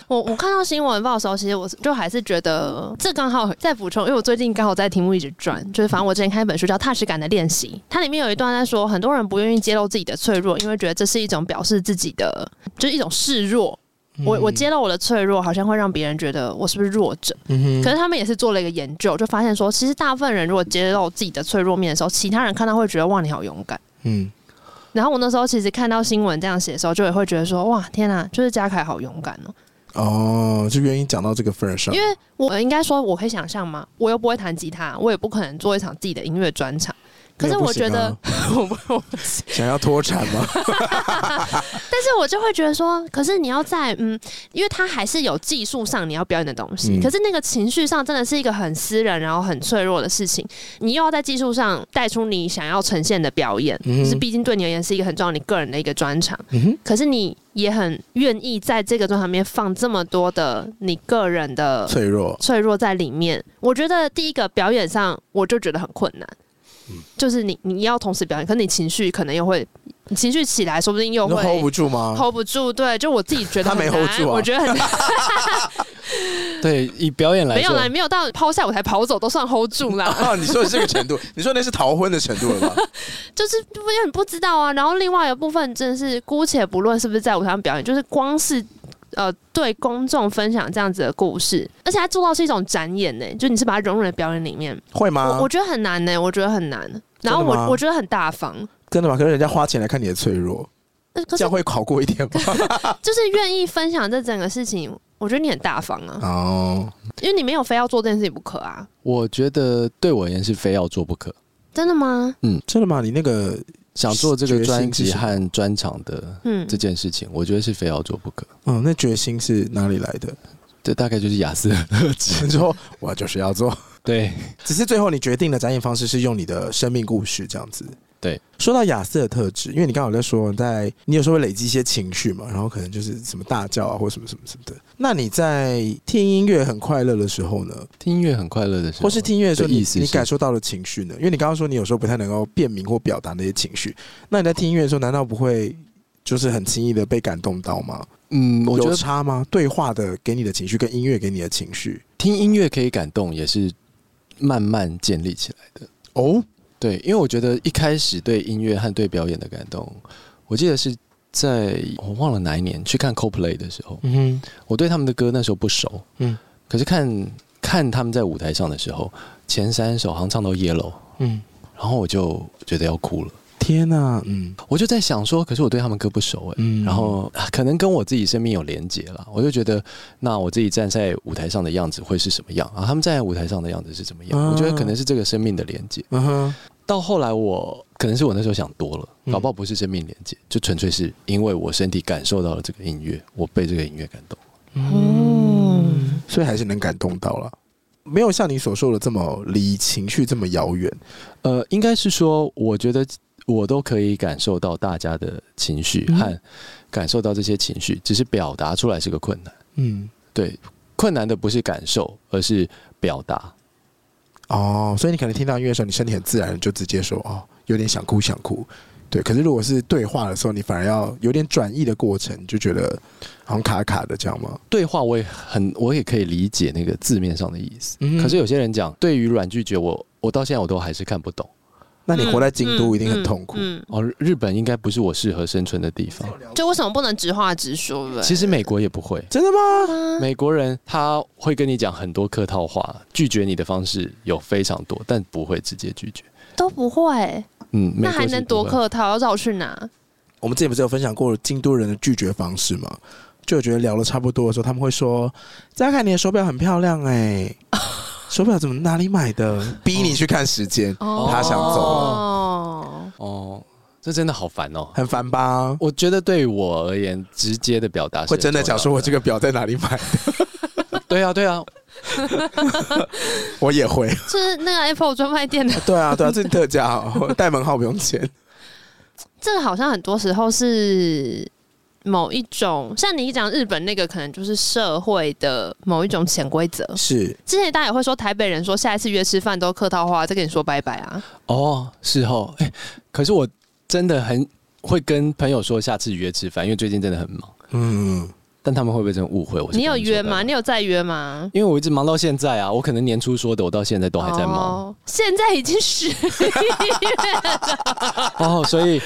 B: 我我看到新闻报的时候，其实我是就还是觉得这刚好在补充，因为我最近刚好在题目一直转，就是反正我之前看一本书叫《踏实感的练习》，它里面有一段在说，很多人不愿意揭露自己的脆弱，因为觉得这是一种表示自己的，就是一种示弱。我我揭露我的脆弱，好像会让别人觉得我是不是弱者？
A: 嗯，
B: 可
A: 可
B: 是他们也是做了一个研究，就发现说，其实大部分人如果揭露自己的脆弱面的时候，其他人看到会觉得哇，你好勇敢。
A: 嗯
B: 然后我那时候其实看到新闻这样写的时候，就也会觉得说，哇，天啊，就是嘉凯好勇敢哦、
A: 哦，就愿意讲到这个份儿上
B: 因。为我、呃应该说，我可以想象吗？我又不会弹吉他，我也不可能做一场自己的音乐专场。可是
A: 那也不
B: 我觉
A: 行
B: 得，
A: 啊
B: 我不我不
A: 想要脱产吗？
B: 但是我就会觉得说，可是你要在嗯，因为它还是有技术上你要表演的东西，
A: 嗯
B: 可是那个情绪上真的是一个很私人，然后很脆弱的事情，你又要在技术上带出你想要呈现的表演，
A: 嗯哼
B: 就是毕竟对你而言是一个很重要你个人的一个专场，
A: 嗯哼
B: 可是你也很愿意在这个专场里面放这么多的你个人的
A: 脆弱，
B: 脆弱在里面。我觉得第一个表演上，我就觉得很困难，
A: 嗯
B: 就是你你要同时表演，可是你情绪可能又会，你情绪起来，说不定又
A: 能
B: 会
A: hold 不住吗？
B: hold 不住。对，就我自己觉得
A: 他没
B: 很难
A: hold 住啊
B: 我觉得很难
C: 对，以表演来
B: 没有
C: 说，
B: 啦，没有到抛下舞台跑走都算 hold 住啦，
A: 啊，你说的是这个 程度，你说那是逃婚的程度了吧？
B: 就是因为你不知道啊。然后另外一个部分真的是，姑且不论是不是在舞台上表演，就是光是。呃，对公众分享这样子的故事，而且还做到是一种展演呢、就你是把它融入你的表演里面，
A: 会吗？
B: 我我觉得很难呢、我觉得很难。然后
A: 真的吗
B: 我我觉得很大方，
A: 真的吗？可是人家花钱来看你的脆弱，
B: 呃可
A: 这
B: 是
A: 样会好过一点 吗？
B: 就是愿意分享这整个事情，我觉得你很大方啊，
A: 哦，
B: 因为你没有非要做这件事情不可啊。
C: 我觉得对我而言是非要做不可。
B: 真的吗？
A: 真的吗？你那个
C: 想做这
A: 决
C: 个
A: 心
C: 专
A: 是
C: 辑
A: 什么
C: 和专场的
B: 嗯
C: 这，件事情，我觉得是非要做不可。
A: 嗯，那决心是哪里来的？
C: 这大概就是雅思的特 质。
A: 之后我就是要做，
C: 对，
A: 只是最后你决定的展演方式是用你的生命故事这样子。
C: 对，
A: 说到亚瑟的特质，因为你刚好在说，在你有时候会累积一些情绪嘛，然后可能就是什么大叫啊，或什么什么什么的。那你在听音乐很快乐的时候呢，
C: 听音乐很快乐的时候，
A: 或是听音乐的时候，
C: 的
A: 你
C: 啊意思
A: 你
C: 是
A: 感受到了情绪呢？因为你刚刚说你有时候不太能够辨明或表达那些情绪，那你在听音乐的时候，难道不会就是很轻易的被感动到吗？
C: 嗯，我觉
A: 有
C: 得
A: 差吗？对话的给你的情绪跟音乐给你的情绪，
C: 听音乐可以感动，也是慢慢建立起来的。
A: 哦，
C: 对，因为我觉得一开始对音乐和对表演的感动，我记得是在我忘了哪一年去看 CoPlay 的时候，
A: 嗯哼
C: 我对他们的歌那时候不熟，
A: 嗯
C: 可是看看他们在舞台上的时候，前三首好像唱到 Yellow，
A: 嗯，
C: 然后我就觉得要哭了，
A: 天哪、嗯
C: 我就在想说，可是我对他们歌不熟哎、
A: 嗯，
C: 然后 啊可能跟我自己生命有连结了，我就觉得，那我自己站在舞台上的样子会是什么样啊？他们站在舞台上的样子是怎么样？
A: 啊
C: 我觉得可能是这个生命的连接。
A: 嗯哼，
C: 到后来我可能是我那时候想多了，
A: 嗯
C: 搞不好不是生命连接，就纯粹是因为我身体感受到了这个音乐，我被这个音乐感动。
B: 嗯
A: 所以还是能感动到了，没有像你所说的这么离情绪这么遥远。
C: 呃，应该是说，我觉得我都可以感受到大家的情绪
B: 嗯
C: 和感受到这些情绪，只是表达出来是个困难。
A: 嗯，
C: 对，困难的不是感受，而是表达。
A: 哦，所以你可能听到音乐的时候，你身体很自然地就直接说哦，有点想哭想哭。对，可是如果是对话的时候，你反而要有点转译的过程，你就觉得好像卡卡的这样吗？
C: 对话我也很，我也可以理解那个字面上的意思。
A: 嗯
C: 可是有些人讲，对于软拒绝我，我到现在我都还是看不懂。
A: 那你活在京都一定很痛苦。
B: 嗯，嗯
C: 哦，日日本应该不是我适合生存的地方。
B: 嗯就为什么不能直话直说呗？
C: 其实美国也不会，
A: 真的吗？
B: 啊
C: 美国人他会跟你讲很多客套话，拒绝你的方式有非常多，但不会直接拒绝。
B: 都不会，
C: 嗯，美
B: 那
C: 国
B: 还
C: 是
B: 能
C: 不
B: 多
C: 会？
B: 客套？要绕去哪？
A: 我们之前不是有分享过京都人的拒绝方式吗？就我觉得聊的差不多的时候，他们会说：“张凯，你的手表很漂亮哎、手表怎么哪里买的？”逼你去看时间，
B: 哦
A: 他想走
B: 哦，
C: 哦，这真的好烦哦。
A: 很烦吧？
C: 我觉得对于我而言，直接的表达是
A: 会真的
C: 很重要
A: 讲说我这个表在哪里买？
C: 对啊对啊，
A: 我也会。
B: 是那个 Apple 专 卖店的，
A: 对啊，对啊，这是特价、哦，带门号不用钱。
B: 这个好像很多时候是某一种，像你讲日本那个，可能就是社会的某一种潜规则。
A: 是，
B: 之前大家也会说台北人说下一次约吃饭都客套话，再跟你说拜拜啊。
C: 哦，事后哎、可是我真的很会跟朋友说下次约吃饭，因为最近真的很忙。
A: 嗯，
C: 但他们会不会真的误会我？
B: 你有约吗？？你有在约吗？
C: 因为我一直忙到现在啊，我可能年初说的，我到现在都
B: 我
C: 还在忙
B: 哦、现在已经十
C: 哦所以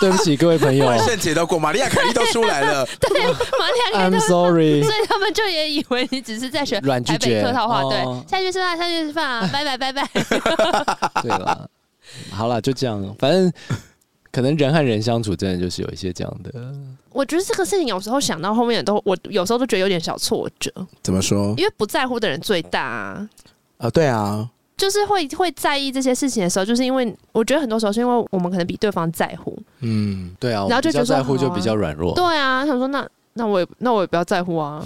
C: 对不起各位 朋友
A: 哦万圣节都过，玛利亚凯莉都出来了，
B: 对玛利亚凯
C: ，I'm
B: 莉都，
C: sorry
B: 所。以他们就也以为你只是在学
C: 软拒
B: 台北
C: 绝
B: 客套话，对
C: 哦，
B: 下去吃饭，下去吃饭啊， 拜拜拜拜。
C: 对了，好了，就这样，反正可能人和人相处，真的就是有一些这样的。
B: 我觉得这个事情有时候想到后面都，我有时候都觉得有点小挫折，
C: 嗯
A: 怎么说？
B: 因为不在乎的人最大、啊。
A: 啊、对啊，
B: 就是会会在意这些事情的时候，就是因为我觉得很多时候是因为我们可能比对方在乎。
A: 嗯，
C: 对啊，
B: 然后
C: 我
B: 就
C: 比较
B: 觉得说
C: 在乎，就
B: 好啊
C: 比较软弱。
B: 对啊，想说那那我也那我也不要在乎 啊。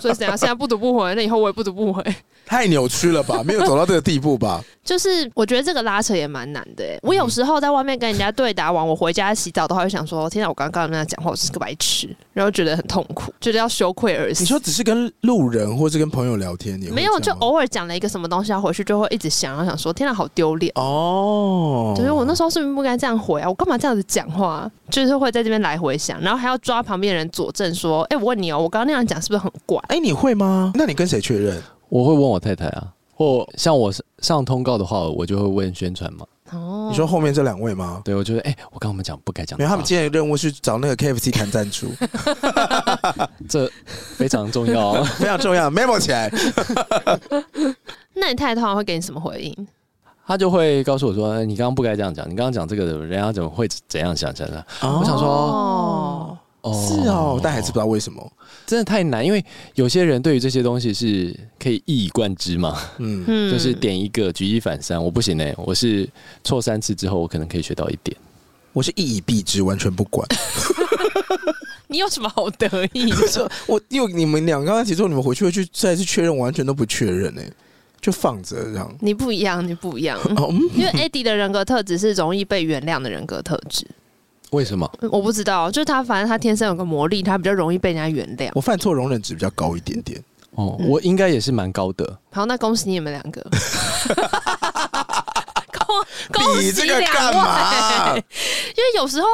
B: 所以怎样，现在不读不回，那以后我也不读不回。
A: 太扭曲了吧？没有走到这个地步吧？
B: 就是我觉得这个拉扯也蛮难的、欸。我有时候在外面跟人家对答完，我回家洗澡的话，就想说：天哪，我刚刚跟人家讲话，我是个白痴，然后觉得很痛苦，觉得要羞愧而死。
A: 你说只是跟路人或是跟朋友聊天，你会
B: 没有，
A: 这
B: 就
A: 样吗
B: 偶尔讲了一个什么东西，然后回去就会一直想，然后想说：天哪，好丢脸。
A: 哦，
B: 就是我那时候是不是不该这样回啊？我干嘛这样子讲话、就是会在这边来回想，然后还要抓旁边的人佐证说：“哎、我问你哦、我刚刚那样讲是不是很怪
A: 哎、你会吗？那你跟谁确认？
C: 我会问我太太啊，或像我上通告的话，我就会问宣传嘛。？”
B: 哦，
A: 你说后面这两位吗？
C: 对，我觉得哎、我刚刚我们讲不该讲
A: 没
C: 的
A: 有，
C: 话，
A: 他们今天的任务是找那个 KFC 谈赞助，
C: 这非常重要哦、
A: 非常重要，memo 起来。
B: 那你太太通常会给你什么回应？
C: 他就会告诉我说：“你刚刚不该这样讲，你刚刚讲这个的，人家怎么会怎样想想想？”我想说
B: 哦，
C: 哦
A: 是哦，但还是不知道为什么。
C: 真的太难，因为有些人对于这些东西是可以一以贯之嘛，
A: 嗯，
B: 嗯
C: 就是点一个举一反三。我不行哎、我是错三次之后，我可能可以学到一点。
A: 我是一以蔽之，完全不管。
B: 你有什么好得意的？
A: 是我因为你们俩刚才提出，你们回去会去再次确认，我完全都不确认哎、就放着这样。
B: 你不一样，你不一样。
A: 哦，嗯，
B: 因为 Eddie 的人格特质是容易被原谅的人格特质，
C: 为什么？
B: 我不知道，就是他反正他天生有个魔力，他比较容易被人家原谅。
A: 我犯错容忍值比较高一点点。
C: 哦，我应该也是蛮高的。
B: 好，那恭喜你们两 个。恭恭喜
A: 比这个
B: 两
A: 干嘛
B: 位！因为有时候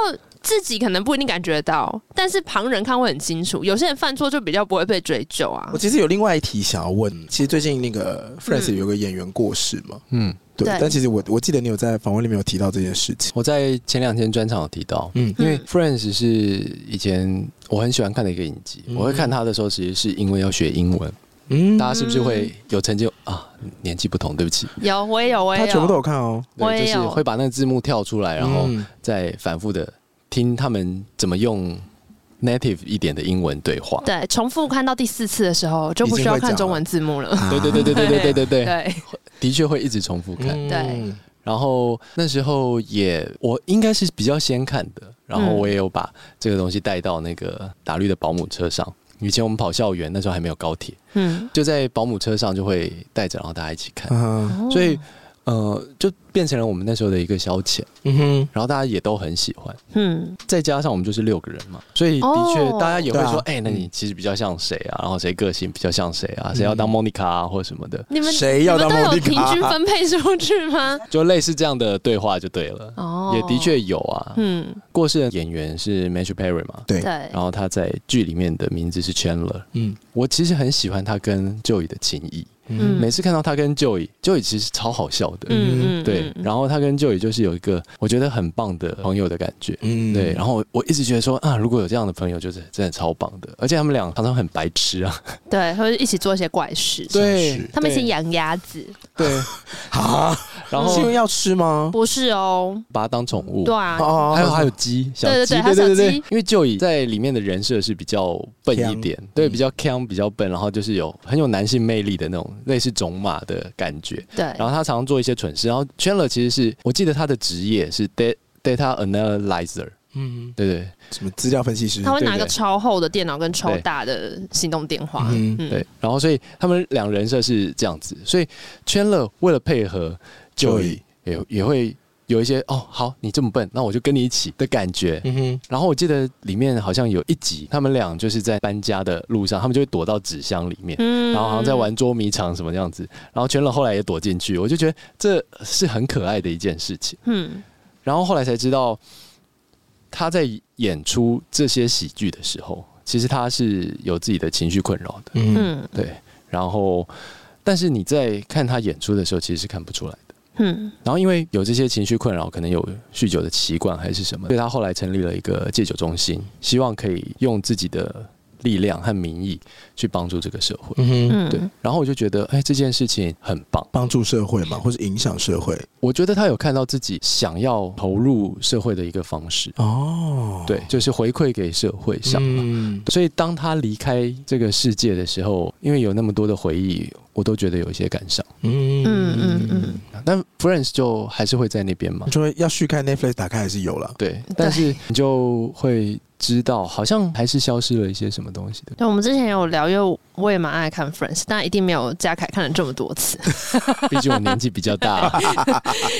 B: 自己可能不一定感觉到，但是旁人看会很清楚。有些人犯错就比较不会被追究啊
A: 我。其实有另外一题想要问，其实最近那个 Friends 有个演员过世嘛，
C: 嗯，
A: 对，
B: 对
A: 但其实我我记得你有在访问里面有提到这件事情，
C: 我在前两天专场有提到，
A: 嗯
C: 因为
B: 嗯
C: Friends 是以前我很喜欢看的一个影集，
A: 嗯
C: 我会看它的时候，其实是因为要学英文。
A: 嗯，
C: 大家是不是会有成就啊？年纪不同，对不起，
B: 有，我也有，我也
A: 他全部都
B: 有。
A: 有看哦，
B: 我也
C: 对，
B: 有
C: 就是会把那个字幕跳出来，然后
A: 嗯
C: 再反复的听他们怎么用 native 一点的英文对话。
B: 对，重复看到第四次的时候就不需要看中文字幕了。
C: 对对对对对对对对对，
B: 对，
C: 的确会一直重复看。
A: 嗯
B: 对
C: 然后那时候也我应该是比较先看的，然后我也有把这个东西带到那个打绿的保姆车上。以前我们跑校园，那时候还没有高铁，
B: 嗯，
C: 就在保姆车上就会带着，然后大家一起看，
A: 嗯
C: 所以呃，就变成了我们那时候的一个消遣，
A: 嗯哼，
C: 然后大家也都很喜欢。
B: 嗯，
C: 再加上我们就是六个人嘛，所以的
B: 哦
C: 确大家也会
A: 对
C: 说，
A: 啊
C: 哎、那你其实比较像谁啊？然后谁个性比较像谁啊？谁要当
A: 嗯
C: Monica 啊，或什么的，
B: 你们
A: 谁要
B: 嗯你们
A: 当
B: 都有
A: 莫妮
B: 平
A: 卡
B: 均分配出去吗？
C: 就类似这样的对话就对了。
B: 哦，
C: 也的，确有啊，
B: 嗯，
C: 过世的演员是 Matthew Perry 嘛，
A: 对，
B: 对
C: 然，后他在剧里面的名字是 Chandler。
A: 嗯
C: 我其实很喜欢他跟 Joey 的情谊，
A: 嗯
B: 嗯
C: 每次看到他跟 Joey，Joey 其实超好笑的，
B: 嗯嗯，
C: 对
B: 嗯。嗯
C: 然后他跟 Joey 就是有一个我觉得很棒的朋友的感觉，
A: 嗯
C: 对。然后我我一直觉得说啊，如果有这样的朋友，就是真的超棒的。而且他们俩常常很白痴啊，
B: 对，或者一起做一些怪事。
A: 对
B: 他们一起
C: 对
B: 养鸭子，
C: 对，
A: 啊，
C: 然后
A: 是因为要吃吗？
B: 不是哦，
C: 把他当宠物，
B: 对啊，
A: 哦
C: 还有还有鸡，小
B: 对对
C: 鸡，
B: 对还有小鸡
C: 因为就以在里面的人设是比较笨一点，对，比较 can 比较笨，然后就是有很有男性魅力的那种类似种马的感觉。
B: 对，
C: 然后他常常做一些蠢事，然后 Chandler 其实是我记得他的职业是 da- data analyzer，
A: 嗯，
C: 对对
A: 什么资料分析师？
B: 他会拿
C: 对
B: 一
C: 对
B: 个超厚的电脑跟超大的行动电话，
A: 嗯
B: 嗯，
C: 对，然后所以他们两人设是这样子，所以 Chandler 为了配合 Joey 也也会有一些哦，好，你这么笨，那我就跟你一起的感觉，
A: 嗯哼，
C: 然后我记得里面好像有一集，他们俩就是在搬家的路上，他们就会躲到纸箱里面，
B: 嗯
C: 然后好像在，玩捉迷藏什么样子。然后全冷后来也躲进去，我就觉得这是很可爱的一件事情。
B: 嗯，
C: 然后后来才知道，他在演出这些喜剧的时候，其实他是有自己的情绪困扰的，
A: 嗯
B: 嗯
C: 对。然后，但是你在看他演出的时候，其实是看不出来的。
B: 嗯
C: 然后因为有这些情绪困扰，可能有酗酒的习惯还是什么，所以他后来成立了一个戒酒中心，希望可以用自己的力量和民意去帮助这个社会。
A: 嗯哼，
B: 嗯，
C: 对，然后我就觉得，哎，这件事情很棒。
A: 帮助社会嘛，或者影响社会
C: 我觉得他有看到自己想要投入社会的一个方式，
A: 哦，
C: 对，就是回馈给社会上。
A: 嗯
C: 所以当他离开这个世界的时候，因为有那么多的回忆，我都觉得有一些感伤。
A: 嗯
B: 嗯嗯
C: 但 Friends 就还是会在那边嘛
A: 你，说要续看 Netflix 打开还是有了，
C: 对，但是你就会知道，好像还是消失了一些什么东 西的。
B: 对，我们之前有聊，因为我也蛮爱看 Friends，但一定没有嘉凯看了这么多次。
C: 毕竟我年纪比较 大，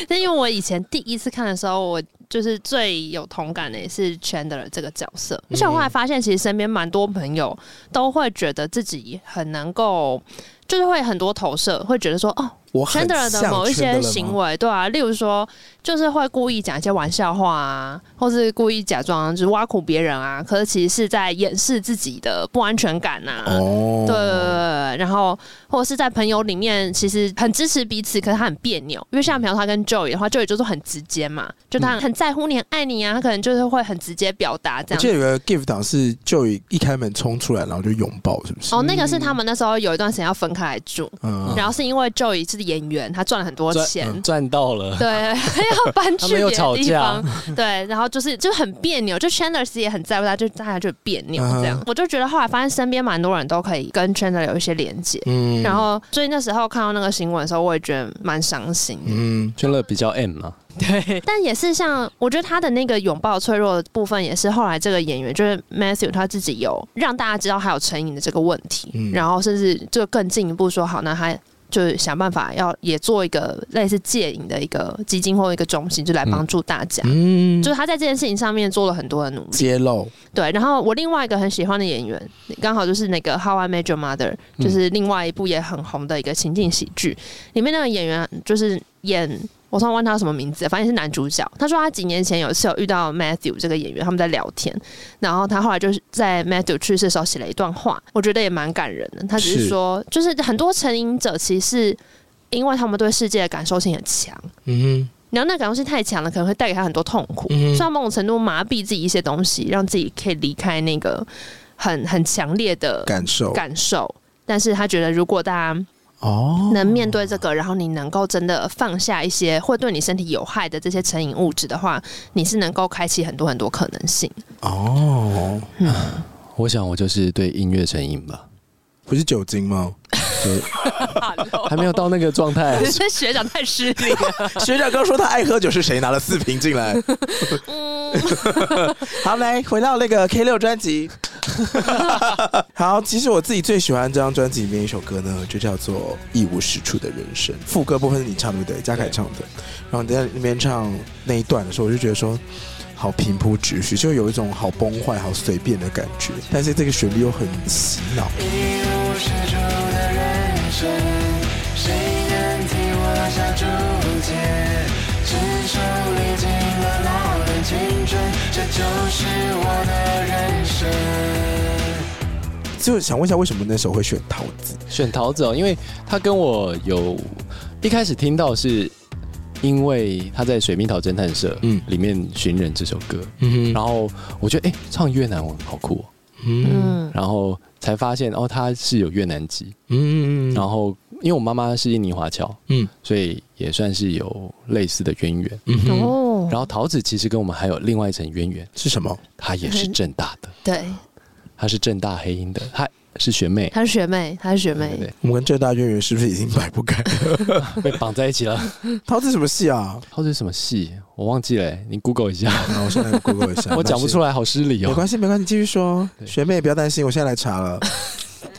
B: 但因为我以前第一次看的时候，我就是最有同感的也是 Chandler 这个角色，而且我后
A: 嗯
B: 来发现，其实身边蛮多朋友都会觉得自己很能够，就是会很多投射，会觉得说，哦
A: 我很
B: ，Chandler 的
A: 像
B: 某一些
A: Chandler 吗
B: 行为，对啊，例如说，就是会故意讲一些玩笑话啊，或是故意假装就是挖苦别人啊，可是其实是在掩饰自己的不安全感呐、啊。
A: 哦，
B: 对对对对，对然后或者是在朋友里面，其实很支持彼此，可是他很别扭，因为像比方说他跟 Joey 的话，Joey 就是很直接嘛，就他很在乎你、很爱你啊，他可能就是会很直接表达这
A: 我记得
B: 样。
A: 有个 GIF 档是就一开门冲出来，然后就拥抱，是不是？
B: 哦，那个是他们那时候有一段时间要分开来住，
A: 嗯，哦
B: 然后是因为 Joey 是演员，他赚了很多
C: 赚
B: 钱，
C: 赚到了。
B: 对， 要搬去
C: 他们
B: 别
C: 又
B: 的
C: 吵
B: 地
C: 架
B: 方，
A: 嗯
B: 对，然后就是就很别扭，就 Chandler 其实也很在乎他，就大家就别扭这样。
A: 嗯
B: 我就觉得后来发现身边蛮多人都可以跟 Chandler 有一些连接，
A: 嗯
B: 然后，所以那时候看到那个新闻的时候，我也觉得蛮伤心的。
A: 嗯，
C: 圈乐比较 M 嘛，
B: 对，但也是像我觉得他的那个拥抱脆弱的部分，也是后来这个演员就是 Matthew 他自己有让大家知道他有成瘾的这个问题，
A: 嗯
B: 然后甚至就更进一步说好，那他就是想办法要也做一个类似戒瘾的一个基金或一个中心，就来帮助大家。
A: 嗯
B: 就是他在这件事情上面做了很多的努力，
A: 揭露，
B: 对。然后我另外一个很喜欢的演员，刚好就是那个《How I Met Your Mother》，就是另外一部也很红的一个情境喜剧，里面那个演员就是演我突然忘记他什么名字，反正也是男主角。他说他几年前有一次有遇到 Matthew 这个演员，他们在聊天，然后他后来就是在 Matthew 去世的时候写了一段话，我觉得也蛮感人的。他只
A: 是
B: 是说，就是很多成瘾者其实是因为他们对世界的感受性很强，
A: 嗯
B: 然后那感受性太强了，可能会带给他很多痛苦，
A: 嗯
B: 所以他某种程度麻痹自己一些东西，让自己可以离开那个很很强烈的
A: 哼，感受
B: 感受。但是他觉得，如果大家
A: 哦，
B: 能面对这个，然后你能够真的放下一些会对你身体有害的这些成瘾物质的话，你是能够开启很多很多可能 性。。
A: 哦，
C: 我想我就是对音乐成瘾吧，
A: 不是酒精吗？
C: 还没有到那个状态
B: 这学长太失礼了。
A: 学长刚说他爱喝酒，是谁拿了四瓶进来？
B: 嗯，
A: 好，来回到那个 K 六专 辑。好，其实我自己最喜欢这张专辑里面一首歌呢，就叫做《一无是处的人生》。副歌部分是你唱的，对不对？嘉凯唱的。然后你在那边唱那一段的时候，我就觉得说，好平铺直叙，就有一种好崩坏、好随便的感觉。但是这个旋律又很洗脑。
D: 一无是处的人生，谁能替我下注解？承受历尽了老人青春，这就是我的人生。
A: 就想问一下，为什么那时候会选桃子？
C: 选桃子哦，因为他跟我有一开始听到是因为他在《水蜜桃侦探社》
A: 嗯
C: 嗯里面寻人这首歌，
A: 嗯
C: 然后我觉得哎、诶唱越南文好酷、哦，
A: 嗯
C: 然后才发现哦他是有越南籍，
A: 嗯
C: 然后因为我妈妈是印尼华侨，
A: 嗯
C: 所以也算是有类似的渊源。
A: 嗯哼，
B: 哦，
C: 然后桃子其实跟我们还有另外一层渊源，
A: 是什么？
C: 她也是正大 的，
B: 对，
C: 她是正大黑鹰的，她是学妹，
B: 她是学妹，她是学
C: 对
B: 妹
C: 对，
A: 我们跟正大渊源是不是已经摆不 开？
C: 对被绑在一起了。
A: 桃子什么戏啊？
C: 桃子是什么戏？我忘记了、你 Google 一下。
A: 然后我现在 Google 一下，
C: 我讲不出
A: 来。
C: 来，好失礼
B: 啊
A: 没
C: 哦。
A: 关系，没关系，继续说。
C: 对
A: 学妹不要担心，我现在来查了。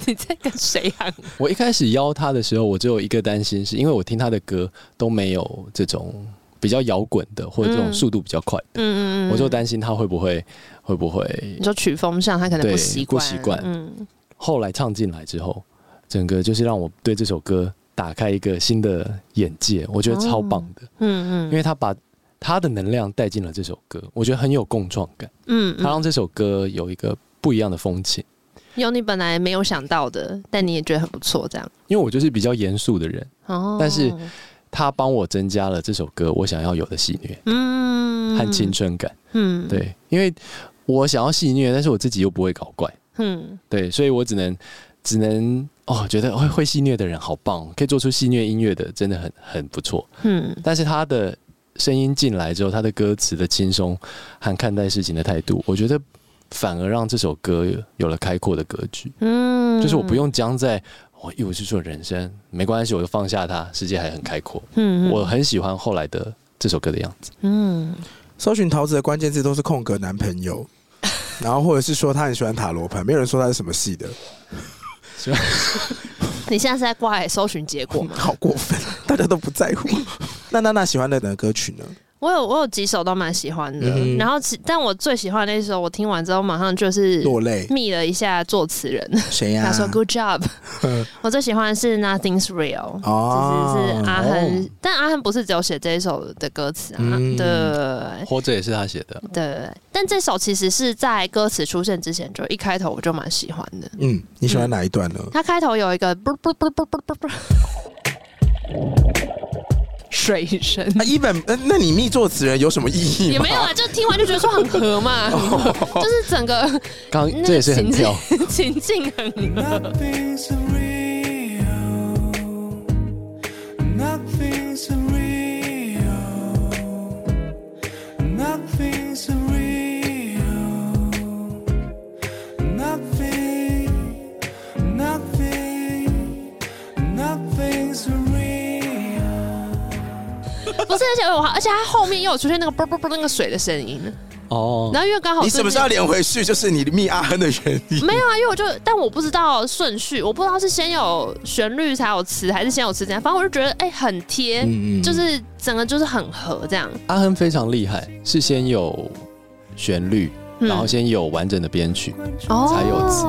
B: 你在跟谁啊喊？
C: 我一开始邀他的时候，我只有一个担心，是因为我听他的歌都没有这种比较摇滚的，或者这种
B: 嗯
C: 速度比较快
B: 嗯
C: 的，
B: 嗯嗯，
C: 我就担心他会不会会不会
B: 你说曲风上，她可能
C: 对
B: 不习惯，
C: 不习惯
B: 嗯，
C: 后来唱进来之后，整个就是让我对这首歌打开一个新的眼界，我觉得超棒的，
B: 嗯嗯，
C: 因为他把他的能量带进了这首歌，我觉得很有共创感，
B: 嗯
C: 他
B: 嗯，
C: 让这首歌有一个不一样的风情。
B: 有你本来没有想到的，但你也觉得很不错，这样。
C: 因为我就是比较严肃的人，
B: 哦，
C: 但是他帮我增加了这首歌我想要有的戏虐
B: 嗯，
C: 和青，春感。
B: 嗯，，
C: 对，因为我想要戏虐，但是我自己又不会搞怪，
B: 嗯，
C: 对，所以我只能只能哦，觉得会会戏虐的人好棒，可以做出戏虐音乐的真的很很不错。
B: 嗯，
C: 但是他的声音进来之后，他的歌词的轻松和看待事情的态度，我觉得反而让这首歌有了开阔的格局。
B: 嗯，
C: 就是我不，用僵在我一无是处的人生，没关系，我就放下它，世界还很开阔。
B: 嗯，
C: 我，很喜欢后来的这首歌的样子。
B: 嗯，
A: 搜寻桃子的关键字都是空格男朋 友，然后或者是说他很喜欢塔罗牌，没有人说他是什么系的，
B: 你现在是在挂海搜寻结果吗？
A: 好过分，大家都不在 乎。那娜娜喜欢的哪个歌曲呢？
B: 我有，我有几首都蛮喜欢
A: 嗯
B: 的，
A: 哼
B: 然后其但我最喜欢的那首，我听完之后马上就是
A: 落泪，
B: 密了一下作词人，
A: 谁呀、
B: 他嗯说 Good job，我最喜欢的是 Nothing's Real。
A: 哦，
B: 就是是啊阿
C: 哦
B: 亨，但阿亨不是只有写这一首的歌词啊，
A: 嗯
B: 对
C: 活着也是他写的，
B: 对，但这首其实是在歌词出现之前，就一开头我就蛮喜欢的。
A: 嗯，你喜欢哪一段呢？
B: 它开头有一个不不不不不不不水声，
A: 那一本，呃那你密作词人有什么意义吗？
B: 也没有啊，就听完就觉得说很合嘛， 就是整个
C: 刚
B: 那
C: 这
B: 个
C: 也是很
B: 情
C: 跳
B: 境，情境很合。
D: Nothing's real. Nothing's real. Nothing's real. Nothing. Nothing. Nothing's real.
B: 不是，而且我还而且它后面又有出现那个啵啵啵那个水的声音，
C: 哦。
B: 然后因为刚好
A: 你
B: 最
A: 什么
B: 近
A: 时候连回去？就是你密阿亨的原因。
B: 没有啊，因为我就，但我不知道顺序，我不知道是先有旋律才有词，还是先有词怎样。反正我就觉得，哎、很贴，
A: 嗯嗯嗯
B: 就是整个就是很合这样。
C: 阿亨非常厉害，是先有旋律，
B: 嗯
C: 然后先有完整的编曲，
B: 哦
C: 才有词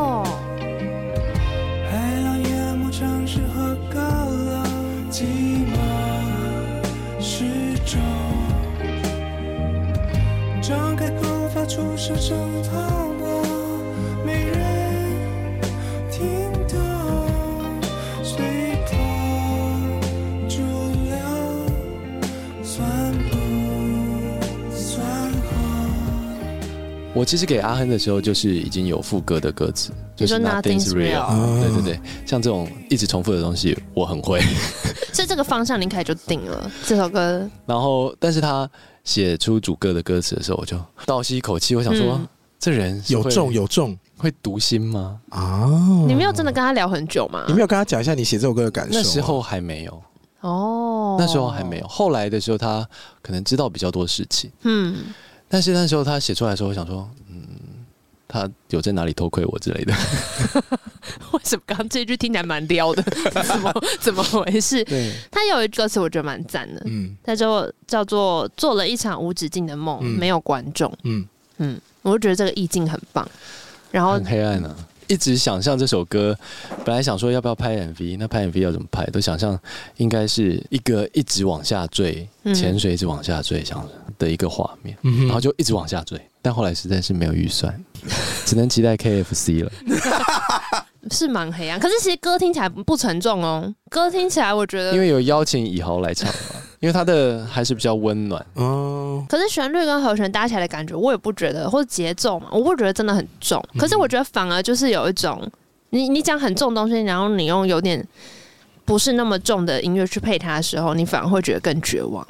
D: 海浪淹没城市和高楼，寂寞是处是阵泡沫，没人听懂，随波逐流，算不算红？
C: 我其实给阿亨的时候，就是已经有副歌的歌词，
B: 你
C: 就
B: 说
C: 是
B: Nothing's real，
A: 啊
C: 对对对，像这种一直重复的东西，我很会。
B: 是这个方向，你一开始就定了这首歌。
C: 然后，但是他写出主歌的歌词的时候，我就倒吸一口气，我想说，
B: 嗯
C: 这人是
A: 有
C: 会
A: 中有中
C: 会读心吗？
A: 啊！
C: 嗯
B: 你没有真的跟他聊很久吗？
A: 你没有跟他讲一下你写这首歌的感受吗？
C: 那时候还没有，
B: 哦，
C: 那时候还没有。。后来的时候，他可能知道比较多事情，
B: 嗯，
C: 但是那时候他写出来的时候，我想说，嗯，他有在哪里偷窥我之类的。
B: 为什么刚刚这句听起来蛮撩 的？怎么怎么回事？
A: 对，
B: 他有一歌词我觉得蛮赞的，
A: 嗯
B: 他就叫做“做了一场无止境的梦，
A: 嗯
B: 没有观众
A: 嗯，”。
B: 嗯，我就觉得这个意境很棒。然后
C: 很黑暗啊！一直想象这首歌，本来想说要不要拍 MV，那拍 MV 要怎么拍，都想象应该是一个一直往下坠，
B: 嗯
C: 潜水一直往下坠，想的一个画面，
A: 嗯哼
C: 然后就一直往下坠。但后来实在是没有预算， 只能期待 KFC 了。
B: 是蛮黑暗，可是其实歌听起来不沉重哦，歌听起来我觉得，
C: 因为有邀请以豪来 唱嘛，因为他的还是比较温暖。
A: 哦，
B: 可是旋律跟和弦搭起来的感觉，我也不觉得，或者节奏嘛，我不觉得真的很重。
C: 嗯
B: 可是我觉得反而就是有一种，你你讲很重的东西，然后你用有点不是那么重的音乐去配它的时候，你反而会觉得更绝望。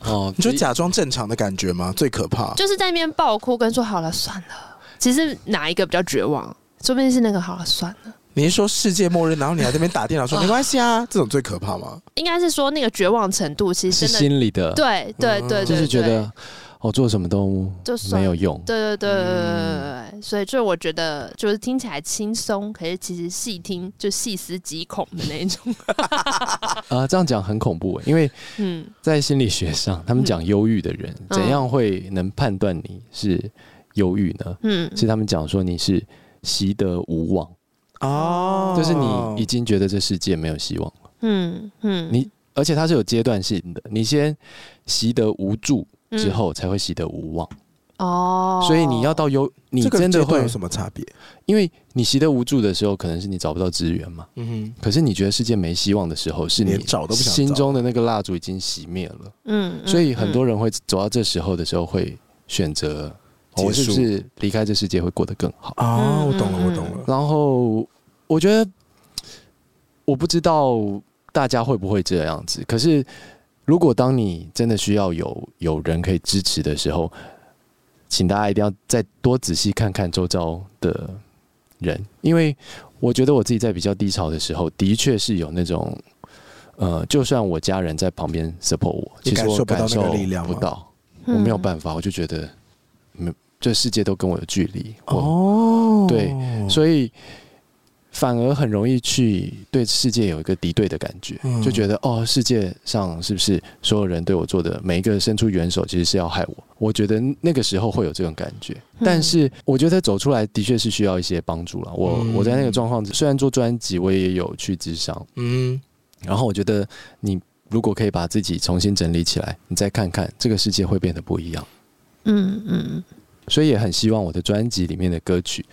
C: 哦，
A: 你就
C: 这
A: 假装正常的感觉吗？最可怕。
B: 就是在那边爆哭，跟说好了算了。其实哪一个比较绝望？说不定是那个好了算了。
A: 你是说世界末日，然后你还在那边打电脑说没关系啊，这种最可怕吗？
B: 应该是说那个绝望程度，其
C: 是
B: 实真的，
C: 心里的，
B: 对对
A: 嗯
B: 对对，
C: 就是觉
B: 对
C: 得我、哦、做什么都
B: 就算
C: 没有用。
B: 对对对对对对对对，所以就我觉得就是听起来轻松，可是其实细听就细思极恐的那一种。
C: 啊、这样讲很恐怖，因为
B: 嗯，
C: 在心理学上，他们讲忧郁的人、
B: 嗯
C: 怎样会能判断你是忧郁呢？
B: 嗯，
C: 是他们讲说你是习得无望，
A: 哦，
C: 就是你已经觉得这世界没有希望，
B: 嗯嗯，
C: 你而且它是有阶段性的，你先习得无助之后才会习得无望，
B: 嗯哦，
C: 所以你要到忧，你
A: 这个
C: 真的
A: 阶
C: 会
A: 段有，什么差别？
C: 因为你习得无助的时候，可能是你找不到资源嘛。
A: 嗯
C: 可是你觉得世界没希望的时候，是你
A: 连找都不想找
C: 心中的那个蜡烛已经熄灭了。
B: 嗯，嗯
C: 所以很多人会走到这时候的时候，会选择、哦
A: 结
C: 我是
A: 束
C: 不是离开这世界会过得更好？
A: 哼，哦，
B: 嗯
A: 我懂了，
B: 嗯
A: 我懂了。
C: 然后我觉得，我不知道大家会不会这样子。可是，如果当你真的需要有有人可以支持的时候，请大家一定要再多仔细看看周遭的人，因为我觉得我自己在比较低潮的时候，的确是有那种。呃，就算我家人在旁边 support 我，
A: 你
C: 其实
A: 感
C: 我
A: 受不到
C: 感
A: 那
C: 受
A: 个力量
C: 不
A: 吗
C: 到，
B: 嗯
C: 我没有办法，我就觉得，没这世界都跟我有距离，我
A: 哦，
C: 对，所以反而很容易去对世界有一个敌对的感觉，
A: 嗯
C: 就觉得哦，世界上是不是所有人对我做的每一个伸出援手，其实是要害我？我觉得那个时候会有这种感觉，
A: 嗯
C: 但是我觉得走出来的确是需要一些帮助了。我、
A: 嗯
C: 我在那个状况，虽然做专辑，我也有去智商，
A: 嗯，
C: 然后我觉得你。如果可以把自己重新整理起来，你再看看这个世界会变得不一样。
B: 嗯嗯
C: 所以也很希望我的专辑里面的歌曲，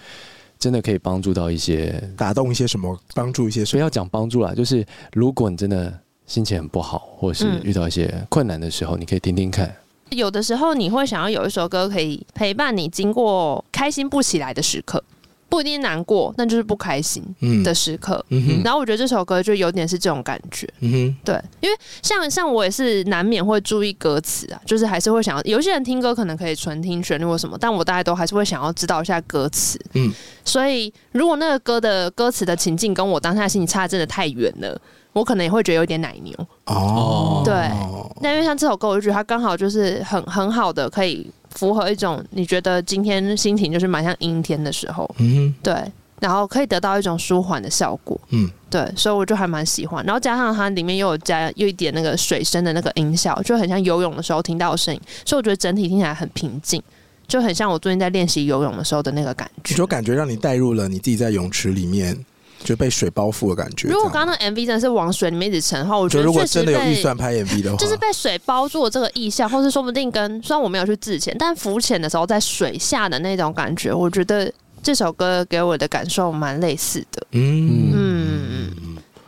C: 真的可以帮助到一些
A: 打动一些什么，帮助一些什
C: 不
A: 么，
C: 要讲帮助啦，就是如果你真的心情很不好，或是
B: 嗯
C: 遇到一些困难的时候，你可以听听看。
B: 有的时候你会想要有一首歌可以陪伴你经过开心不起来的时刻，不一定难过，但就是不开心
A: 嗯
B: 的时刻。
A: 嗯哼，
B: 然后我觉得这首歌就有点是这种感觉，
A: 嗯哼，
B: 对，因为像像我也是难免会注意歌词啊，就是还是会想要，有一些人听歌可能可以纯听旋律或什么，但我大概都还是会想要知道一下歌词。
A: 嗯
B: 嗯，所以如果那个歌的歌词的情境跟我当下的心情差得真的太远了，我可能也会觉得有点奶牛。
A: 哦，
B: 对那因为像这首歌，我就觉得它刚好就是很很好的可以符合一种你觉得今天心情就是蛮像阴天的时候，
A: 嗯
B: 对，然后可以得到一种舒缓的效果。
A: 嗯
B: 嗯，对，所以我就还蛮喜欢。然后加上它里面又有加又一点那个水声的那个音效，就很像游泳的时候听到的声音，所以我觉得整体听起来很平静，就很像我最近在练习游泳的时候的那个感
A: 哼，
B: 觉。
A: 就感觉让你带入了你自己在泳池里面就被水包覆的感觉。
B: 如果
A: 这
B: 刚
A: 样
B: 刚那个 MV 真的是往水里面一直沉的话，我觉
A: 就
B: 得
A: 如果
B: 确实
A: 真的有预
B: 被
A: 算拍 MV 的话，
B: 就是被水包住的这个意象，或是说不定跟虽然我没有去自潜，但浮潜的时候在水下的那种感觉，我觉得这首歌给我的感受蛮类似的。
A: 嗯，
B: 嗯，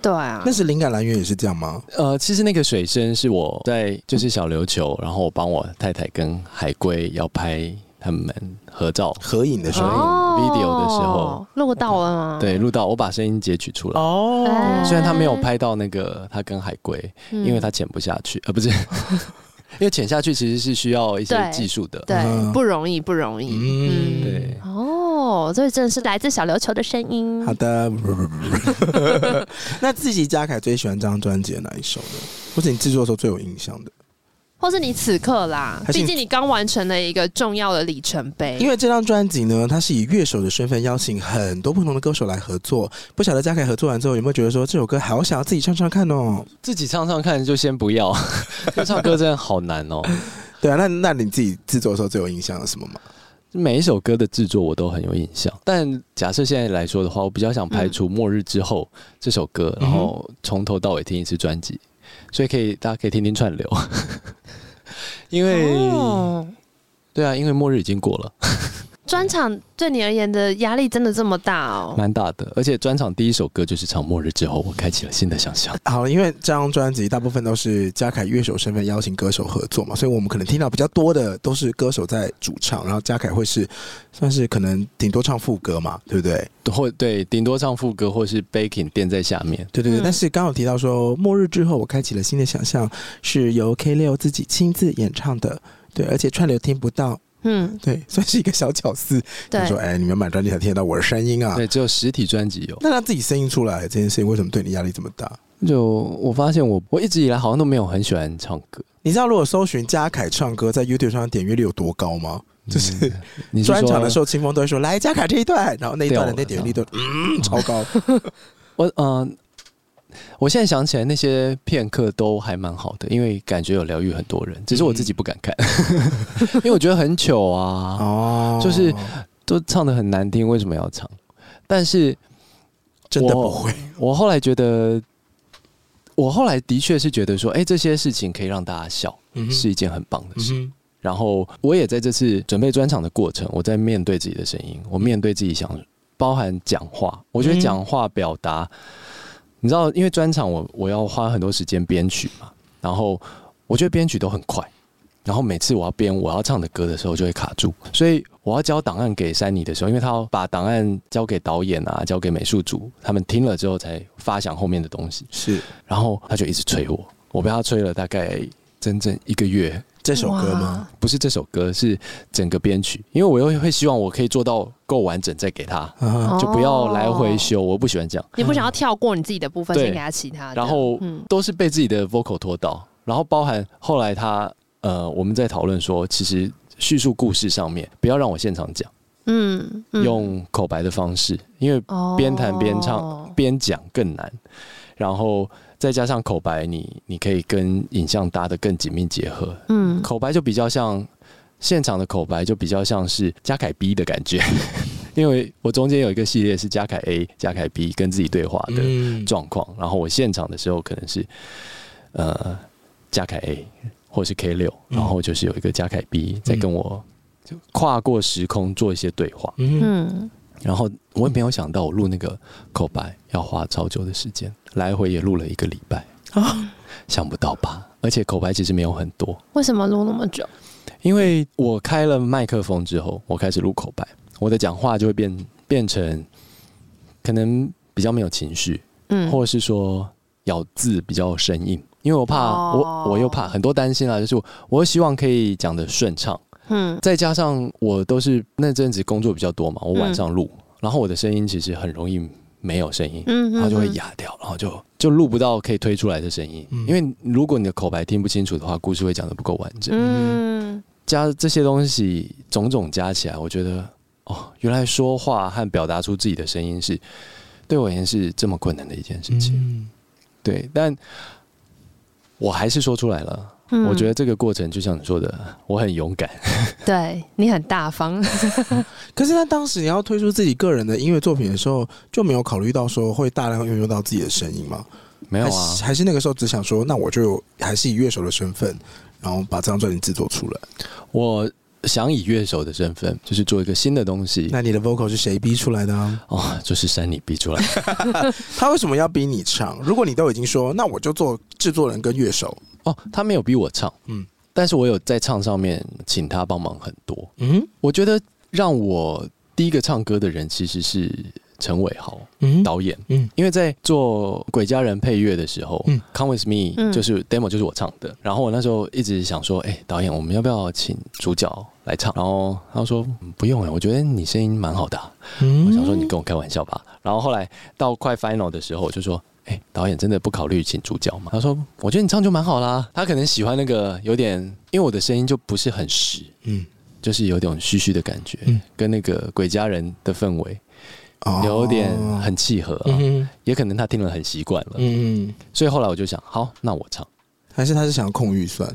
B: 对啊
A: 那，是灵感来源也是这样吗？
C: 呃，其实那个水声是我在就是小琉球，然后我帮我太太跟海龟要拍他们合照，
A: 合影的时
C: 所以
A: 候，
C: video 的时候
B: 哦录到了吗？
C: 对，录到我把声音截取出来。
B: 哎，
C: 虽然他没有拍到那个他跟海龟，
B: 嗯，
C: 因为他潜不下去，呃，不是， 因为潜下去其实是需要一些
B: 对
C: 技术的。
A: 嗯
B: 对不容易，不容易。
A: 嗯
B: 嗯，
C: 对，
B: 哦，这真的是来自小琉球的声音。
A: 好的。 那自己嘉凯最喜欢这张专辑的哪一首呢？或者你制作的时候最有印象的？
B: 或是你此刻啦，
A: 还是你
B: 毕竟你刚完成了一个重要的里程碑。
A: 因为这张专辑呢，它是以乐手的身份邀请很多不同的歌手来合作。不晓得嘉凯合作完之后有没有觉得说这首歌好想要自己唱唱看哦？
C: 自己唱唱看，就先不要， 因为唱歌真的好难哦。
A: 对啊，那那你自己制作的时候最有印象的是什么吗？
C: 每一首歌的制作我都很有印象，但假设现在来说的话，我比较想
A: 嗯
C: 排除《末日之后》这首歌，然后从头到尾听一次专辑，所以可以大家可以听听串流， 因为、
B: 哦
C: 对啊，因为末日已经过了，
B: 专场对你而言的压力真的这么大哦？
C: 蛮大的，而且专场第一首歌就是唱《末日之后》，我开启了新的想象。
A: 好，因为这张专辑大部分都是嘉凯乐手身份邀请歌手合作嘛，所以我们可能听到比较多的都是歌手在主唱，然后嘉凯会是算是可能顶多唱副歌嘛，对不对？
C: 或对，顶多唱副歌或是 baking 垫在下面。
A: 对对对。
B: 嗯
A: 但是刚刚有提到说，末日之后我开启了新的想象，是由 K 六自己亲自演唱的，对，而且串流听不到，
B: 嗯，
A: 对，算是一个小巧思。他
B: 对
A: 说：“。哎，你们买专辑才听得到我的声音啊。
C: 对，只有实体专辑”有。
A: 那他自己声音出来这件事情，为什么对你压力这么大？
C: 就我发现我我一直以来好像都没有很喜欢唱歌，
A: 你知道如果搜寻嘉凯唱歌在 YouTube 上的点阅率有多高吗？就是
C: 你是说
A: 专场的时候，清风都会说：“来，嘉凯这一段。”然后那一段的
C: 掉了
A: 那点阅率都嗯超高。
C: 我嗯、我现在想起来那些片刻都还蛮好的，因为感觉有疗愈很多人，只是我自己不敢看， 因为我觉得很糗啊，
A: 嗯哦
C: 就是都唱的很难听，为什么要唱？但是
A: 真的不会，
C: 我后来觉得，我后来的确是觉得说，哎、这些事情可以让大家笑，
A: 嗯哼
C: 是一件很棒的
A: 嗯
C: 事。
A: 哼
C: 然后我也在这次准备专场的过程，我在面对自己的声音，我面对自己想包含讲话，我觉得
A: 嗯
C: 讲话表达，你知道，因为专场我我要花很多时间编曲嘛，然后我觉得编曲都很快，然后每次我要编我要唱的歌的时候就会卡住，所以我要交档案给珊妮的时候，因为她要把档案交给导演啊，交给美术组，他们听了之后才发想后面的东西，
A: 是
C: 然后她就一直催我，我被她催了大概整整一个月，
A: 这首歌吗？
C: 不是这首歌，是整个编曲，因为我又会希望我可以做到够完整再给他，
A: 啊
B: 哦
C: 就不要来回修，我不喜欢这样。
B: 你不想要跳过你自己的部分，
C: 对
B: 先给他其他的。
C: 然后
B: 嗯，
C: 都是被自己的 vocal 拖到，然后包含后来他呃，我们在讨论说，其实叙述故事上面不要让我现场讲，
B: 嗯嗯
C: 用口白的方式，因为
B: 哦
C: 边弹边唱，边讲更难，然后再加上口白你，你可以跟影像搭的更紧密结合，
B: 嗯，
C: 口白就比较像现场的口白，就比较像是加凯 B 的感觉， 因为我中间有一个系列是加凯 A、加凯 B 跟自己对话的
A: 嗯，
C: 状况，然后我现场的时候可能是呃加凯 A 或是 K 六，
A: 嗯
C: 然后就是有一个加凯 B 在跟我就跨过时空做一些对话，
A: 嗯，
B: 嗯，
C: 然后我也没有想到我录那个口白要花超久的时间，来回也录了一个礼拜
A: 啊
C: 想不到吧？而且口白其实没有很多。
B: 为什么录那么久？
C: 因为我开了麦克风之后，我开始录口白，我的讲话就会变变成可能比较没有情绪，
B: 嗯，
C: 或者是说咬字比较生硬，因为我怕、
B: 哦
C: 我我又怕很多担心啦，啊就是我我希望可以讲的顺畅，
B: 嗯
C: 再加上我都是那阵子工作比较多嘛，我晚上录，然后我的声音其实很容易没有声音，
B: 嗯，
C: 然后就会
B: 嗯，
C: 哑掉，然后就就录不到可以推出来的声音，
A: 嗯
C: 因为如果你的口白听不清楚的话，故事会讲的不够完整。
B: 嗯
C: 加这些东西种种加起来，我觉得哦，原来说话和表达出自己的声音是对我而言是这么困难的一件事情。
A: 嗯
C: 对，但我还是说出来了，
B: 嗯
C: 我觉得这个过程就像你说的，我很勇敢。
B: 对你很大方，
A: 可是他当时你要推出自己个人的音乐作品的时候，就没有考虑到说会大量运用到自己的声音吗？
C: 没有
A: 还
C: 啊
A: 是，还是那个时候只想说，那我就还是以乐手的身份，然后把这张专辑制作出来。
C: 我想以乐手的身份，就是做一个新的东西。
A: 那你的 vocal 是谁逼出来的、啊？
C: 哦，就是山里逼出来的。
A: 他为什么要逼你唱？如果你都已经说，那我就做制作人跟乐手，
C: 哦，他没有逼我唱，
A: 嗯
C: 嗯，但是我有在唱上面请他帮忙很多。
A: 嗯
C: 我觉得让我第一个唱歌的人其实是陈伟豪
A: 嗯
C: 导演，
A: 嗯
C: 嗯，因为在做《鬼家人》配乐的时候，
A: 嗯
C: 嗯，Come with me
B: 嗯
C: 就是 demo 就是我唱的，然后我那时候一直想说，哎、导演，我们要不要请主角来唱？然后他说、嗯不用哎、我觉得你声音蛮好的啊、
A: 嗯
C: 我想说你跟我开玩笑吧。然后后来到快 final 的时候，我就说。哎、导演真的不考虑请主角吗？他说：“我觉得你唱就蛮好啦。”他可能喜欢那个有点，因为我的声音就不是很实，
A: 嗯，
C: 就是有点虚虚的感觉，
A: 嗯
C: 跟那个鬼家人的氛围
A: 哦
C: 有点很契合、啊，
A: 嗯
C: 也可能他听了很习惯了，
A: 嗯，嗯
C: 所以后来我就想，好，那我唱，
A: 还是他是想控预算，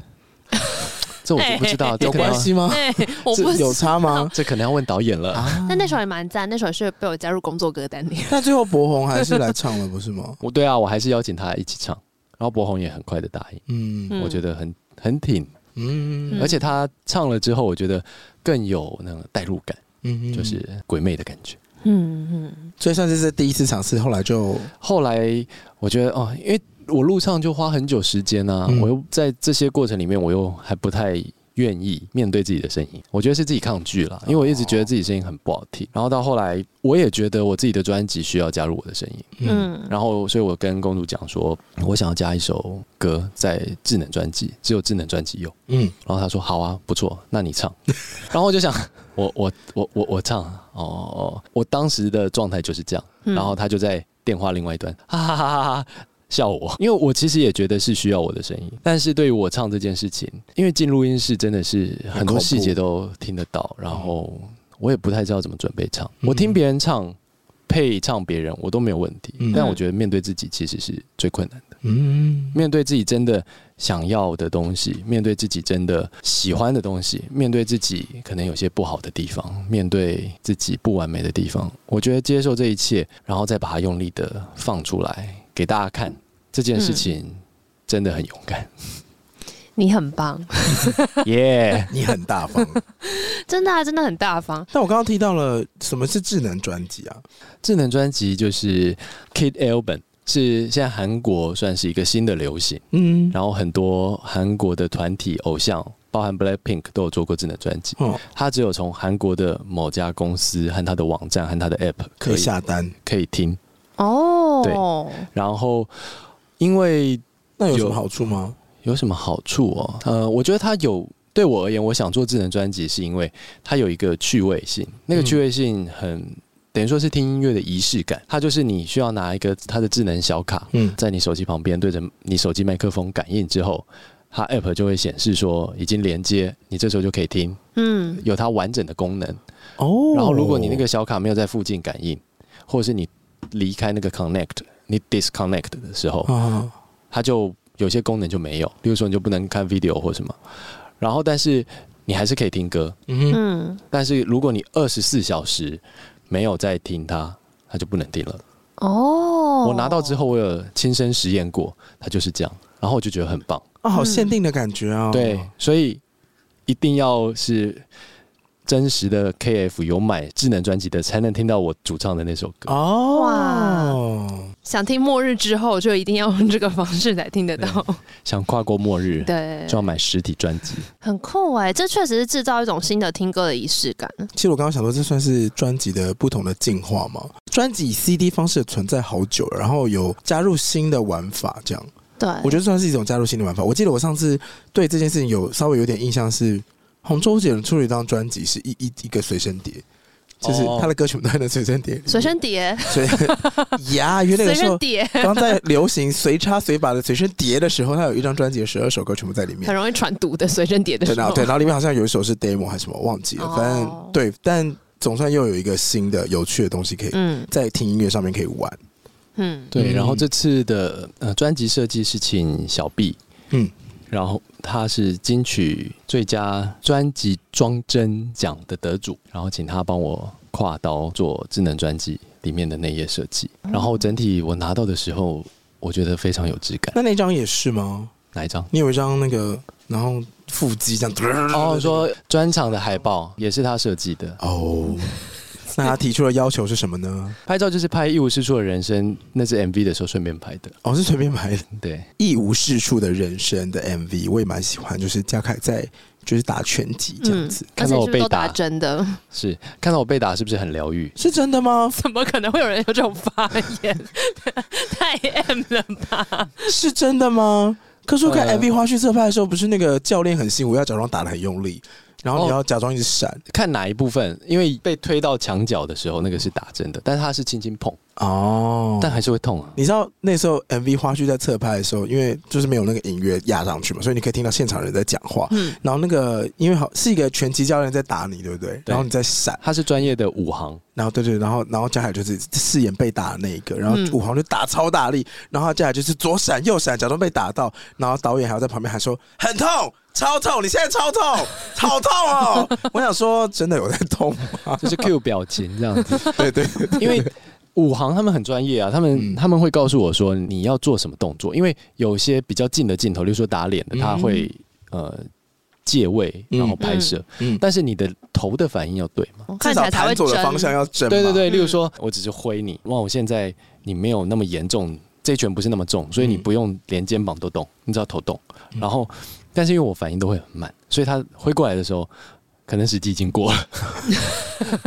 C: 这我就不知道，这
A: 有
C: 可能
A: 关
C: 要
A: 系吗？
B: 哎， 我
A: 这
B: 不
A: 有差 吗？
C: 这可能要问导演了。
A: 啊
B: 但那首也蛮赞，那首是被我加入工作歌单里。
A: 但最后博红还是来唱了，不是吗？
C: 我对啊，我还是邀请他一起唱，然后博宏也很快的答应，
A: 嗯
B: 嗯
C: 我觉得很很挺，
A: 嗯
C: 而且他唱了之后，我觉得更有那个代入感，
A: 嗯
C: 哎就是鬼魅的感觉。
B: 嗯嗯，
A: 所以算是这第一次尝试，后来就
C: 后来我觉得哦，因为我录唱就花很久时间啊，
A: 嗯
C: 我又在这些过程里面，我又还不太愿意面对自己的声音，我觉得是自己抗拒了，因为我一直觉得自己声音很不好听，然后到后来我也觉得我自己的专辑需要加入我的声音，
B: 嗯
C: 然后所以我跟公主讲说，我想要加一首歌在智能专辑，只有智能专辑有，
A: 嗯
C: 然后她说好啊，不错，那你唱， 然后我就想，我我我我我唱啊，哦哦，我当时的状态就是这样。
B: 嗯
C: 然后他就在电话另外一端， 哈哈哈哈哈哈笑我，因为我其实也觉得是需要我的声音，但是对于我唱这件事情，因为进录音室真的是很
A: 恐怖
C: 多细节都听得到，然后我也不太知道怎么准备唱，
A: 嗯
C: 我听别人唱。配唱别人我都没有问题，
A: 嗯
C: 但我觉得面对自己其实是最困难的。
A: 嗯
C: 面对自己真的想要的东西，面对自己真的喜欢的东西，面对自己可能有些不好的地方，面对自己不完美的地方，我觉得接受这一切，然后再把它用力的放出来给大家看，这件事情真的很勇敢，
B: 你很棒，
C: 耶！
A: 你很大 方。
B: 真的啊，真的很大方。
A: 但我刚刚提到了什么是智能专辑啊？
C: 智能专辑就是 Kid Album，是现在韩国算是一个新的流行。
A: 嗯，
C: 然后很多韩国的团体偶像，包含 BLACKPINK 都有做过智能专辑。
A: 哦，
C: 他只有从韩国的某家公司和他的网站和他的 App
A: 可
C: 可
A: 以
C: 以
A: 下单。
C: 可以听。
B: 哦，
C: 然后，因为
A: 那有什么
C: 有
A: 好处吗？
C: 有什么好处哦？呃，我觉得它有对我而言，我想做智能专辑是因为它有一个趣味性，那个
A: 嗯
C: 趣味性很。等于说是听音乐的仪式感，它就是你需要拿一个它的智能小卡，
A: 嗯
C: 在你手机旁边对着你手机麦克风感应之后，它 app 就会显示说已经连接，你这时候就可以听，
B: 嗯
C: 有它完整的功能。
A: 哦
C: 然后如果你那个小卡没有在附近感应，或者是你离开那个 connect，你 disconnect 的时候，
A: 啊，
C: 它就有些功能就没有，例如说你就不能看 video 或什么。然后但是你还是可以听歌，
A: 嗯
B: 嗯，
C: 但是如果你二十四小时没有在听它，它就不能听了。
B: 哦，
C: 我拿到之后，我有亲身实验过，它就是这样，然后我就觉得很棒。
A: 啊，
B: 嗯
A: 好限定的感觉啊。
C: 对，所以一定要是真实的 KF 有买智能专辑的，才能听到我主唱的那首歌。
A: 哦，
B: 想听末日之后，就一定要用这个方式才听得到。
C: 想跨过末日，
B: 对，
C: 就要买实体专辑。
B: 很酷哎、这确实是制造一种新的听歌的仪式感。
A: 其实我刚刚想说，这算是专辑的不同的进化嘛？专辑以 CD 方式存在好久，然后有加入新的玩法，这样
B: 对，
A: 我觉得算是一种加入新的玩法。我记得我上次对这件事情有稍微有点印象是。红周杰伦出了一张专辑，是一一一个随身碟，就是
C: 哦
A: 他的歌曲都在那随身碟里面。
B: 随身碟，
A: 所以 呀，因为那
B: 随
A: 个时
B: 身
A: 候
B: 碟
A: 刚在流行随插随把的随身碟的时候，他有一张专辑的十二首歌全部在里面
B: 很。容易传毒的，随身碟的
A: 对，
B: 时
A: 然
B: 候
A: 后，对，然后里面好像有一首是 demo 还是什么，忘记了。
B: 哦
A: 反正对，但总算又有一个新的有趣的东西可以
B: 嗯
A: 在听音乐上面可以玩。
B: 嗯，
C: 对，
A: 嗯
C: 然后这次的呃专辑设计是请小毕，
A: 嗯
C: 嗯，然后他是金曲最佳专辑装帧奖的得主，然后请他帮我跨刀做智能专辑里面的内页设计，然后整体我拿到的时候，我觉得非常有质 感。
A: 那那张也是吗？
C: 哪一张？
A: 你有一张那个，然后腹肌这样，
C: 哦，说专场的海报也是他设计的，
A: 哦，那他提出的要求是什么呢？
C: 拍照就是拍一无是处的人生，那是 MV 的时候顺便拍的。
A: 哦，是随便买的。
C: 对，
A: 一无是处的人生的 MV，我也蛮喜欢，就是嘉凯在就是打拳击这样子，
B: 嗯而
C: 看
B: 且是
C: 到
B: 不
C: 我
B: 是
C: 被
B: 都
C: 打
B: 打针的？
C: 是看到我被打是不是很疗愈？
A: 是真的吗？
B: 怎么可能会有人有这种发言？ 太 M 了吧！
A: 是真的吗？可是我看
C: 呃
A: MV 花絮侧拍的时候，不是那个教练很辛苦，要假装打的很用力，然后你
C: 哦
A: 要假装一直闪
C: 看哪一部分？因为被推到墙角的时候，那个是打针的，但是他是轻轻碰，
A: 哦。
C: 但还是会痛啊。
A: 你知道那时候 MV 花絮在侧拍的时候，因为就是没有那个音乐压上去嘛，所以你可以听到现场人在讲话。
B: 嗯
A: 然后那个因为好是一个拳击教练在打你，对不对？然后你在闪，
C: 他是专业的武行，
A: 然后对对，然后然后嘉海就是饰演被打的那一个，然后
B: 嗯
A: 武行就打超大力，然后嘉海就是左闪右闪，假装被打到，然后导演还要在旁边喊说很痛，超痛，你现在超痛，好痛哦！ 我想说，真的有在痛 吗？
C: 就是 Q 表情这样子。
A: 对对，
C: 因为武行他们很专业啊，他们、
A: 嗯
C: 他们会告诉我说你要做什么动作，因为有些比较近的镜头，例如说打脸的，
A: 嗯
C: 他会、呃借位
A: 嗯
C: 然后拍摄，
A: 嗯，
C: 但是你的头的反应要对嘛？
A: 至
B: 看起
A: 少
B: 来才
A: 弹
B: 会
A: 左的
B: 针。
A: 方向要正嘛。
C: 对对对，
B: 嗯
C: 例如说我只是挥你，哇，我现在你没有那么严重，这一拳不是那么重，所以你
A: 嗯
C: 不用连肩膀都动，你只要头动
A: 嗯。
C: 然后，但是因为我反应都会很慢，所以他挥过来的时候，可能时机已经过了。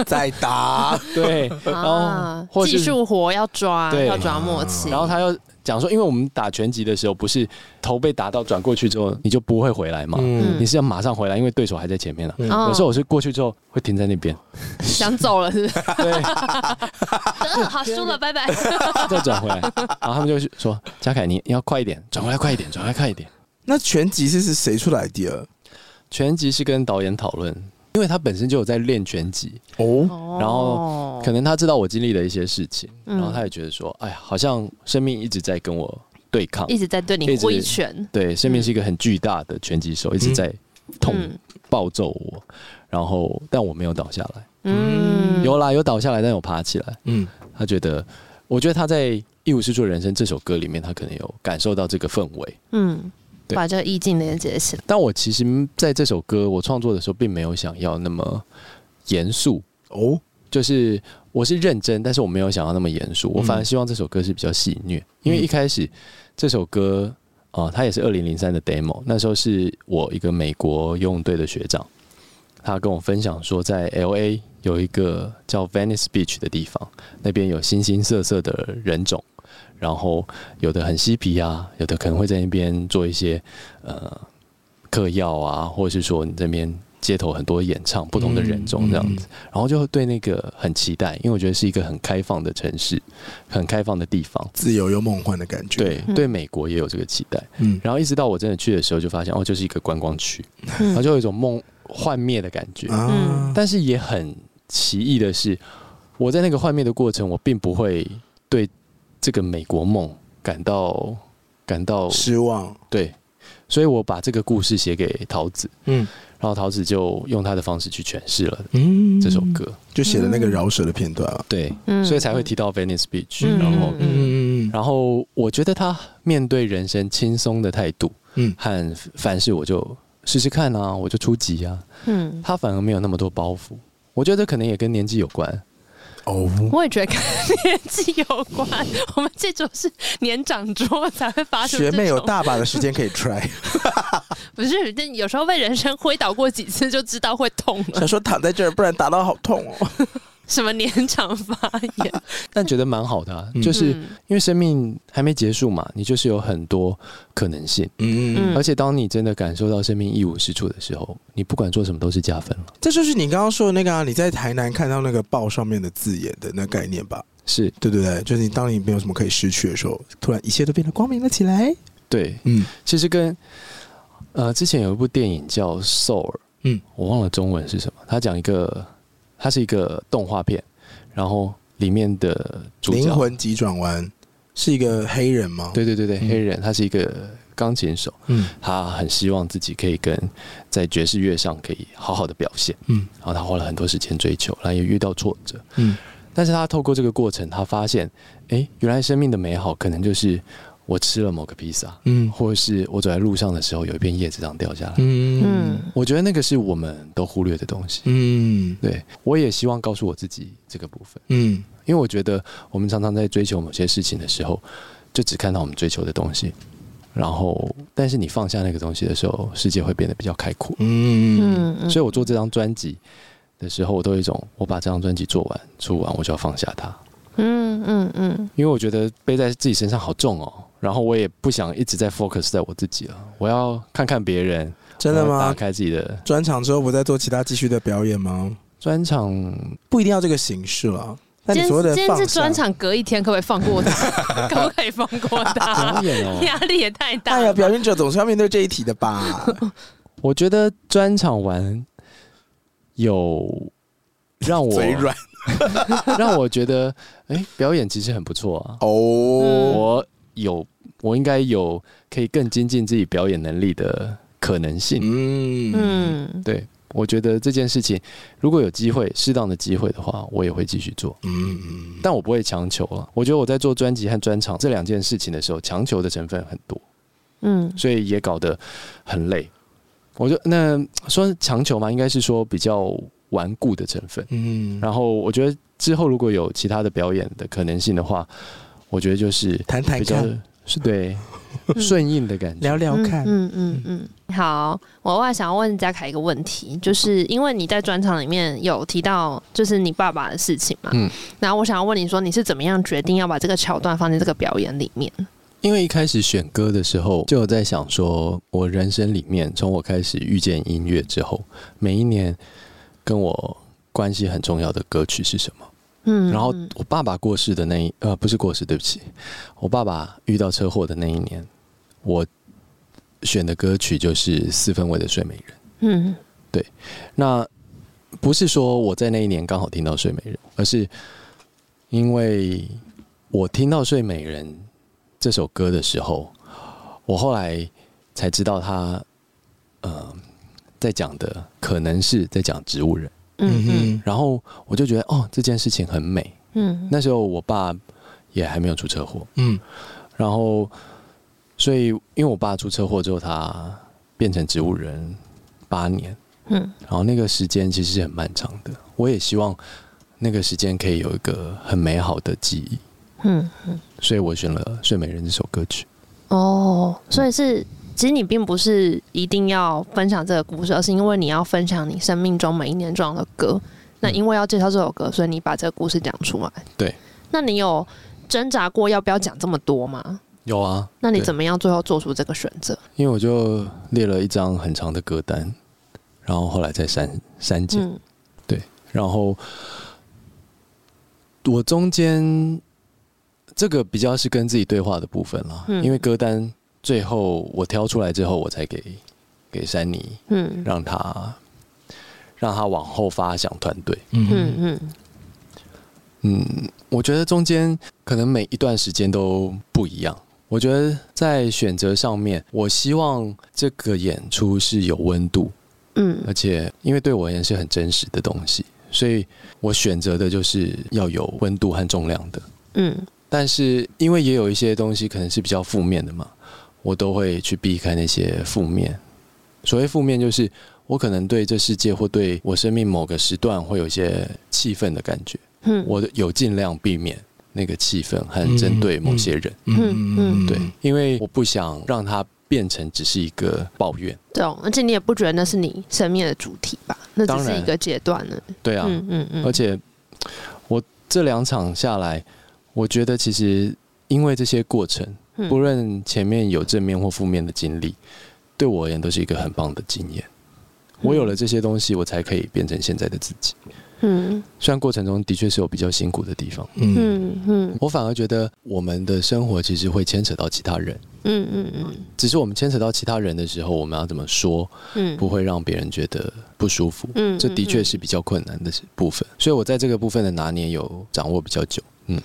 A: 再打，
C: 对，然后
B: 啊
C: 哦或，
B: 技
C: 是
B: 术活要抓，
C: 对
B: 要抓默契。
A: 哦
C: 然后他又讲说，因为我们打拳击的时候，不是头被打到转过去之后，你就不会回来嘛，
A: 嗯
C: 你是要马上回来，因为对手还在前面了、
A: 嗯
B: 哦
C: 有时候我是过去之后会停在那边，
B: 想走了，是不是？
C: 对，
B: 呃 好，输了，拜 拜。
C: 再转回来，然后他们就说：“嘉凯，你你要快一点，转回来快一点，转回来快一点。
A: 那全集是是谁出来的？”
C: 拳击是跟导演讨论，因为他本身就有在练拳击，
A: 哦，
C: 然
B: 后
C: 可能他知道我经历的一些事情，
B: 哦嗯
C: 然后他也觉得说：“哎呀，好像生命一直在跟我对抗
B: 哦一，直在对你
C: 一直
B: 挥拳，
C: 对，生命是一个很巨大的拳击手，一直在痛
B: 嗯
C: 暴揍我，然后但我没有倒下来，
B: 嗯，
C: 有啦有倒下来，但有爬起来。
A: 嗯，
C: 他觉得，我觉得他在《一无是处的人生》这首歌里面，他可能有感受到这个氛围。
B: 嗯，
C: 对
B: 把这个意境连接起来。
C: 但我其实在这首歌我创作的时候，并没有想要那么严肃，
A: 哦，
C: 就是我是认真，但是我没有想要那么严
A: 嗯
C: 肃，我反而希望这首歌是比较戏谑，因为一开始这首歌啊、呃它也是二零零三的 demo，那时候是我一个美国游泳队的学长，他跟我分享说，在 L A 有一个叫 Venice Beach 的地方，那边有形形色色的人种，然后有的很嬉皮啊，有的可能会在那边做一些呃嗑药啊，或者是说你这边街头很多演唱不同的人种这样
A: 嗯
C: 子。
A: 嗯
C: 然后就对那个很期待，因为我觉得是一个很开放的城市，很开放的地方。
A: 自由又梦幻的感觉。
C: 对，对美国也有这个期待。
A: 嗯，
C: 然后一直到我真的去的时候，就发现哦，就是一个观光区，
B: 嗯
C: 然后就有一种梦幻灭的感觉。
A: 啊，
C: 但是也很奇异的是，我在那个幻灭的过程，我并不会对这个美国梦感到感到
A: 失望，
C: 对，所以我把这个故事写给桃子，
A: 嗯
C: 然后桃子就用她的方式去诠释了
A: 嗯
C: 这首歌。
A: 就写了那个饶舌的片段啊。
C: 对，
B: 嗯
C: 所以才会提到 Venice Beach，、
B: 嗯
C: 然后
B: 嗯
A: 嗯嗯
C: 然后我觉得他面对人生轻松的态度
A: 嗯
C: 和凡事我就试试看啊，我就出击啊，
B: 嗯，
C: 他反而没有那么多包袱。我觉得可能也跟年纪有关，
A: 哦，
B: 我也觉得跟 年纪有关。我们这种是年长桌才会发出这
A: 学
B: 种，
A: 妹有大把的时间可以 try，
B: 不是？但有时候被人生挥倒过几次，就知道会痛了
A: 想。说躺在这儿，不然打到好痛哦。
B: 什么年长发言？
C: 但觉得蛮好的、啊，
A: 嗯
C: 就是
B: 嗯
C: 因为生命还没结束嘛，你就是有很多可能性。
A: 嗯，
B: 嗯
C: 而且当你真的感受到生命一无是处的时候，你不管做什么都是加分了。
A: 这就是你刚刚说的那个啊，你在台南看到那个报上面的字眼的那概念吧？
C: 是
A: 对对对，就是你当你没有什么可以失去的时候，突然一切都变得光明了起来。
C: 对，
A: 嗯
C: 其实跟呃，之前有一部电影叫《Soul》，
A: 嗯
C: 嗯，我忘了中文是什么。它讲一个，它是一个动画片，然后里面的主
A: 灵
C: 角
A: 魂急转弯，是一个黑人吗？，
C: 对对对对，
A: 嗯
C: 黑人他是一个钢琴手，
A: 嗯
C: 他很希望自己可以跟在爵士乐上可以好好的表现，
A: 嗯
C: 然后他花了很多时间追求，然后也遇到挫折，
A: 嗯
C: 但是他透过这个过程，他发现，诶，原来生命的美好可能就是我吃了某个披萨，
A: 嗯
C: 或者是我走在路上的时候有一片叶子这样掉下来，
A: 嗯
B: 嗯，
C: 我觉得那个是我们都忽略的东西。
A: 嗯
C: 对，我也希望告诉我自己这个部分，
A: 嗯
C: 因为我觉得我们常常在追求某些事情的时候，就只看到我们追求的东西，然后但是你放下那个东西的时候，世界会变得比较开阔。
A: 嗯
B: 嗯，
C: 所以我做这张专辑的时候，我都有一种我把这张专辑做完出完，我就要放下它，
B: 嗯嗯嗯
C: 因为我觉得背在自己身上好重哦。然后我也不想一直在 focus 在我自己了，我要看看别人，
A: 真的
C: 我要打
A: 吗？
C: 开自己的
A: 专场之后不再做其他继续的表演吗？
C: 专场，
A: 不一定要这个形式了。 那
B: 嗯，
A: 你
B: 今
A: 所谓
B: 天
A: 的
B: 今天
A: 放
B: 是
A: 下
B: 专，场，隔一天可不可以放过 他？可不可以放过他
C: 表？演哦，
B: 压力也太大
A: 哎
B: 了
A: 呀，
B: 吧。
A: 表演者总是要面对这一题的吧？
C: 我觉得专场玩有让 我
A: 嘴软
C: 让我觉得，哎、表演其实很不错啊。
A: 哦，
C: 我有，我应该有可以更精进自己表演能力的可能性。
A: 嗯
B: 嗯，
C: 对，我觉得这件事情如果有机会，适当的机会的话，我也会继续做，
A: 嗯嗯，
C: 但我不会强求了。我觉得我在做专辑和专场这两件事情的时候，强求的成分很多。
B: 嗯
C: 所以也搞得很累。我就那说强求嘛，应该是说比较顽固的成分。
A: 嗯，
C: 然后我觉得之后如果有其他的表演的可能性的话，我觉得就是
A: 谈谈
C: 比较
A: 看，
C: 是 对顺应的感觉。
A: 聊聊看，
B: 嗯嗯嗯嗯。好，我外想要问嘉凯一个问题，就是因为你在专场里面有提到就是你爸爸的事情嘛，
C: 嗯
B: 然后我想要问你说你是怎么样决定要把这个桥段放进这个表演里面？
C: 因为一开始选歌的时候，就有在想说，我人生里面从我开始遇见音乐之后，每一年跟我关系很重要的歌曲是什么。
B: 嗯，
C: 然后
B: 嗯
C: 我爸爸过世的那一呃不是过世，对不起，我爸爸遇到车祸的那一年，我选的歌曲就是四分卫的《睡美人
B: 嗯》。
C: 那不是说我在那一年刚好听到《睡美人》，而是因为我听到《睡美人》这首歌的时候，我后来才知道他呃在讲的可能是在讲植物人，
B: 嗯嗯
A: 嗯
C: 然后我就觉得哦这件事情很美。
B: 嗯，
C: 那时候我爸也还没有出车祸，
A: 嗯
C: 然后所以因为我爸出车祸之后，他变成植物人八年，
B: 嗯
C: 然后那个时间其实是很漫长的。我也希望那个时间可以有一个很美好的记忆，
B: 嗯
C: 所以我选了《睡美人》这首歌曲。
B: 哦，所以是。其实你并不是一定要分享这个故事，而是因为你要分享你生命中每一年中的歌。那因为要介绍这首歌，所以你把这个故事讲出来。
C: 嗯对。
B: 那你有挣扎过要不要讲这么多吗？
C: 有啊，
B: 那你
C: 对
B: 怎么样最后做出这个选择？
C: 因为我就列了一张很长的歌单，然后后来再删删减。
B: 嗯
C: 然后我中间这个比较是跟自己对话的部分啦，
B: 嗯
C: 因为歌单最后我挑出来之后，我才给给珊妮，
B: 嗯
C: 让他让他往后发想团队。
A: 嗯
B: 嗯嗯
C: 嗯，我觉得中间可能每一段时间都不一样。我觉得在选择上面，我希望这个演出是有温度，而
B: 嗯
C: 且因为对我而言是很真实的东西，所以我选择的就是要有温度和重量的。
B: 嗯
C: 但是因为也有一些东西可能是比较负面的嘛，我都会去避开那些负面。所谓负面，就是我可能对这世界或对我生命某个时段会有一些气愤的感觉，
B: 嗯，
C: 我有尽量避免那个气愤和针对某些人，
A: 嗯
C: 对，因为我不想让它变成只是一个抱怨。
B: 懂。而且你也不觉得那是你生命的主体吧？那只
C: 当
B: 是
C: 然
B: 一个阶段呢。
C: 对啊，
B: 嗯嗯嗯，
C: 而且我这两场下来，我觉得其实因为这些过程，
B: 嗯
C: 不论前面有正面或负面的经历，对我而言都是一个很棒的经验。我有了这些东西，我才可以变成现在的自己。
B: 嗯
C: 虽然过程中的确是有比较辛苦的地方，
A: 嗯
B: 嗯嗯
C: 我反而觉得我们的生活其实会牵扯到其他人。
B: 嗯嗯嗯
C: 只是我们牵扯到其他人的时候，我们要怎么说，
B: 嗯，
C: 不会让别人觉得不舒服？
B: 嗯，
C: 这的确
B: 嗯
C: 是比较困难的部分，所以我在这个部分的拿捏有掌握比较久。嗯，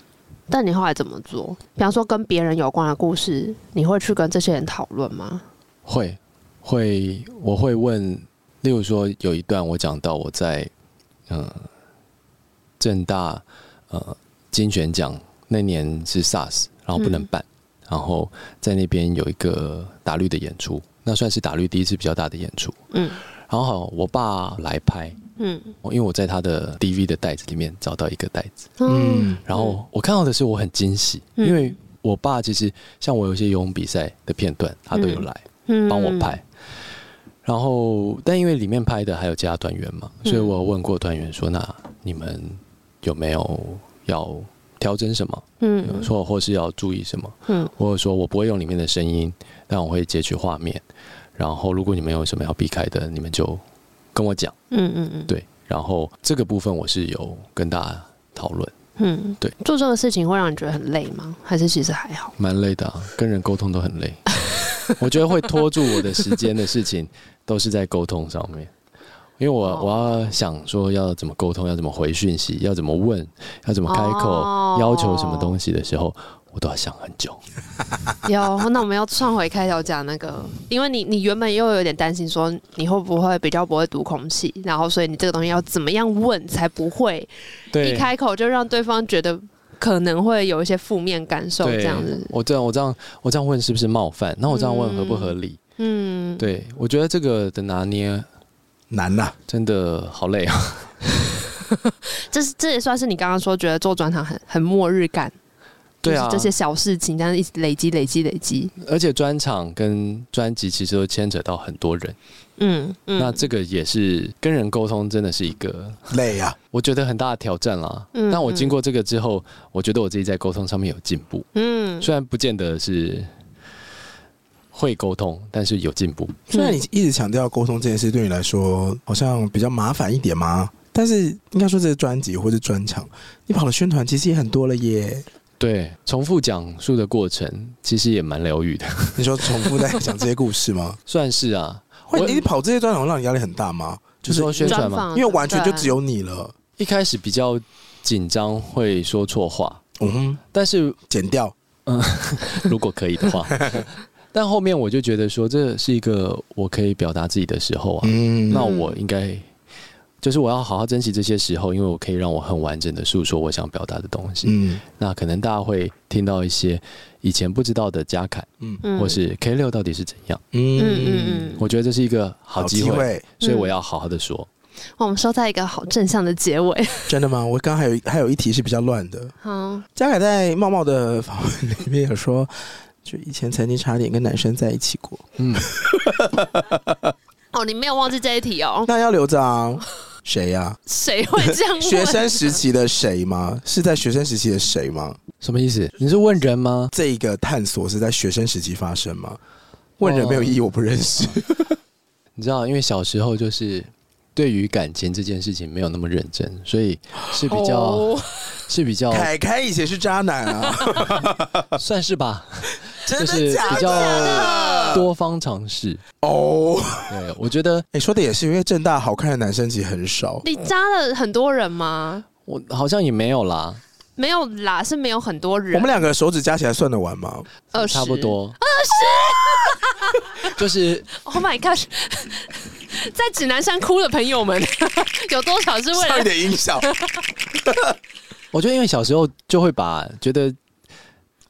B: 但你后来怎么做？比方说跟别人有关的故事，你会去跟这些人讨论吗？
C: 会会，我会问，例如说有一段我讲到我在嗯、呃、正大呃金选奖那年是 SARS，然后不能
B: 嗯
C: 办，然后在那边有一个打绿的演出，那算是打绿第一次比较大的演出。
B: 嗯
C: 然后好我爸来拍，
B: 嗯
C: 因为我在他的 DV 的袋子里面找到一个袋子，
B: 嗯
A: 嗯，
C: 然后我看到的是我很惊喜，
B: 嗯
C: 因为我爸其实像我有一些游泳比赛的片段，他都有来。
B: 嗯
C: 帮我拍。然后，但因为里面拍的还有其他团员嘛，
B: 嗯
C: 所以我有问过团员说：“那你们有没有要调整什么？
B: 嗯
C: 说或是要注意什么？
B: 嗯
C: 或者说我不会用里面的声音，但我会截取画面。然后，如果你们有什么要避开的，你们就跟我讲。
B: 嗯嗯嗯，
C: 对，然后这个部分我是有跟大家讨论，
B: 嗯
C: 对，
B: 做这个事情会让你觉得很累吗？还是其实还 好？
C: 蛮累的、啊，跟人沟通 都很累。我觉得会拖住我的时间的事情，都是在沟通上面。因为我、
B: 哦
C: 我要想说要怎么沟通，要怎么回讯息，要怎么问，要怎么开口，
B: 哦
C: 要求什么东西的时候，我都要想很久。
B: 有，那我们要串回开头讲那个，因为你你原本又有点担心说你会不会比较不会读空气，然后所以你这个东西要怎么样问才不会一开口就让对方觉得可能会有一些负面感受这
C: 对
B: 样子，。
C: 我这样我这样我这样问是不是冒犯？那我这样问合不合理？
B: 嗯，
C: 对我觉得这个的拿捏
A: 难啊呐、
C: 真的好累啊。
B: 这是这也算是你刚刚说觉得做转场很很末日感，
C: 对啊
B: 就是这些小事情，但是一直累积累积累积，
C: 而且专场跟专辑其实都牵扯到很多人，
B: 嗯嗯，
C: 那这个也是跟人沟通，真的是一个
A: 累啊，
C: 我觉得很大的挑战啦。
B: 嗯
C: 但我经过这个之后，我觉得我自己在沟通上面有进步，
B: 嗯
C: 虽然不见得是会沟通，但是有进步。
A: 虽然你一直强调沟通这件事对你来说好像比较麻烦一点嘛，但是应该说这是专辑或是专场，你跑的宣传其实也很多了耶。
C: 对，重复讲述的过程其实也蛮疗愈的，
A: 你说重复在讲这些故事吗？
C: 算是啊。
A: 会
C: 我
A: 你跑这些专场让你压力很大吗？就
C: 你
A: 是
C: 说宣传
B: 专
C: 嘛，
B: 访
A: 因为完全就只
B: 有
A: 有你了，
C: 一开始比较紧张，会说错话，
A: 嗯哼，
C: 但是
A: 剪掉，
C: 如果可以 的话。但后面我就觉得说，这是一个我可以表达自己的时候啊。
A: 嗯，
C: 那我应该就是我要好好珍惜这些时候，因为我可以让我很完整的诉说我想表达的东西。
A: 嗯
C: 那可能大家会听到一些以前不知道的加凯，
A: 嗯
B: 嗯
C: 或是 K 六到底是怎样。
A: 嗯
B: 嗯嗯嗯，
C: 我觉得这是一个好
A: 好
C: 机
A: 机
C: 会，
A: 会，
C: 所以我要好好的说。
B: 哇我们收在一个好正向的结尾，
A: 真的吗？我刚刚还有一还有一题是比较乱的，
B: 好，
A: 嘉凯在茂茂的访问里面有说，就以前曾经差点跟男生在一起过，
C: 嗯，
B: 哦，你没有忘记这一题哦，
A: 那要留着啊。谁呀、
B: 谁会这样问？
A: 学生时期的谁吗？是在学生时期的谁吗？
C: 什么意思？你是问人吗？
A: 这个探索是在学生时期发生吗？问人没有意义，我不认识。
C: 哦你知道，因为小时候就是对于感情这件事情没有那么认真，所以是比较、
B: 哦
C: 是比较
A: 凯凯以前是渣男啊，
C: 算是吧，
A: 真
C: 就是
A: 的假
C: 比
A: 的？
C: 较多方尝试。
A: 哦，
C: 对，我觉得
A: 你说的也是，因为正大好看的男生其实很少。
B: 你扎了很多人吗？
C: 我好像也没有啦，
B: 没有啦，是没有很多人，
A: 我们两个手指加起来算得完吗？
B: 二十
C: 差不。多 二十，就是。
B: Oh my god！在指南山哭的朋友们， 有多少是为
A: 上一
B: 了
A: 点音 效，
C: 我觉得因为小时候就会把觉得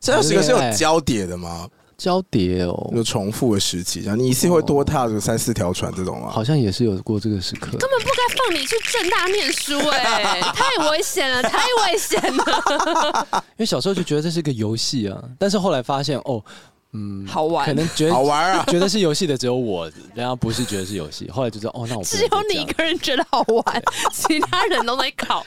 A: 这二十个是
C: 谈恋
A: 有
C: 爱
A: 交叠的吗？
C: 交叠哦，
A: 有重复的时期，然后你一次会多踏个三四条船这种吗？
C: 好像也是有过这个时刻。
B: 根本不该放你去正大念书、哎，太危险了，太危险了，
C: 因为小时候就觉得这是个游戏啊，但是后来发现哦， 嗯，
B: 好玩
C: 可能觉
A: 好
C: 得
A: 玩啊！
C: 觉得是游戏的只有我，人家不是觉得是游戏。后来就知道哦，那我不
B: 只
C: 能
B: 有
C: 再这
B: 你一
C: 样
B: 个人觉得好 玩，其他人都没考。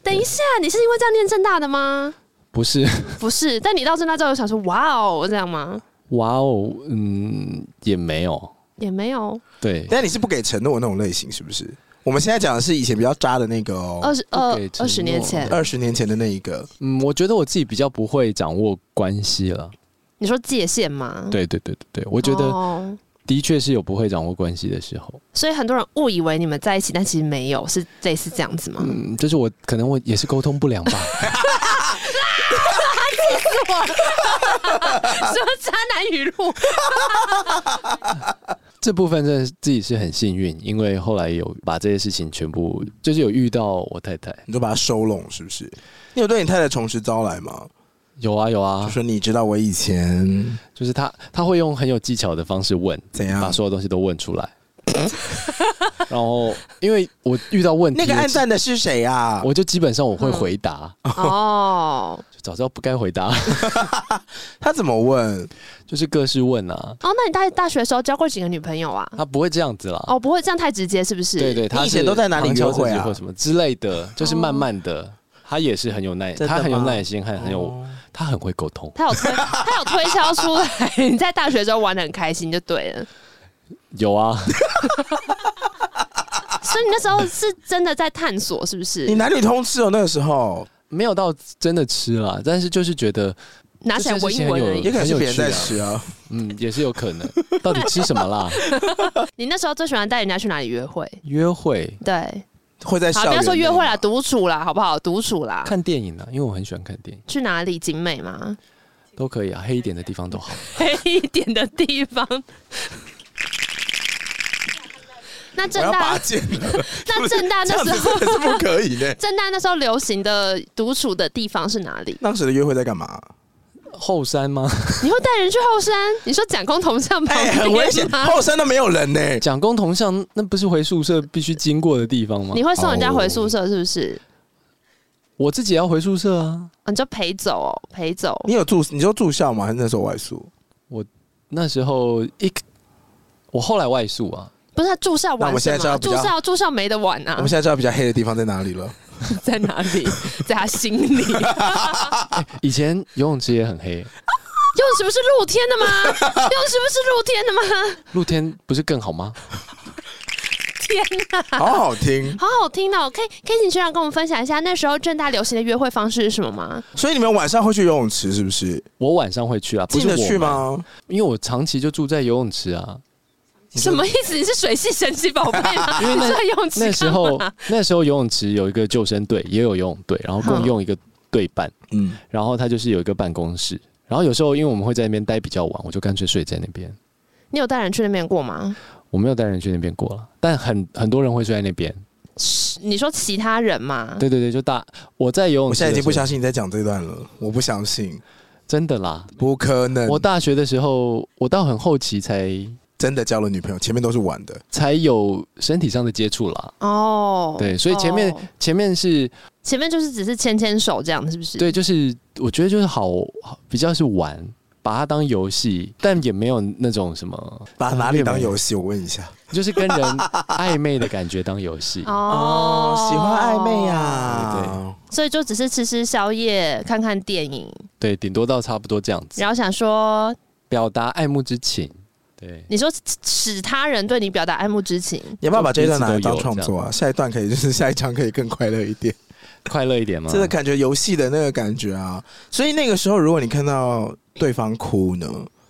B: 等一下，你是因为这样念正大的吗？
C: 不是
B: 不是，但你到正大之后有想说哇哦这样吗？
C: 哇哦，嗯，也没有
B: 也没有，
C: 对，
A: 但你是不给承诺那种类型，是不是？我们现在讲的是以前比较渣的那个
B: 二
A: 哦，
B: 十二
C: 不给承诺
B: 二十年前，
A: 二十年前的那一个。
C: 嗯，我觉得我自己比较不会掌握关系了。
B: 你说界限吗？，
C: 对对对对对，我觉得
B: 哦
C: 的确是有不会掌握关系的时候。
B: 所以很多人误以为你们在一起，但其实没有，
C: 嗯
B: 是类似这样子 吗？
C: 嗯，就是我可能我也是沟通不良吧。
B: 气死我了！什么渣男语 录？
C: 这部分真的是自己是很幸运，因为后来有把这些事情全部，就是有遇到我太太，
A: 你就把它收拢，是不是？你有对你太太重拾招来吗？
C: 有啊有
A: 就
C: 啊，
A: 说你知道我以前
C: 就是她她会用很有技巧的方式问，
A: 怎
C: 把
A: 样？
C: 所有东西都问出来。 然后因为我遇到问题，
A: 那个暗赞的是谁啊？
C: 我就基本上我会回答，
B: 哦
C: 就早知道不该回答，
A: 他怎么问？
C: 就是各式问啊，
B: 哦，那你大大学的时候交过几个女朋友啊？
C: 他不会这样子啦。
B: 哦，不会这样太直接，是不是？
C: 对对，他
A: 以前
C: 是
A: 都在哪里
C: 旁敲
A: 约会啊哦
C: 侧击或什么之类的，就是慢慢的，他也是很有耐，
A: 真的
C: 他很有
A: 吗哦
C: 耐心，还很有，他很会沟通，
B: 他 有推，他有推销出来。你在大学的时候玩的很开心就对 了，
C: 有啊，
B: 所以你那时候是真的在探索，是不是
A: 你？男女通吃哦，那个时候
C: 没有到真的吃啦，但是就是觉得，
B: 拿起来闻一闻而
A: 也
B: 已。
A: 可能是
C: 很有
A: 别人在
C: 趣啊
A: 吃啊。
C: 嗯，也是有可能。到底吃什么啦？
B: 你那时候最喜欢带人家去哪里约会？
C: 约会、
B: 对，
A: 会在校
B: 好，不
A: 园
B: 要
A: 内
B: 说约会啦，独处啦，好不好？独处啦，
C: 看电影啊，因为我很喜欢看电影，
B: 去哪里？景美吗？
C: 都可以啊，黑一点的地方都好。
B: 黑一点的地方。那
A: 我
B: 正
A: 要拔
B: 大，
A: 剑 了，
B: 那正大
A: 这
B: 那
A: 样
B: 时
A: 子
B: 候。
A: 真，的是不可以的
B: 正大那时候流行的独处的地方是哪里？
A: 当时的约会在干嘛？
C: 后山吗？
B: 你会带人去后山？你说蒋公铜像旁
A: 哎，
B: 边吗？
A: 很危险，后山都没有人呢。
C: 蒋公铜像那不是回宿舍必须经过的地方吗
B: 你？会送人家回宿舍是不是？
A: 哦
C: 我自己要回宿舍啊。
B: 啊你就陪走、哦，陪走。
A: 你有住，你就住校吗？还是那时候外宿？
C: 那时候一，我后来外宿啊，
B: 不是他住校
A: 那我
B: 玩
A: 们现在
B: 什
A: 知道
B: 么？
A: 比
B: 住
A: 较
B: 校住校没得玩
A: 我
B: 啊
A: 们，现在知道比较黑的地方在哪里 了。
B: 在哪里？在他心 里。
C: 以前游泳池也很黑，
B: 用什么是露天的吗？用什么是露天的吗？
C: 露天不是更好吗？
B: 天哪、
A: 好好听。
B: 好好听哦！可以可以，请学长跟我们分享一下那时候正大流行的约会方式是什么吗？
A: 所以你们晚上会去游泳池是不是？
C: 我晚上会去啊，不
A: 进
C: 是我
A: 得去
C: 们？
A: 吗？
C: 因为我长期就住在游泳 池啊。
B: 什么意思？你是水系神奇宝贝 吗？你在泳池
C: 那时候
B: 干嘛
C: 那时候游泳池有一个救生队，也有游泳队，然后共用一个队办，
A: 嗯，
C: 然后它就是有一个办公室。然后有时候因为我们会在那边待比较晚，我就干脆睡在那边。
B: 你有带人去那边过吗？
C: 我没有带人去那边过了，但很很多人会睡在那边。
B: 你说其他人吗？
C: 对对对，就大我在游泳
A: 我
C: 池
A: 现在已经不相
C: 信，
A: 信你在讲这段了，我不相信，
C: 真的啦。
A: 不可能。
C: 我
A: 我
C: 大学的时候，我到很后期才
A: 真的交了女朋友，前面都是玩的。
C: 才有身体上的接触啦。
B: 哦，
C: 对所以前面
B: 哦
C: 前面是
B: 前面就是只是牵牵手这样，是不是？
C: 对，就是我觉得就是好，好比较是玩，把它当游戏，但也没有那种什么，
A: 把哪里当游戏？我问一下。
C: 就是跟人暧昧的感觉当游戏。
B: 哦，
A: 喜欢暧昧呀、
C: 对
A: 啊。
B: 所以就只是吃吃宵夜、看看电影，
C: 对，顶多到差不多这样子，
B: 然后想说，
C: 表达爱慕之情。对，
B: 你说使他人对你表达爱慕之情，
A: 你要不要把这一段拿来当创作啊？下一段可以，就是 下一章可以更快乐一点。
C: 快乐一点吗？
A: 真的感觉游戏的那个感觉啊。所以那个时候，如果你看到对方哭呢，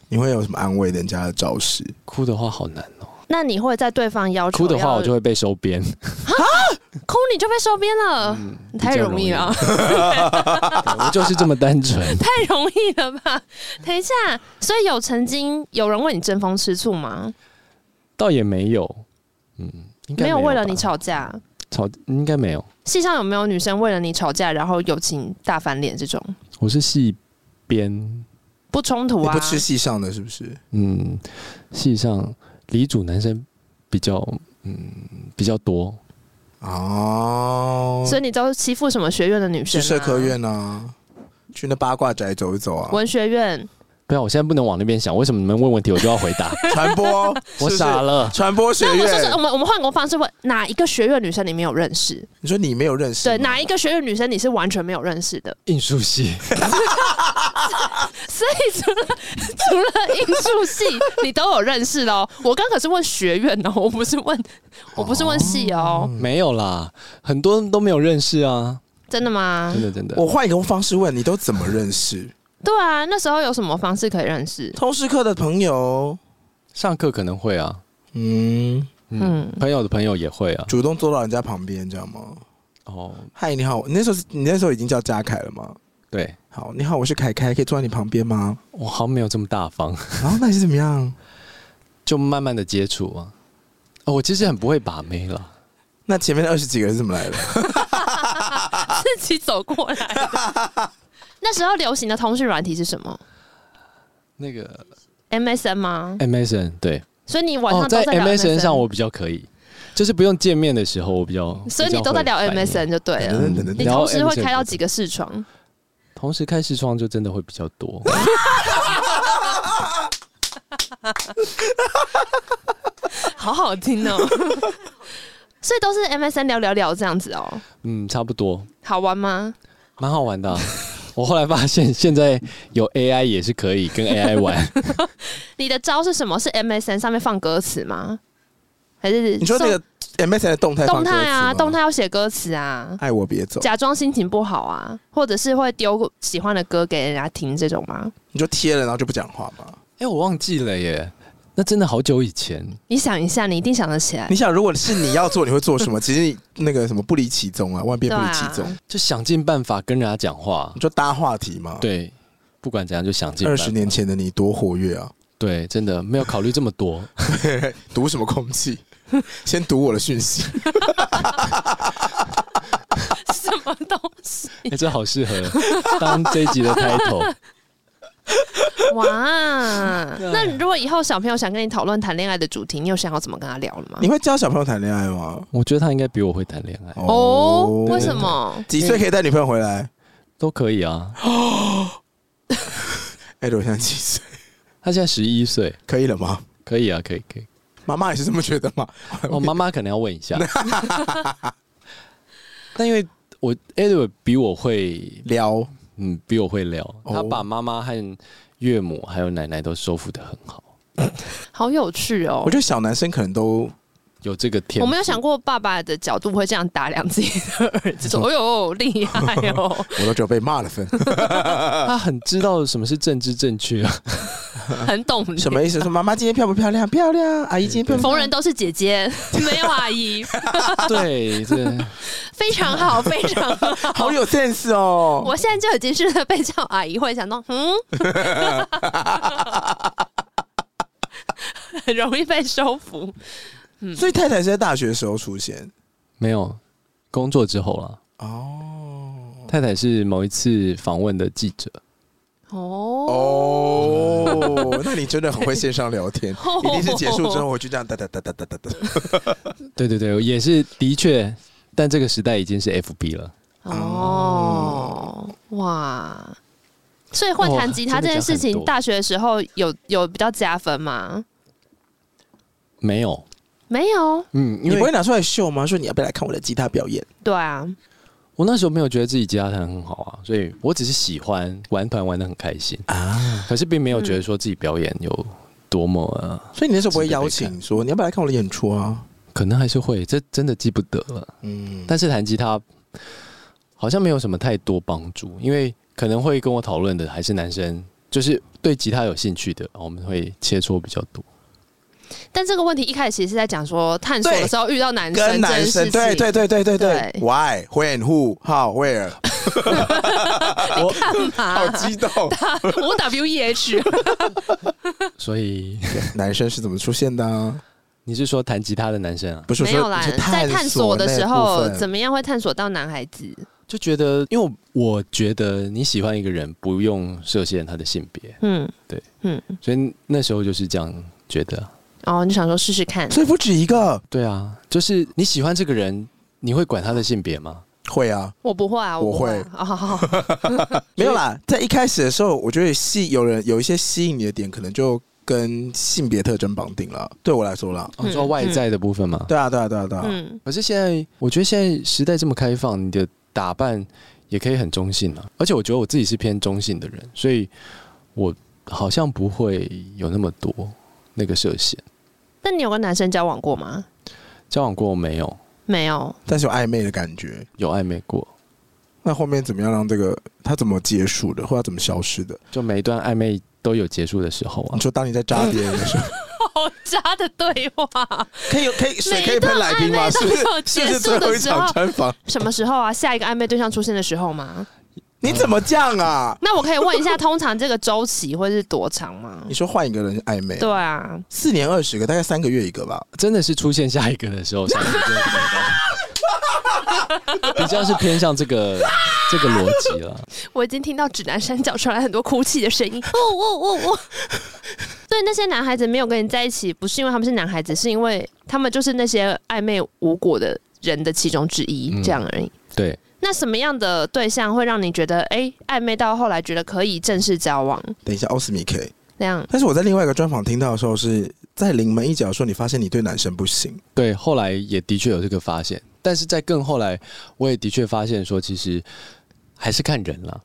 A: 你会有什么安慰人家的招式？
C: 哭的话好难哦，
B: 那你会在对方要求
C: 哭的话
B: 要
C: 我就会被收编，
B: 哭，你就被收编了，
C: 嗯
B: 你太容易了，
C: 我就是这么单纯。
B: 太容易了吧？等一下，所以有曾经有人为你争风吃醋吗？
C: 倒也没有，嗯，应该
B: 没有为了
C: 吧
B: 你吵架，
C: 吵，应该没有。
B: 戏上有没有女生为了你吵架，然后友情大翻脸这种？
C: 我是戏编，
B: 不冲突
A: 你
B: 啊，
A: 不吃戏上的是不是？
C: 嗯，戏上离主男生比较，嗯，比较多。
A: 哦，
B: 所以你都欺负什么学院的女生、
A: 去
B: 啊？
A: 社科、院啊，去那八卦宅走一走啊，
B: 文学院，
C: 不要，我现在不能往那边想。为什么你们问问题我就要回 答？
A: 传播，
C: 我傻
A: 了，
C: 了。
A: 传播学
B: 那我说是我哦
A: 院。
B: 们我们换个方式问，哪一个学院女生你没有认识？
A: 你说你没有认识吗，
B: 对，哪一个学院女生你是完全没有认识的？
C: 艺术系，
B: 所以除了除了艺术系，你都有认识喽。我刚可是问学院哦， 我不是问我不是问系哦，
C: 没有啦，很多人都没有认识啊。
B: 真的吗
C: 真？的真的，
A: 我换一个方式问你，都怎么认识？
B: 对啊，那时候有什么方式可以认识？
A: 通识课的朋友，
C: 上课可能会啊，
A: 嗯，
B: 嗯
C: 嗯，朋友的朋友也会啊。
A: 主动坐到人家旁边，这样吗？
C: 哦，
A: 嗨，你好，你那时候是你那时候已经叫嘉凯了吗？
C: 对
A: 好，你好，我是凯凯，可以坐在你旁边吗？
C: 我好像没有这么大方，
A: 然后那你是怎么样？
C: 就慢慢的接触啊。哦，我其实很不会把妹了，
A: 那前面的二十几个人是怎么来的？啊
B: 自己走过来 的那时候流行的通讯软体是什么
C: 那个
B: ？MSN 吗？
C: MSN 对，
B: 所以你晚上
C: 哦，
B: 都
C: 在
B: 聊
C: MSN 上我比较可以，就是不用见面的时候我比较，
B: 所以你都在聊 MSN 就对了。
A: 等等等
B: 你
A: 等，
C: 聊
B: 同时会
C: MSN
B: 开到几个视窗？
C: 同时开视窗就真的会比较多。
B: 好好听哦。 所以都是 MSN 聊聊聊这样子哦，
C: 嗯，差不多，
B: 好玩吗？
C: 蛮好玩的啊、 我后来发现现在有 AI 也是可以跟 AI 玩，
B: 你的招是什么？是 MSN 上面放歌词吗？还是
A: 你说那个 MSN 的动态放
B: 动态啊？
A: 歌词吗
B: 动态要写歌词啊？
A: 爱我别走，
B: 假装心情不好啊，或者是会丢喜欢的歌给人家听这种吗？
A: 你就贴了，然后就不讲话吧。
C: 哎、我忘记了耶，那真的好久以前。
B: 你想一下，你一定想得起来
A: 你。想，如果是你要做，你会做什么？其实你那个什么不离其宗啊，万变不离其宗
B: 对，
C: 就想尽办法跟人家讲话
A: 你，就搭话题嘛。，
C: 对，不管怎样就想尽办
A: 二
C: 法
A: 十年，前的你多活跃啊！
C: 对，真的没有考虑这么 多，
A: 读什么空 气？先读我的讯息，
B: 什么东西？
C: 哎、这好适合当这一集的开 头。
B: 哇！那如果以后小朋友想跟你讨论谈恋爱的主题，你有想要怎么跟他聊了吗
A: 你？会教小朋友谈恋爱吗？
C: 我觉得他应该比我会谈恋爱，
B: 哦，为什？么？
A: 几岁可以带女朋友回来？
C: 都可以啊。
A: 哎，对我现在几岁？
C: 他现在十一岁，
A: 可以了吗？
C: 可以啊，可以可 以。
A: 妈妈也是这么觉得吗？
C: 我妈妈可能要问一 下，但因为我 Edward 比我会，
A: 聊
C: 嗯，比我会聊，
A: 哦
C: 他把妈妈和岳母还有奶奶都收服的很好，
B: 好有趣哦
A: 我！觉得小男生可能都
C: 有这个天赋。
B: 我没有想过爸爸的角度会这样打量 自己的儿子，说：“哎呦，厉害哦
A: 我都只有被骂的份。
C: 他很知道什么是政治正确啊，，
B: 很懂你
A: 什么意思？说妈妈今天漂不漂亮？漂亮。阿姨今天漂不漂
B: 逢
A: 亮
B: 人都是姐姐，没有阿姨，
C: 对，这
B: 非常好，非常好。
A: 好有 sense 哦。
B: 我现在就已经是被叫阿姨，会想到嗯，很容易被收服。
A: 所以太太是在大学的时候出现
C: 没有工作之后了。
A: 哦
C: 太太是某一次访问的记者，
B: 哦，
A: 哦，那你真的很会线上聊天，一定是结束之后我就这样哒哒哒哒哒哒哒。
C: 对对对，也是的确，但这个时代已经是 FB 了。
B: 哦，哇！所以会弹吉他
C: 哇
B: 这件事
C: 真的讲
B: 情，
C: 很多
B: 大学的时候有有比较加分吗？
C: 没有，
B: 没有，
C: 嗯，
A: 你
C: 因
A: 不
C: 为
A: 会拿出来秀吗？说你要不要来看我的吉他表演？
B: 对啊，
C: 我那时候没有觉得自己吉他弹很好啊，所以我只是喜欢玩团玩的很开心啊，嗯可是并没有觉得说自己表演有多么、呃
A: 所以你那时候不会邀请说你要不要来看我的演出啊？
C: 可能还是会，这真的记不得了。
A: 嗯，
C: 但是弹吉他好像没有什么太多帮助，因为可能会跟我讨论的还是男生，就是对吉他有兴趣的，我们会切磋比较多。
B: 但这个问题一开始其实是在讲说探索的时候遇到男生
A: 跟
B: 这件
A: 男
B: 事
A: 生
B: 情，
A: 对 对对对对
B: 对
A: 对，Why when who how where，好
B: 啊，
A: 激动。
B: 我 W E H，
C: 所以
A: 男生是怎么出现的啊？
C: 你是说弹吉他的男生啊？
A: 不是我
B: 没有
A: 说
B: 啦
A: 你是，
B: 在探索的
A: 那
B: 时
A: 部
B: 候
A: 分
B: 怎么样会探索到男孩子？
C: 就觉得，因为我我觉得你喜欢一个人不用设限他的性别，
B: 嗯，
C: 所以那时候就是这样觉得啊。
B: 哦，你想说试试看，
A: 所以不止一个
C: 对啊，就是你喜欢这个人，你会管他的性别吗？
A: 会啊，
B: 我不会啊，
A: 我
B: 不会啊，哦好好好
A: 没有啦，在一开始的时候，我觉得吸有人有一些吸引你的点，可能就跟性别特征绑定了。对我来说啦，
C: 哦、你说外在的部分吗？
A: 对啊，对啊，对啊，对啊。
B: 嗯，
C: 可是现在，我觉得现在时代这么开放，你的打扮也可以很中性啊。而且我觉得我自己是偏中性的人，所以我好像不会有那么多那个设限。
B: 那你有跟男生交往过吗？
C: 交往过没有？
B: 没有，
A: 但是有暧昧的感觉。
C: 有暧昧过，
A: 那后面怎么样让这个他怎么结束的，或者怎么消失的？
C: 就每一段暧昧都有结束的时候啊
A: 你。说当你在扎别人的时 候，
B: 好渣的对话。
A: 可以有可以水
B: 每
A: 可以喷来宾吗？
B: 一段
A: 是
B: 暧昧
A: 不
B: 都有
A: 是
B: 结
A: 是不
B: 束
A: 是最
B: 的
A: 后一
B: 时候
A: 场专访？
B: 什么时候啊？下一个暧昧对象出现的时候吗？
A: 你怎么这样啊？
B: 那我可以问一下，通常这个周期会是多长吗
A: 你？说换一个人暧昧，
B: 对啊，
A: 四年二十个，大概三个月一个吧。
C: 真的是出现下一个的时候，才能真的得到 比较是偏向这个这个逻辑了。
B: 我已经听到指南山脚传来很多哭泣的声音， 哦哦哦哦。所以那些男孩子没有跟你在一起，不是因为他们是男孩子，是因为他们就是那些暧昧无果的人的其中之一，
C: 嗯
B: 这样而已。
C: 对，
B: 那什么样的对象会让你觉得，哎、暧昧到后来觉得可以正式交往？
A: 等一下，奥斯米 K。
B: 那样
A: 但是我在另外一个专访听到的时候是在临门一脚说，你发现你对男生不行，
C: 对，后来也的确有这个发现，但是在更后来，我也的确发现说，其实还是看人啦。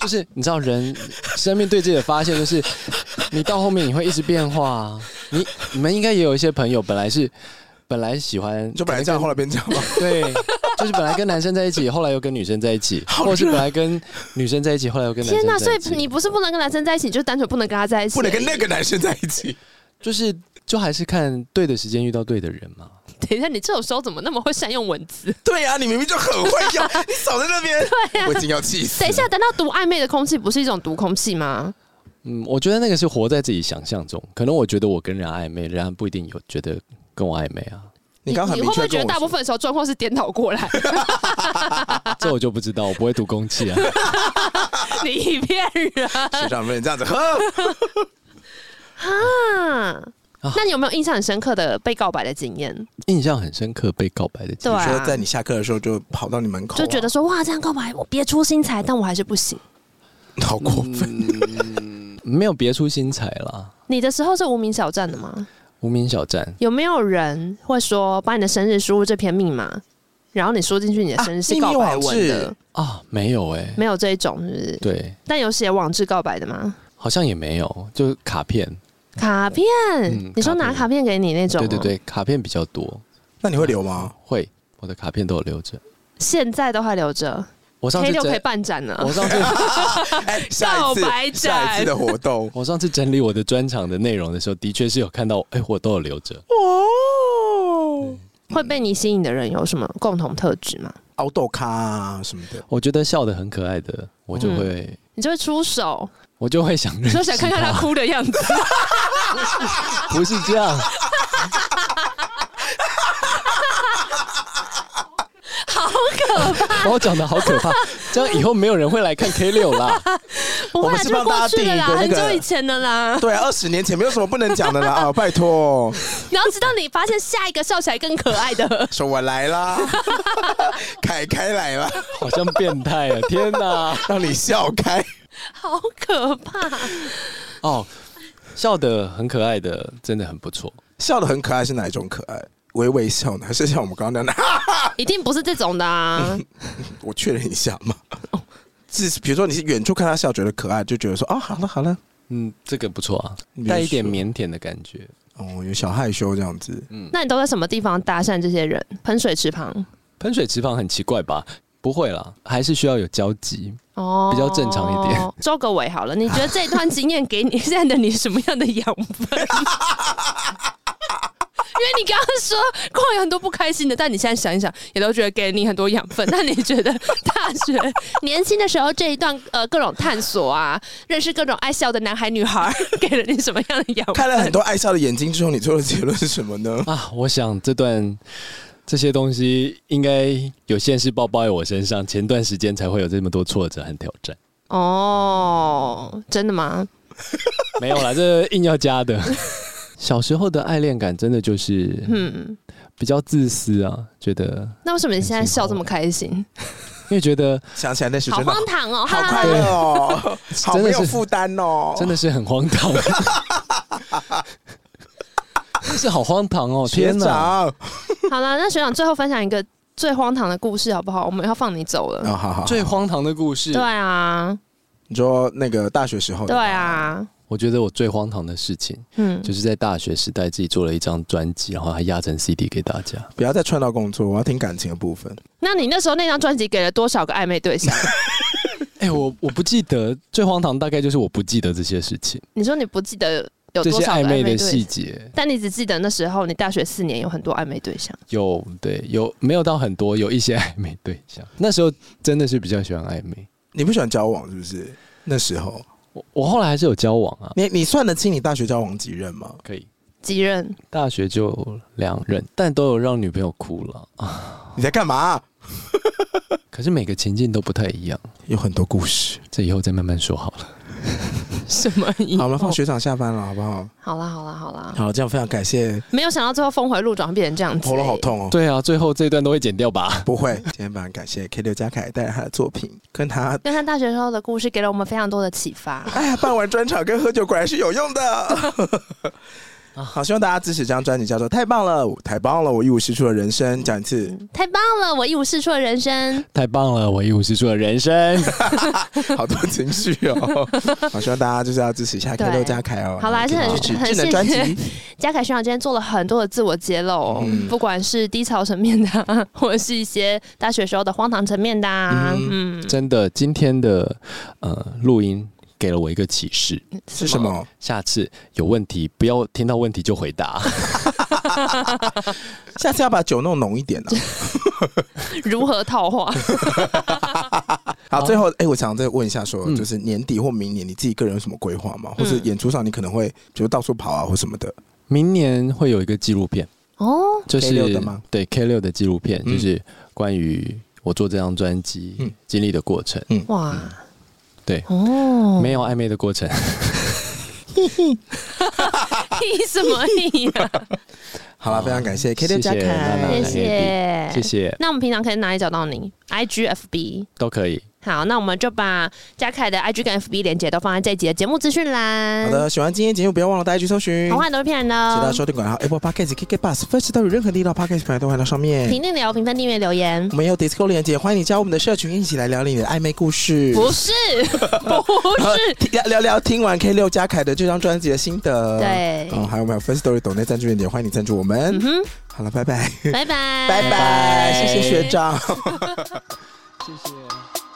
C: 就是你知道人生命对自己的发现，就是你到后面你会一直变化、啊。你你们应该也有一些朋友，本来是本来喜欢，
A: 就本来这样，后来变这样 吗？
C: 对，就是本来跟男生在一起，后来又跟女生在一起，
A: 好
C: 或者是本来跟女生在一起，后来又跟男生
B: 天
C: 在一起。
B: 所以你不是不能跟男生在一起，你就哎单纯不能跟他在一起，
A: 不能跟那个男生在一起。
C: 就是就还是看对的时间遇到对的人嘛。
B: 等一下，你这种时候怎么那么会善用 文字？ 啊
A: 对啊，你明明就很会 用，你少在那边， 我已经要气死。
B: 等一下，，等到读暧昧的空气，不是一种读空气吗？
C: 嗯，我觉得那个是活在自己想象中。可能我觉得我跟人家暧昧，人家不一定有觉得跟我暧昧啊，
A: 你刚刚很
B: 你
A: 明
B: 会不
A: 确
B: 会
A: 地
B: 觉
A: 跟
B: 得
A: 我
B: 大部
A: 说，
B: 分时候状况是颠倒过来？啊
C: 这我就不知道，我不会读 空气啊。
B: 你骗人
A: 学长不能这样 子，呵
B: 啊！那你有没有印象很深刻的被告白的经验？
C: 印象很深刻被告白的 经
B: 对
C: 历，
A: 你
B: 啊
A: 说在你下课的时候就跑到你门口啊，
B: 就觉得说哇，这样告白我别出心裁，但我还是不行。
A: 好过分。
C: 没有别出心裁啦。
B: 你的时候是无名小站的吗？
C: 无名小站，
B: 有没有人会说把你的生日输入这篇密码，然后你输进去你的生日
A: 啊
B: 是告白
A: 秘
B: 文
A: 密
B: 的
A: 网？
C: 啊，没有哎、
B: 没有这一种是不是？
C: 对，
B: 但有写网志告白的吗？
C: 好像也没有，就是卡片，
B: 卡片，
C: 嗯
B: 你说拿
C: 卡
B: 卡片给你那种、啊
C: 对对，对，卡片比较多，
A: 那你会留吗？
C: 会，我的卡片都有留着。
B: 现在都还留着
C: 我上
B: ，K
C: 次
B: 六可以
C: 整，
B: 办展呢、
C: 我 上次
A: 哎，下一次
B: 告白，战
A: 下一次的活动
C: 我上次整理我的专场的内容的时候，的确是有看到，哎、我都有留着。
A: 哦，
B: 会被你吸引的人有什么共同特质吗？
A: 凹豆咖啊什么的。
C: 我觉得笑得很可爱的，我就
B: 嗯
C: 会。
B: 你就会出手，
C: 我就会想认
B: 你
C: 识
B: 就想看看他哭的样子。
C: 他，不是这样，
B: 好可怕！
C: 把我讲的好 可怕，这样以后没有人会来看 K 六啦。
B: 不
A: 我
B: 会
A: 们
B: 啦，
A: 是
B: 就
A: 帮大家
B: 过去的
A: 定一
B: 啦，
A: 个那
B: 很
A: 个
B: 久以前的啦。
A: 对啊，二十年前没有什么不能讲的啦啊，拜 托，，
B: 然后直到你发现下一个笑起来更可爱的
A: 说我来啦， 凯凯来啦，
C: 好像变态啊！天哪，
A: 让你笑开。
B: 好可怕！
C: 哦，笑得很可爱的，真的很不错。
A: 笑的很可爱是哪一种可爱？微微笑呢，还是像我们刚刚那样？
B: 一定不是这种的
A: 嗯
B: 啊！
A: 我确认一下嘛。
B: 哦
A: 是比如说你是远处看他笑觉得可爱，就觉得说啊，好了好了，
C: 嗯，这个不错啊
A: 你，别
C: 带一点
A: 说
C: 腼腆的感觉。
A: 哦，有小害羞这样子。
B: 那你都在什么地方搭讪这些人？喷水池旁
C: 喷水池旁很奇怪吧？不会啦，还是需要有交集。
B: 哦，
C: 比较正常一点。
B: 周格伟，好了，你觉得这一段经验给你现在的你什么样的养分？ 因为你刚刚说过有很多不开心的，但你现在想一想，也都觉得给你很多养 分。那你觉得大学年轻的时候这一段呃各种探索啊，认识各种爱笑的男孩女孩， 给了你什么样的养分？
A: 看了很多爱笑的眼睛之后，你做的结论是什么 呢？
C: 啊，我想这段这些东西应该有现世报报在我身上，前段时间才会有这么多挫折和挑战。
B: 哦，真的吗？
C: 没有啦，这硬要加 的。小时候的爱恋感真的就是
B: 嗯，
C: 比较自私啊，觉得
B: 那为什么你现在笑这么开心？
C: 因为觉得
A: 想起来那时
B: 好
A: 真的
B: 荒唐哦！
A: 好
B: 哈
A: 快乐哦，好
C: 真
A: 没
C: 的
A: 有
C: 是
A: 负担哦，
C: 真的是很荒 唐，真是好荒唐哦！
A: 学
C: 天哪，
A: 长。
B: 好了，那学长最后分享一个最荒唐的故事好不好？我们要放你走了。
A: 啊，好好，
C: 最荒唐的故事，
B: 对啊，
A: 你说那个大学时候，
B: 对，啊，
C: 我觉得我最荒唐的事情
B: 嗯，
C: 就是在大学时代自己做了一张专辑，然后还压成 CD 给大家。
A: 不要再串到工作，我要听感情的部分。
B: 那你那时候那张专辑给了多少个暧昧对象？
C: 哎、我我不记得最荒唐，大概就是我不记得这些事情。
B: 你说你不记得有
C: 这
B: 多
C: 些
B: 少
C: 暧
B: 的
C: 昧
B: 对
C: 的
B: 象
C: 细节，
B: 但你只记得那时候你大学四年有很多暧昧对象，
C: 有对有没有到很多，有一些暧昧对象。那时候真的是比较喜欢暧昧，
A: 你不喜欢交往是不是？那时候，
C: 我我后来还是有交往啊，
A: 你你算得清你大学交往几任吗？
C: 可以。
B: 几任？
C: 大学就两任，但都有让女朋友哭了。啊
A: 你在干嘛？
C: 可是每个情境都不太一样，
A: 有很多故事。
C: 这以后再慢慢说好了。
B: 什么意
A: 好，我们放学长下班了，好不好？
B: 好啦好啦好啦，
A: 哦好，这样非常感谢，
B: 没有想到最后峰回路转变成这样子、
A: 喉咙好。痛哦。
C: 对啊，最后这段都会剪掉吧？
A: 不会，今天非常感谢 K 六加凯带来他的作品，跟他
B: 就像大学时候的故事，给了我们非常多的启发。
A: 哎呀，办完专场跟喝酒果然是有用 的。好，希望大家支持这张专辑，叫做《太棒了，太棒了，我一无是处的人生》。讲一次，
B: 太棒了，我一无是处的人生。
C: 太棒了，我一无是处的人 生。
A: 好多情绪 哦。好，希望大家就是要支持一下 K
B: 对
A: 六加凯哦。
B: 好啦
A: 然后
B: 还是
A: 支持智
B: 很
A: 能
B: 很
A: 专
B: 谢谢
A: 辑。
B: 嘉凯学长今天做了很多的自我揭露哦、
A: 嗯
B: 不管是低潮层面的、啊， 或者是一些大学时候的荒唐层面的、啊。嗯，
C: 真的，今天的呃录音给了我一个启示，
A: 是 什？么？
C: 下次有问题不要听到问题就回答。
A: 下次要把酒弄浓一点呢、啊
B: 嗯如何套 话？
A: 好，
C: 好
A: 最后，哎、我想再问一下说，
C: 嗯
A: 就是年底或明年你自己个人有什么规划吗？或是
B: 嗯
A: 演出上你可能会就是到处跑啊或什么的？
C: 明年会有一个纪录片，
B: 哦，
C: 就是
A: K6 的吗
C: 对 K 六的纪录片，
A: 嗯
C: 就是关于我做这张专
A: 嗯
C: 辑经历的过程，
B: 哇，
C: 对
B: 哦，
C: 没有暧昧的过程。
A: 嗯
B: 屁 什么屁 呀、
A: 好了，非常感谢 K
C: 哦谢谢
A: 六加
C: 娜娜
A: 凯
B: 谢
C: 谢，
B: 谢，
C: 谢。谢，
B: 那我们平常可以哪里找到你？IGFB。
C: 都可以。
B: 好，那我们就把嘉凯的 IG 跟 FB 连接都放在这一集的节目资讯栏。
A: 好，的，喜欢今天节目，不要忘了大家去搜寻
B: 童。话都是骗人的
A: 其他
B: 哦。
A: 收听管道 Apple Podcast、KK Bus、First Story 任何地道 Podcast 平台都欢迎到上面
B: 评。论聊、评分、订阅、留言
A: 我，们也有 Discord 连接，欢迎你加入我们的社群，一起来聊你的暧昧故事。
B: 不是，不是，
A: 聊聊聊听完 K 六加凯的这张专辑的心得。
B: 对
A: 哦，还有我们有 First Story 抖内赞助链接，欢迎你赞助我们
B: 嗯。哼，
A: 好了，拜拜，
B: 拜拜，
A: 拜拜，谢谢学。长。
C: 谢谢。